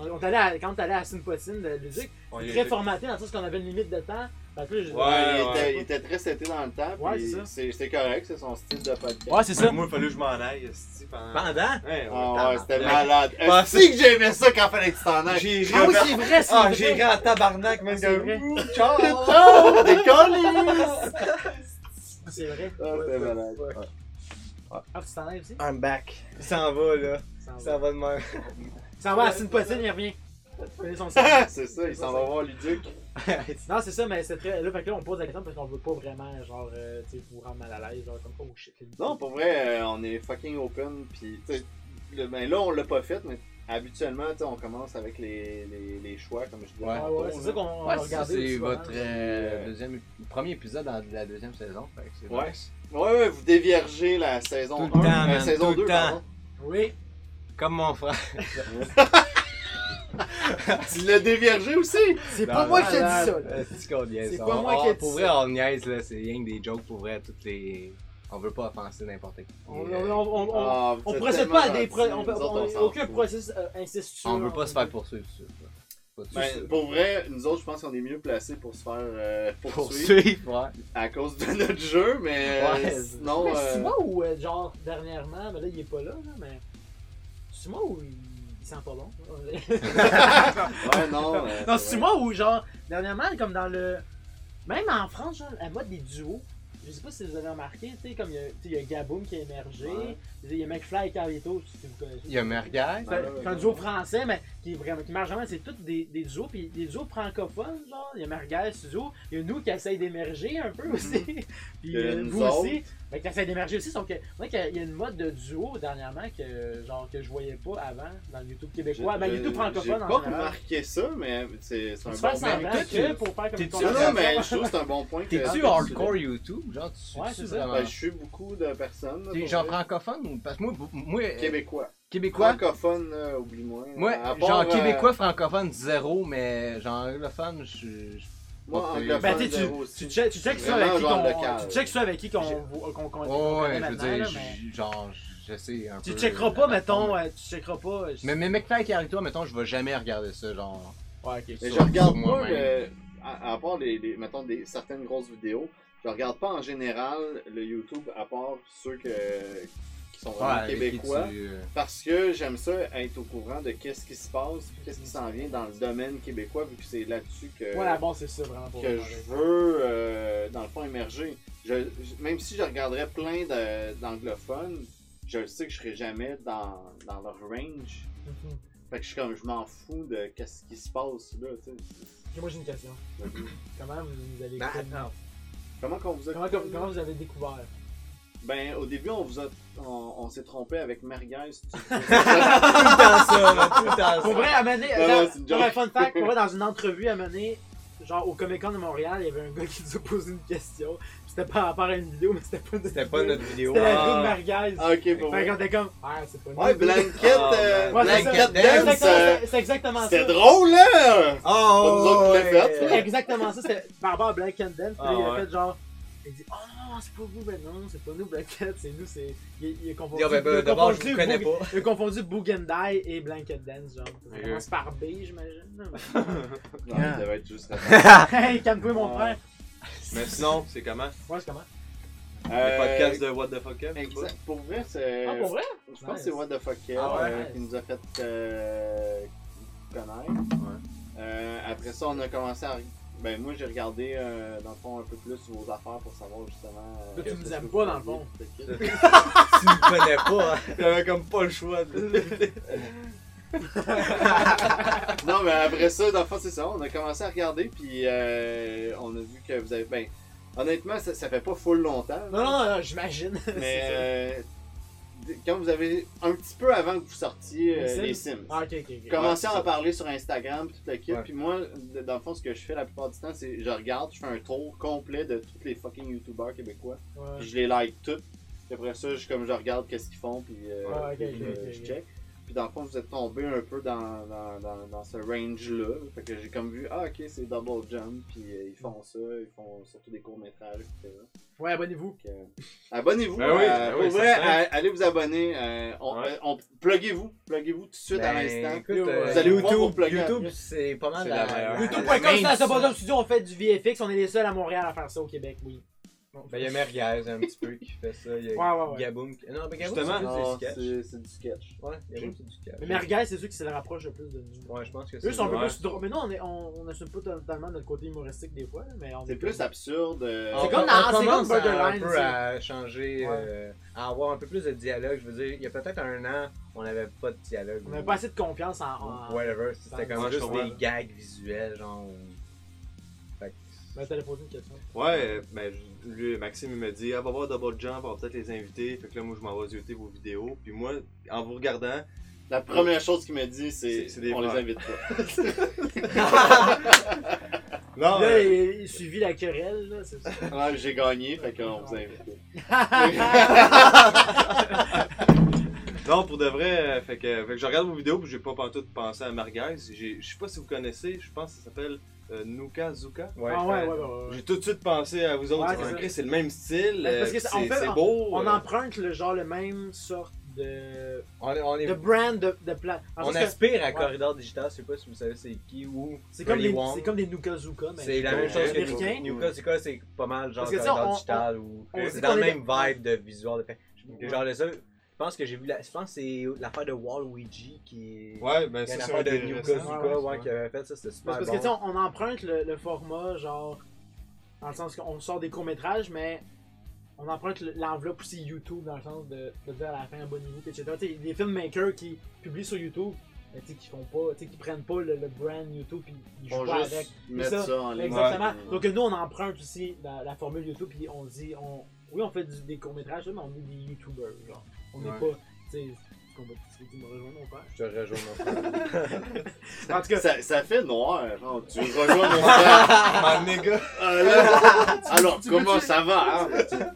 S3: On on est allé à- quand on est allé à Sin Potine de musique,
S2: On y
S3: très
S2: était.
S3: formaté dans le sens qu'on avait une limite de temps. Fait que là, je-
S1: Ouais, il,
S2: Ouais,
S1: était,
S2: ouais.
S1: il était très seté dans le temps,
S3: Ouais,
S1: puis
S3: c'est ça.
S1: c'est- c'était correct, c'est son style de podcast.
S5: Ouais, c'est ça.
S2: Moi, il fallait que je m'en aille, esti, pendant.
S4: Pendant
S2: Ouais, ouais.
S1: Ah ouais, c'était
S4: Ouais.
S1: malade.
S2: Ouais,
S1: Je sais que j'aimais ça quand fallait que tu t'en ailles.
S2: J'ai ri.
S3: Ah oui, c'est vrai, c'est
S2: Ah,
S3: vrai.
S2: j'ai ri en tabarnak, même
S3: C'est
S2: que.
S3: vrai.
S2: Ouh, <laughs> ciao!
S1: Oh, des colis!
S3: C'est vrai.
S1: Ah, c'était malade.
S3: Ah, tu t'en aussi?
S4: I'm back. Il s'en va, là.
S3: Ça
S4: Il
S3: va.
S4: s'en va de
S5: <laughs>
S4: même.
S3: Ça va, c'est une potine, il revient. Prenez son sac.
S1: Ah, <laughs> c'est ça, il s'en va voir Luduc.
S3: Non, c'est ça, mais c'est très. Là, fait que là, on pose la question parce qu'on veut pas vraiment, genre, euh, tu sais, vous rendre mal à l'aise, genre, comme, oh shit.
S1: Non, pour vrai, euh, on est fucking open, puis tu sais, le- ben là, on l'a pas fait, mais habituellement, tu sais, on commence avec les, les, les choix, comme je disais.
S5: Ouais.
S3: Ah
S1: tantôt,
S3: ouais,
S1: là.
S3: c'est ça qu'on on
S5: Ouais,
S3: a
S5: ça,
S3: regardé.
S5: c'est
S3: aussi, hein.
S5: votre
S3: vraiment.
S5: euh, deuxième, ép- premier épisode dans- de la deuxième saison. fait que c'est
S1: Ouais.
S5: nice.
S1: Ouais, ouais, vous déviergez la saison 1,
S5: Tout le temps,
S1: la
S5: man,
S1: saison
S5: tout le
S1: 2,
S5: temps.
S1: pardon.
S3: Oui.
S5: Comme mon frère.
S1: Tu l'as déviergé aussi?
S3: C'est
S5: Non,
S3: pas moi
S5: non,
S3: qui ai dit
S5: non,
S3: ça, là.
S5: euh, C'est qu'on niaise.
S3: C'est
S5: On-
S3: pas moi
S5: on-
S3: qui ai dit
S5: Pour
S3: ça.
S5: vrai, on niaise, là. C'est rien que des jokes, pour vrai. Toutes les. On veut pas offenser n'importe qui.
S3: On,
S5: Et, euh,
S3: on, on, on,
S1: Ah, vous
S3: on
S1: êtes
S3: procède
S1: tellement
S3: pas à des. pro-
S1: gentils,
S3: On,
S1: nous autres,
S3: on, on,
S1: s'en
S3: aucun
S1: fout.
S3: processus euh, incestueux.
S5: On veut pas se faire poursuivre. ça. Pas de
S1: Ben,
S5: soucis.
S1: pour vrai, nous autres, je pense qu'on est mieux placés pour se faire euh, poursuivre
S5: Poursuivre, ouais.
S1: à cause de notre jeu, mais euh,
S5: Ouais.
S1: sinon.
S3: Mais
S1: euh,
S3: Simon ou euh, genre dernièrement, ben là il est pas là, là mais. Simon ou il- sent pas bon.
S1: Ouais, non. euh, c'est
S3: non, c'est
S1: vrai.
S3: moi où, genre, dernièrement, comme dans le. Même en France, genre, la mode des duos, je sais pas si vous avez remarqué, tu sais, comme il y a- tu sais, il y a Gaboum qui a émergé,
S1: Ouais.
S3: il y a McFly et Carlito, si vous connaissez.
S5: Il y a Merguez.
S3: C'est un-
S1: Ouais, ouais,
S3: c'est un
S1: ouais.
S3: duo français, mais qui, est vraiment, qui marche vraiment. C'est tous des, des duos, puis des duos francophones, genre. Il y a Merguez, Suzo. Il y a nous qui essayent d'émerger un peu aussi. <laughs> puis
S1: Mhm. Il y a
S3: euh,
S1: nous
S3: vous
S1: autres.
S3: aussi. Mais qui essayent d'émerger aussi. Sauf que, moi, qu'il y a- il y a une mode de duo dernièrement que, genre, que je voyais pas avant dans le YouTube québécois.
S1: Je-
S3: ben,
S1: je-
S3: YouTube francophone en
S1: J'ai pas
S3: général.
S1: remarqué ça, mais c'est c'est
S3: Tu
S1: un
S3: fais
S1: bon
S3: semblant
S1: point.
S3: que pour faire comme une
S5: T'es-tu-
S1: Non, non,
S3: conversation.
S1: mais je trouve que c'est un bon point. que-
S5: T'es-tu
S1: que
S5: hardcore YouTube? Genre, tu suis
S3: Ouais, c'est
S5: tu
S3: ça.
S5: vraiment.
S1: Ben, je suis beaucoup de personnes. là,
S5: T'es
S1: pour
S5: genre
S1: vrai.
S5: francophone? ou- Parce que moi, moi euh,
S1: Québécois.
S5: québécois.
S1: Francophone, euh, oublie-moi.
S5: Moi,
S1: À part,
S5: genre
S1: euh,
S5: québécois, francophone, zéro, mais genre anglophone, je suis. je-
S1: Moi,
S5: Ben,
S1: anglophone,
S3: Ben, tu sais,
S1: zéro
S3: tu-
S1: aussi.
S3: tu check- tu checkes ça
S1: Vraiment
S3: avec qui
S1: genre
S3: qu'on-
S1: local.
S3: tu checkes ça avec qui qu'on voit- qu'on qu'on- qu'on
S5: Oh,
S3: connaît
S5: ouais, je veux
S3: maintenant,
S5: dire,
S3: là,
S5: je-
S3: mais-
S5: genre, j'essaie un
S3: Tu
S5: peu.
S3: checkeras pas, mettons. euh, Tu checkeras pas. euh,
S5: Mais, mais McFly et Carlito, mettons, je vais jamais regarder ça, genre.
S3: Ouais, ok.
S1: Mais
S5: sur-
S1: je regarde
S5: sur
S1: pas,
S5: moi-même.
S1: le- à, à part les, les- mettons, des, certaines grosses vidéos, je regarde pas en général le YouTube à part ceux que- qui sont vraiment
S5: avec qui
S1: québécois.
S5: tu- euh,
S1: Parce que j'aime ça être au courant de qu'est-ce qui se passe, puis qu'est-ce qui s'en vient dans le domaine québécois, vu que c'est là-dessus que,
S3: Voilà, bon, c'est ça, vraiment. pour
S1: que
S3: moi,
S1: je
S3: ouais.
S1: veux, euh, dans le fond, émerger. Je- je- même si je regarderais plein de- d'anglophones, je le sais que je serais jamais dans, dans leur range.
S3: Mhm.
S1: Fait que je suis comme, je m'en fous de qu'est-ce qui se passe là, tu sais.
S3: Ok, Moi j'ai une question. Comment vous, vous avez
S4: Ben,
S3: connu-
S4: attends.
S1: Comment qu'on vous a
S3: comment, comment- comment vous avez découvert
S1: Ben, au début, on vous a, on, on s'est trompé avec Merguez.
S2: Tout le
S5: Ah,
S2: temps ça, là, tout le temps
S3: Pour
S2: ça.
S3: vrai, amener.
S1: Non, non,
S3: Genre,
S1: c'est une
S3: genre,
S1: joke.
S3: un fun fact, pour vrai, dans une entrevue amenée, genre au Comic Con de Montréal, il y avait un gars qui nous a posé une question. puis C'était par rapport à une vidéo, mais c'était pas notre
S2: C'était pas notre vidéo.
S3: C'était la
S2: Ah.
S3: vidéo de Marguerite.
S1: Ah, ok, pour
S3: Fait
S1: vrai.
S3: qu'on était comme. Ah, c'est pas nous.
S1: Ouais, Blanket,
S2: Ah,
S1: euh,
S3: Ouais, c'est ça.
S1: Blanket
S3: C'est exactement-
S1: Dance, euh,
S3: c'est- C'est exactement ça.
S1: c'était drôle, là!
S2: Ah,
S1: Pas nous autres qui l'a fait,
S2: ouais.
S1: ça.
S3: C'est exactement ça, c'était par rapport à Black and Dance, puis
S2: Ah
S3: il a
S2: ouais.
S3: fait genre. Il dit, oh non, c'est pas vous, ben non, c'est pas nous, Blackhead, c'est nous, c'est. Il, il a confondu.
S2: Dire, ben, ben,
S3: il a
S2: d'abord, je
S3: confondu
S2: vous connais
S3: Boog-
S2: pas.
S3: Il a confondu Bugandai et Blanket Dance, genre. Ça
S2: Ok.
S3: commence par B, j'imagine. là,
S1: Non,
S5: Yeah.
S1: ça va être juste
S3: mais- hey, calme-toi, mon
S1: Ah.
S3: frère.
S2: Mais sinon, c'est comment
S3: Ouais, je commence.
S2: Le podcast de What the Fuck Up
S1: Euh, Exact. Pour vrai, c'est.
S3: Ah, pour vrai?
S1: Je pense que c'est What the Fuck Hell,
S2: Ah ouais?
S1: euh, qui nous a fait euh, connaître. Euh, après ça, on a commencé à. Ben, moi, j'ai regardé, euh, dans le fond, un peu plus vos affaires pour savoir justement. euh,
S3: Toi, tu
S1: qu'est-ce
S3: nous
S1: que
S3: aimes
S1: vous
S3: pas, dans le
S1: faisiez,
S3: fond.
S1: tout le kit.
S2: tu me connais pas, hein. <laughs> t'avais comme pas le choix de.
S1: <laughs> Non, mais après ça, dans le fond, c'est ça. On a commencé à regarder, puis euh, on a vu que vous avez. Ben, honnêtement, ça, ça fait pas full longtemps.
S3: Non, non, non, j'imagine. <laughs>
S1: Mais
S3: C'est ça.
S1: euh, d- quand vous avez. Un petit peu avant que vous sortiez euh,
S3: Les Sims?
S1: les Sims.
S3: Ah, ok, ok, ok.
S1: Commencez
S2: Ouais,
S1: à
S2: c'est
S1: en
S2: ça.
S1: parler sur Instagram, puis toute l'équipe.
S2: Ouais.
S1: Puis moi, de- dans le fond, ce que je fais la plupart du temps, c'est je regarde, je fais un tour complet de tous les fucking youtubeurs québécois.
S3: Ouais.
S1: Puis je les like toutes. Puis après ça, je, comme je regarde qu'est-ce qu'ils font, puis euh,
S3: Ouais, ok,
S1: puis,
S3: ok,
S1: euh,
S3: ok,
S1: je
S3: ok.
S1: check. Puis dans le fond, vous êtes tombé un peu dans, dans, dans, dans ce range-là. Fait que j'ai comme vu, ah ok, c'est Double Jump, puis euh, ils font ça, ils font surtout des courts-métrages, etc.
S3: Ouais, abonnez-vous.
S1: Donc, euh, abonnez-vous.
S2: Ben oui,
S1: euh,
S2: ben
S1: pour
S2: oui,
S1: vrai,
S2: certain.
S1: euh, allez vous abonner. euh, on,
S2: Ouais.
S1: on- pluguez-vous. Pluguez-vous tout de suite à l'instant.
S5: écoute, euh,
S1: Vous allez
S5: YouTube,
S1: voir vos plugins.
S5: YouTube, c'est pas mal
S2: C'est
S5: la,
S2: la meilleure.
S5: la
S3: YouTube.com,
S5: main
S3: c'est à
S5: du son.
S3: Sabodom Studio, on fait du VFX, on est les seuls à Montréal à faire ça au Québec, oui.
S5: Ben, il y a Merguez un petit peu qui fait ça. Il y a
S3: Ouais, ouais, ouais.
S5: Gaboum. qui- Non, ben, Gaboum,
S2: Justement,
S5: c'est plus
S1: Non,
S5: des sketchs.
S1: c'est c'est du sketch.
S5: Ouais, Gaboum, c'est du sketch.
S3: Mais Merguez, c'est ceux qui se le rapprochent le plus de nous.
S5: Ouais, je pense que c'est.
S3: Eux sont un peu
S2: Ouais.
S3: plus drôles. Mais nous, on, est, on, on assume pas totalement notre côté humoristique des fois. Mais on
S1: C'est
S3: est
S1: plus absurde. euh,
S4: Ah,
S5: On-
S3: C'est comme
S5: on
S3: dans- c'est comme
S5: commence à-
S3: Borderline,
S5: un
S3: tu
S5: peu
S3: sais.
S5: à changer,
S3: Ouais.
S5: euh, à avoir un peu plus de dialogue. Je veux dire, il y a peut-être un an, on n'avait pas de dialogue.
S3: On n'a
S5: ou-
S3: pas assez de confiance en. en...
S5: ou Whatever, c'était comme
S2: Ouais, je
S5: juste
S2: comprends.
S5: des gags visuels, genre. ou- Fait que-
S3: Ben, t'allais poser une question.
S2: Ouais, ben, je- lui, Maxime, il me dit, ah, va voir Double Jump, on va peut-être les inviter. Fait que là, moi, je m'en vais jeter vos vidéos. Puis moi, en vous regardant,
S1: La première chose qu'il me dit, c'est
S2: C'est- c'est des
S1: on les
S2: frères.
S1: invite pas.
S5: Ah,
S2: non,
S3: là,
S2: euh,
S3: il, il suivit la querelle, là, c'est ça.
S1: Ouais, J'ai gagné, fait qu'on vous invite pas.
S2: non, pour de vrai, euh, fait que, fait que je regarde vos vidéos, puis j'ai pas pantoute pensé à Marguez. J'ai- Je sais pas si vous connaissez, je pense que ça s'appelle euh, Nuka Zuka.
S5: Ouais,
S3: ah, ouais, ouais, ouais, ouais, ouais.
S2: J'ai tout de suite pensé à vous autres.
S3: Ouais,
S2: c'est
S3: c'est
S2: comme,
S3: ça.
S2: Chris, c'est le même style.
S3: Ben, parce que
S2: euh,
S3: ça- en
S2: C'est
S3: fait,
S2: c'est beau.
S3: On
S2: euh,
S3: emprunte le genre le même sorte de.
S5: On, on est-
S3: de brand, de, de plan. En
S5: on
S3: fait, c'est-
S5: aspire à
S3: ouais.
S5: Corridor Digital, je sais pas si vous savez c'est qui ou.
S3: c'est comme,
S5: Holly
S3: des-
S5: Wong.
S3: c'est comme des Nukazuka, mais.
S5: C'est la même chose que
S3: américain.
S5: New- Newcastle, c'est quoi, c'est pas mal genre
S3: Parce que, tu sais,
S5: Corridor
S3: on-
S5: Digital ou.
S3: on
S5: C'est
S3: sait
S5: dans
S3: qu'on
S5: le
S3: est-
S5: même vibe de visual. de fait- Genre le seul.
S4: pense que j'ai vu la. Je pense que c'est l'affaire de Waluigi qui est.
S2: Ouais, ben
S4: Il y a
S2: ça,
S4: une
S2: c'est
S4: affaire
S2: un
S4: de
S2: des
S4: New
S2: récents.
S3: ouais,
S4: Kazuka ouais, qui avait fait ça, c'était
S3: C'est
S4: super
S3: parce que tu sais,
S4: bon.
S3: on, on emprunte le, le format, genre, dans le sens qu'on sort des courts-métrages, mais on emprunte le- l'enveloppe aussi YouTube, dans le sens de, de dire à la fin un bon niveau, etc. Tu sais, des filmmakers qui publient sur YouTube, mais tu sais, qui font pas, tu sais, qui prennent pas le, le brand YouTube, puis ils
S1: Ils
S3: jouent
S1: vont
S3: pas
S1: juste
S3: avec.
S1: mettre
S3: ça,
S1: ça, en ligne.
S3: Exactement.
S1: Ouais.
S3: Donc nous, on emprunte aussi la, la formule YouTube, puis on dit, on, oui, on fait du- des courts-métrages, mais on est des YouTubers, genre. On n'est
S2: Ouais.
S3: pas, tu sais, ce qu'on va- tu veux- tu me rejoins, mon père?
S4: Je te rejoins mon frère.
S3: En tout cas,
S1: Ça, ça fait noir, genre, tu rejoins mon frère.
S2: Ah, my nigga!
S1: Ah, là. Alors,
S3: tu
S1: comment
S3: peux-tu-
S1: ça va, hein?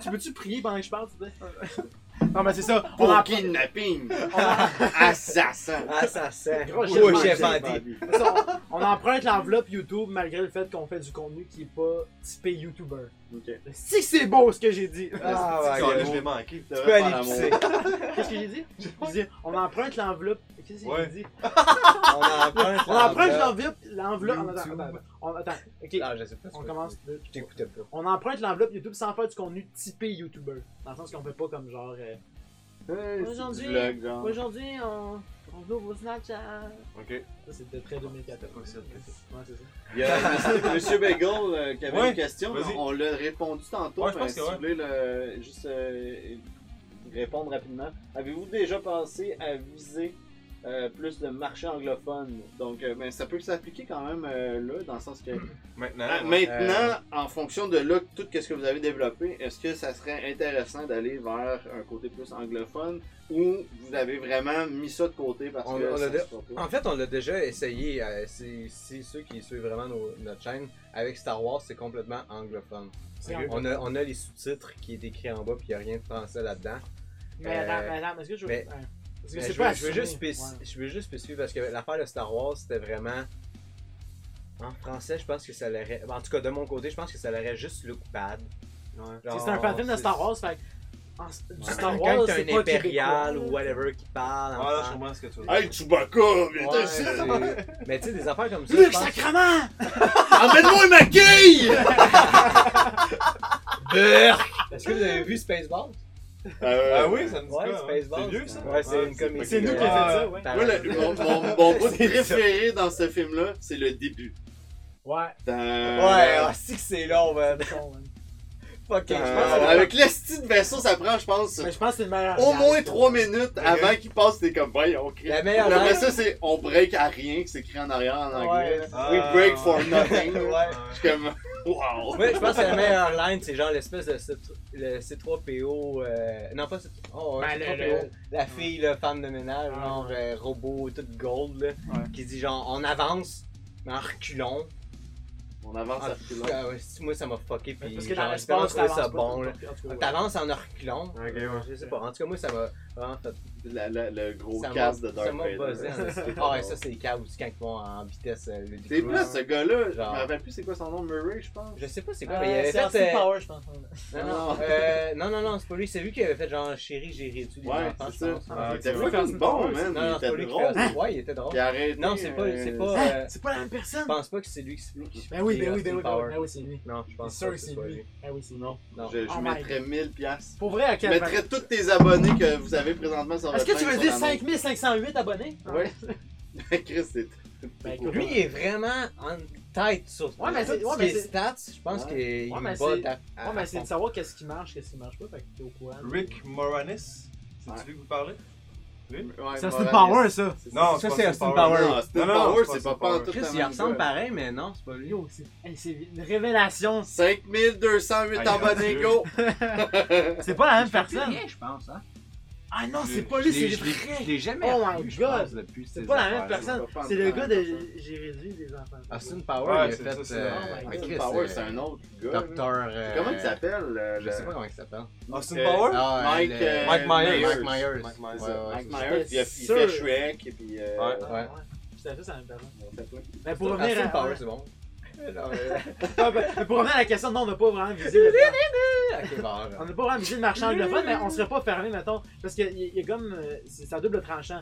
S3: tu peux-tu prier pendant que je parle, s'il te plaît? <laughs> Non, mais c'est ça. On
S1: Pour
S3: emprunte.
S1: kidnapping,
S3: on en-
S1: assassin.
S4: Assassin.
S3: Gros chef
S4: Ah, Gros
S3: bandit.
S4: chef bandit.
S3: on, on emprunte l'enveloppe YouTube malgré le fait qu'on fait du contenu qui est pas typé YouTuber.
S1: Ok.
S3: Si c'est beau ce que j'ai dit!
S4: Ah
S2: Calais,
S4: ouais,
S2: je
S4: gros.
S2: l'ai manqué.
S1: Tu
S4: peux aller pisser.
S3: <laughs> Qu'est-ce que j'ai dit? J'ai dit, on emprunte l'enveloppe. Qu'est-ce que
S2: Ouais.
S3: j'ai dit?
S4: On emprunte.
S3: On emprunte l'enveloppe. L'enveloppe.
S4: YouTube.
S3: Attends, attends, attends. On, attends. Ok,
S4: Ah, je sais pas.
S3: on commence.
S4: Je t'écoutais pas.
S3: On emprunte l'enveloppe YouTube sans faire du contenu typé YouTuber. Dans le sens qu'on fait pas comme genre. euh,
S1: Euh, c'est
S3: Aujourd'hui-
S1: du vlog, genre.
S3: Aujourd'hui, on, on ouvre Snapchat.
S2: Ok.
S3: Ça, c'était très 2014. Ouais, c'est ça.
S1: Il y a
S2: <laughs>
S1: monsieur- Monsieur Bagel euh, qui avait
S2: Ouais,
S1: une question.
S2: vas-y.
S1: On l'a répondu tantôt.
S2: Ouais, je
S1: mais
S2: pense
S1: si
S2: que ouais.
S1: vous voulez le- juste euh, répondre rapidement. Avez-vous déjà pensé à viser euh, plus le marché anglophone? Donc, euh, ben, ça peut s'appliquer quand même euh, là, dans le sens que.
S2: Maintenant.
S1: Ah,
S2: ouais.
S1: maintenant, en fonction de là, tout ce que vous avez développé, est-ce que ça serait intéressant d'aller vers un côté plus anglophone ou vous avez vraiment mis ça de côté parce
S4: On-
S1: que.
S4: on a
S1: ça
S4: dé-
S1: se propose?
S4: En fait, on l'a déjà essayé. euh, c'est c'est ceux qui suivent vraiment nos- notre chaîne. Avec Star Wars, c'est complètement anglophone.
S3: C'est
S4: On a, on a les sous-titres qui est écrit en bas, puis il n'y a rien de français là-dedans.
S3: Mais
S4: Euh,
S3: attends, mais attends, est-ce que je veux.
S4: mais-
S3: hein, Parce que
S4: Mais
S3: c'est
S4: Ben, je,
S3: pas
S4: veux, je veux juste
S3: assumé.
S4: spéc-
S3: Ouais.
S4: je veux juste spécifier parce que l'affaire de Star Wars, c'était vraiment. En français, je pense que ça l'aurait. ben, En tout cas, de mon côté, je pense que ça l'aurait juste look bad.
S2: Ah,
S3: C'est-
S4: Genre,
S3: C'est un fan film de
S4: c'est-
S3: Star Wars, fait que. en- Du Star
S4: Quand
S3: Wars,
S4: t'as
S3: c'est
S4: un
S3: pas
S4: impérial
S3: québécois.
S4: ou whatever qui parle. en
S2: Ah, là, je
S4: français.
S2: comprends ce que tu veux dire.
S1: Hey Chewbacca, viens
S4: Ouais,
S1: ici!
S4: c'est- Mais tu sais, des affaires comme ça. je
S3: Luc
S4: pense-
S3: Sacrement!
S1: Emmène-moi ma quille!
S4: Est-ce que vous avez vu Spaceballs
S2: Ah oui, ça me dit
S4: Ouais,
S2: quoi,
S4: Spaceballs.
S2: hein? C'est vieux, ça?
S4: Ouais, c'est une comédie.
S3: C'est nous qui
S4: Ouais.
S3: avons fait ça, ouais.
S1: Moi, le- mon, mon,
S4: <laughs>
S1: mon bout
S4: C'est ça.
S1: préféré dans ce film-là, c'est le début. Euh,
S3: Ouais.
S1: Dans-
S4: Ouais, ah, si que c'est long, man.
S3: c'est con, man.
S4: Fucking.
S1: dans-
S4: je pense que-
S1: euh, avec l'esti de vaisseau, ça prend, je pense,
S3: Mais je pense que c'est le meilleur.
S1: au
S3: regard,
S1: moins
S3: ça.
S1: 3 minutes avant qu'il passe, t'es comme, voyons, on
S4: La meilleure
S1: Après
S4: ligne-
S1: ça, c'est on break à rien, que c'est écrit en arrière en anglais.
S4: Ouais.
S2: Ah.
S1: We break for nothing.
S4: <laughs> Ouais.
S1: Je suis comme, wow.
S4: Ouais, je pense que la meilleure line, c'est genre l'espèce de C- le C3PO. euh, Non, pas c Oh, ouais,
S3: Ben, le-
S4: C3PO.
S3: le- Ah,
S4: La fille, là, femme de ménage,
S3: Ouais.
S4: genre euh, robot, toute gold, là,
S3: Ouais.
S4: qui dit genre on avance, mais en reculons.
S1: On avance à
S4: Ah,
S1: plus loin.
S4: ah, ouais, si, moi, ça m'a fucké, puis
S3: Parce que dans
S4: genre, j'ai pas
S3: l'espace,
S4: trouvé
S3: t'avances
S4: ça
S3: pas.
S4: bon, là.
S3: En tout cas, ouais.
S4: T'avances en reculons. Je sais pas. En tout cas, moi, ça m'a vraiment fait.
S1: La- la- Le gros
S4: ça m'a-
S1: casque de Darth
S4: Ça m'a buzzé.
S1: <laughs> Vader.
S4: en esti. Ah, ouais, ça, c'est les câbles aussi quand ils vont en vitesse. euh, le
S1: C'est
S4: décroche.
S1: plus ce gars-là, je me
S4: Genre.
S1: rappelle plus c'est quoi son nom, Murray, je pense.
S4: Je sais pas c'est quoi, mais il
S3: Euh,
S4: avait
S3: C'est
S4: fait.
S3: Austin
S4: euh,
S3: Power, je
S4: <laughs>
S3: pense.
S4: Non, non, euh, non, non, non, c'est pas lui. C'est lui qui avait fait genre Chérie, j'ai réduit les
S1: Ouais,
S4: enfants,
S1: c'est ça.
S4: je pense.
S2: Ah,
S1: Il était
S2: ok,
S3: ouais.
S1: fucking bon, man. Il
S4: Non, non, c'est pas
S1: était
S4: lui qui
S1: drôle.
S4: fait ça. Ouais, il était
S3: <laughs>
S4: drôle.
S1: Il a arrêté,
S4: Non, c'est pas,
S1: euh,
S4: c'est pas. euh,
S3: C'est pas la même personne!
S4: je pense pas que c'est lui qui qui
S3: Ben oui,
S4: fait
S3: ben oui,
S4: Austin
S3: ben oui, ben oui,
S4: Power.
S3: ben oui, c'est lui.
S4: Non, je
S3: C'est
S4: pense
S3: sûr
S4: pas
S3: que
S4: que
S3: c'est
S4: ce soit
S3: lui.
S4: lui.
S3: Ben oui, c'est lui.
S1: Non.
S4: Non.
S1: Je, je
S3: Oh my
S1: mettrais 1000 piastres.
S3: Pour vrai, à
S1: Je
S3: quel
S1: mettrais tous tes abonnés que vous avez présentement sur
S3: Est-ce
S1: votre
S3: que tu veux
S1: chaîne
S3: dire
S1: sur la
S3: 5508 abonnés?
S1: montre. Ouais. <laughs> Chris, c'est.
S3: Ben, écoute,
S4: Lui, il est vraiment en tête sur
S3: Ouais, mais c'est-
S4: tout
S3: ouais,
S4: ce
S3: mais
S4: qui est
S3: c'est-
S4: stats. Je pense
S1: Ouais.
S4: qu'il
S3: Ouais,
S4: me
S3: mais
S4: bat
S3: c'est-
S4: à- à-
S3: Ouais, mais
S4: à
S3: c'est de
S4: fond.
S3: savoir qu'est-ce qui marche, qu'est-ce qui marche pas, fait que t'es au courant.
S2: Rick Moranis. C'est
S1: Ouais.
S2: lui que vous parlez?
S1: Ouais,
S3: Ça,
S1: Morales.
S3: ça!
S1: C'est-
S2: Non,
S4: ça,
S2: pas
S4: c'est
S2: Austin
S4: Austin
S2: Powers.
S4: Powers.
S1: Non, Austin
S2: Non, non,
S1: Powers,
S2: c'est
S1: c'est
S2: pas
S1: pas pas en
S2: Powers.
S1: tout
S4: Chris,
S1: la
S4: il
S1: même
S4: ressemble
S1: gueule.
S4: pareil, mais non, c'est pas lui.
S3: Yo, c'est hey, c'est une révélation!
S1: 5208
S2: Aïe,
S1: abonnés,
S2: Dieu.
S4: <laughs>
S1: go! <laughs>
S3: C'est pas la même
S4: C'est
S3: personne!
S4: rien, je pense, hein.
S3: Ah non,
S2: Je-
S3: c'est pas
S5: Je
S3: lui,
S5: l'ai-
S3: c'est
S5: je l'ai- je
S3: vrai!
S5: l'ai jamais
S3: Oh
S5: revu,
S3: my
S5: je
S3: God.
S5: pense, depuis
S3: C'est
S5: ces
S3: pas la même
S5: affaires-là.
S3: personne!
S1: Je comprends
S3: C'est le
S1: pas
S3: gars
S1: la même
S3: de J'ai réduit les enfants.
S4: Ah,
S5: Austin
S2: Ouais,
S5: Power, il a
S2: c'est ça, c'est
S5: fait.
S2: ça.
S5: euh,
S3: Oh my
S5: ah,
S3: God.
S5: Chris,
S1: Powers,
S5: euh,
S1: c'est un autre gars. là.
S4: Docteur. euh,
S1: Comment il s'appelle? le-
S4: Je sais pas comment il s'appelle.
S2: Austin
S1: Euh,
S2: Power?
S4: Ah,
S1: Mike,
S4: le-
S1: euh,
S2: Mike Myers.
S4: Mike Myers.
S2: Mike Myers.
S4: Ouais, ouais,
S1: Mike
S4: c'est ça.
S1: Myers, il, a- il
S3: Sûr.
S1: fait Shrek, et puis. euh,
S2: Ouais.
S3: Ah, ouais. J'étais sûr, c'est la même personne. Mais pour revenir
S4: Austin
S3: à.
S4: Power,
S3: <laughs>
S2: <laughs>
S4: c'est bon. <laughs>
S3: Mais pour revenir à la question, non, on n'a pas vraiment visé le
S4: Ok, bon,
S3: On n'a pas vraiment visé le marché anglophone, mais on serait pas fermé, mettons. Parce qu'il y, a- il y a comme. euh, c'est c'est à double tranchant.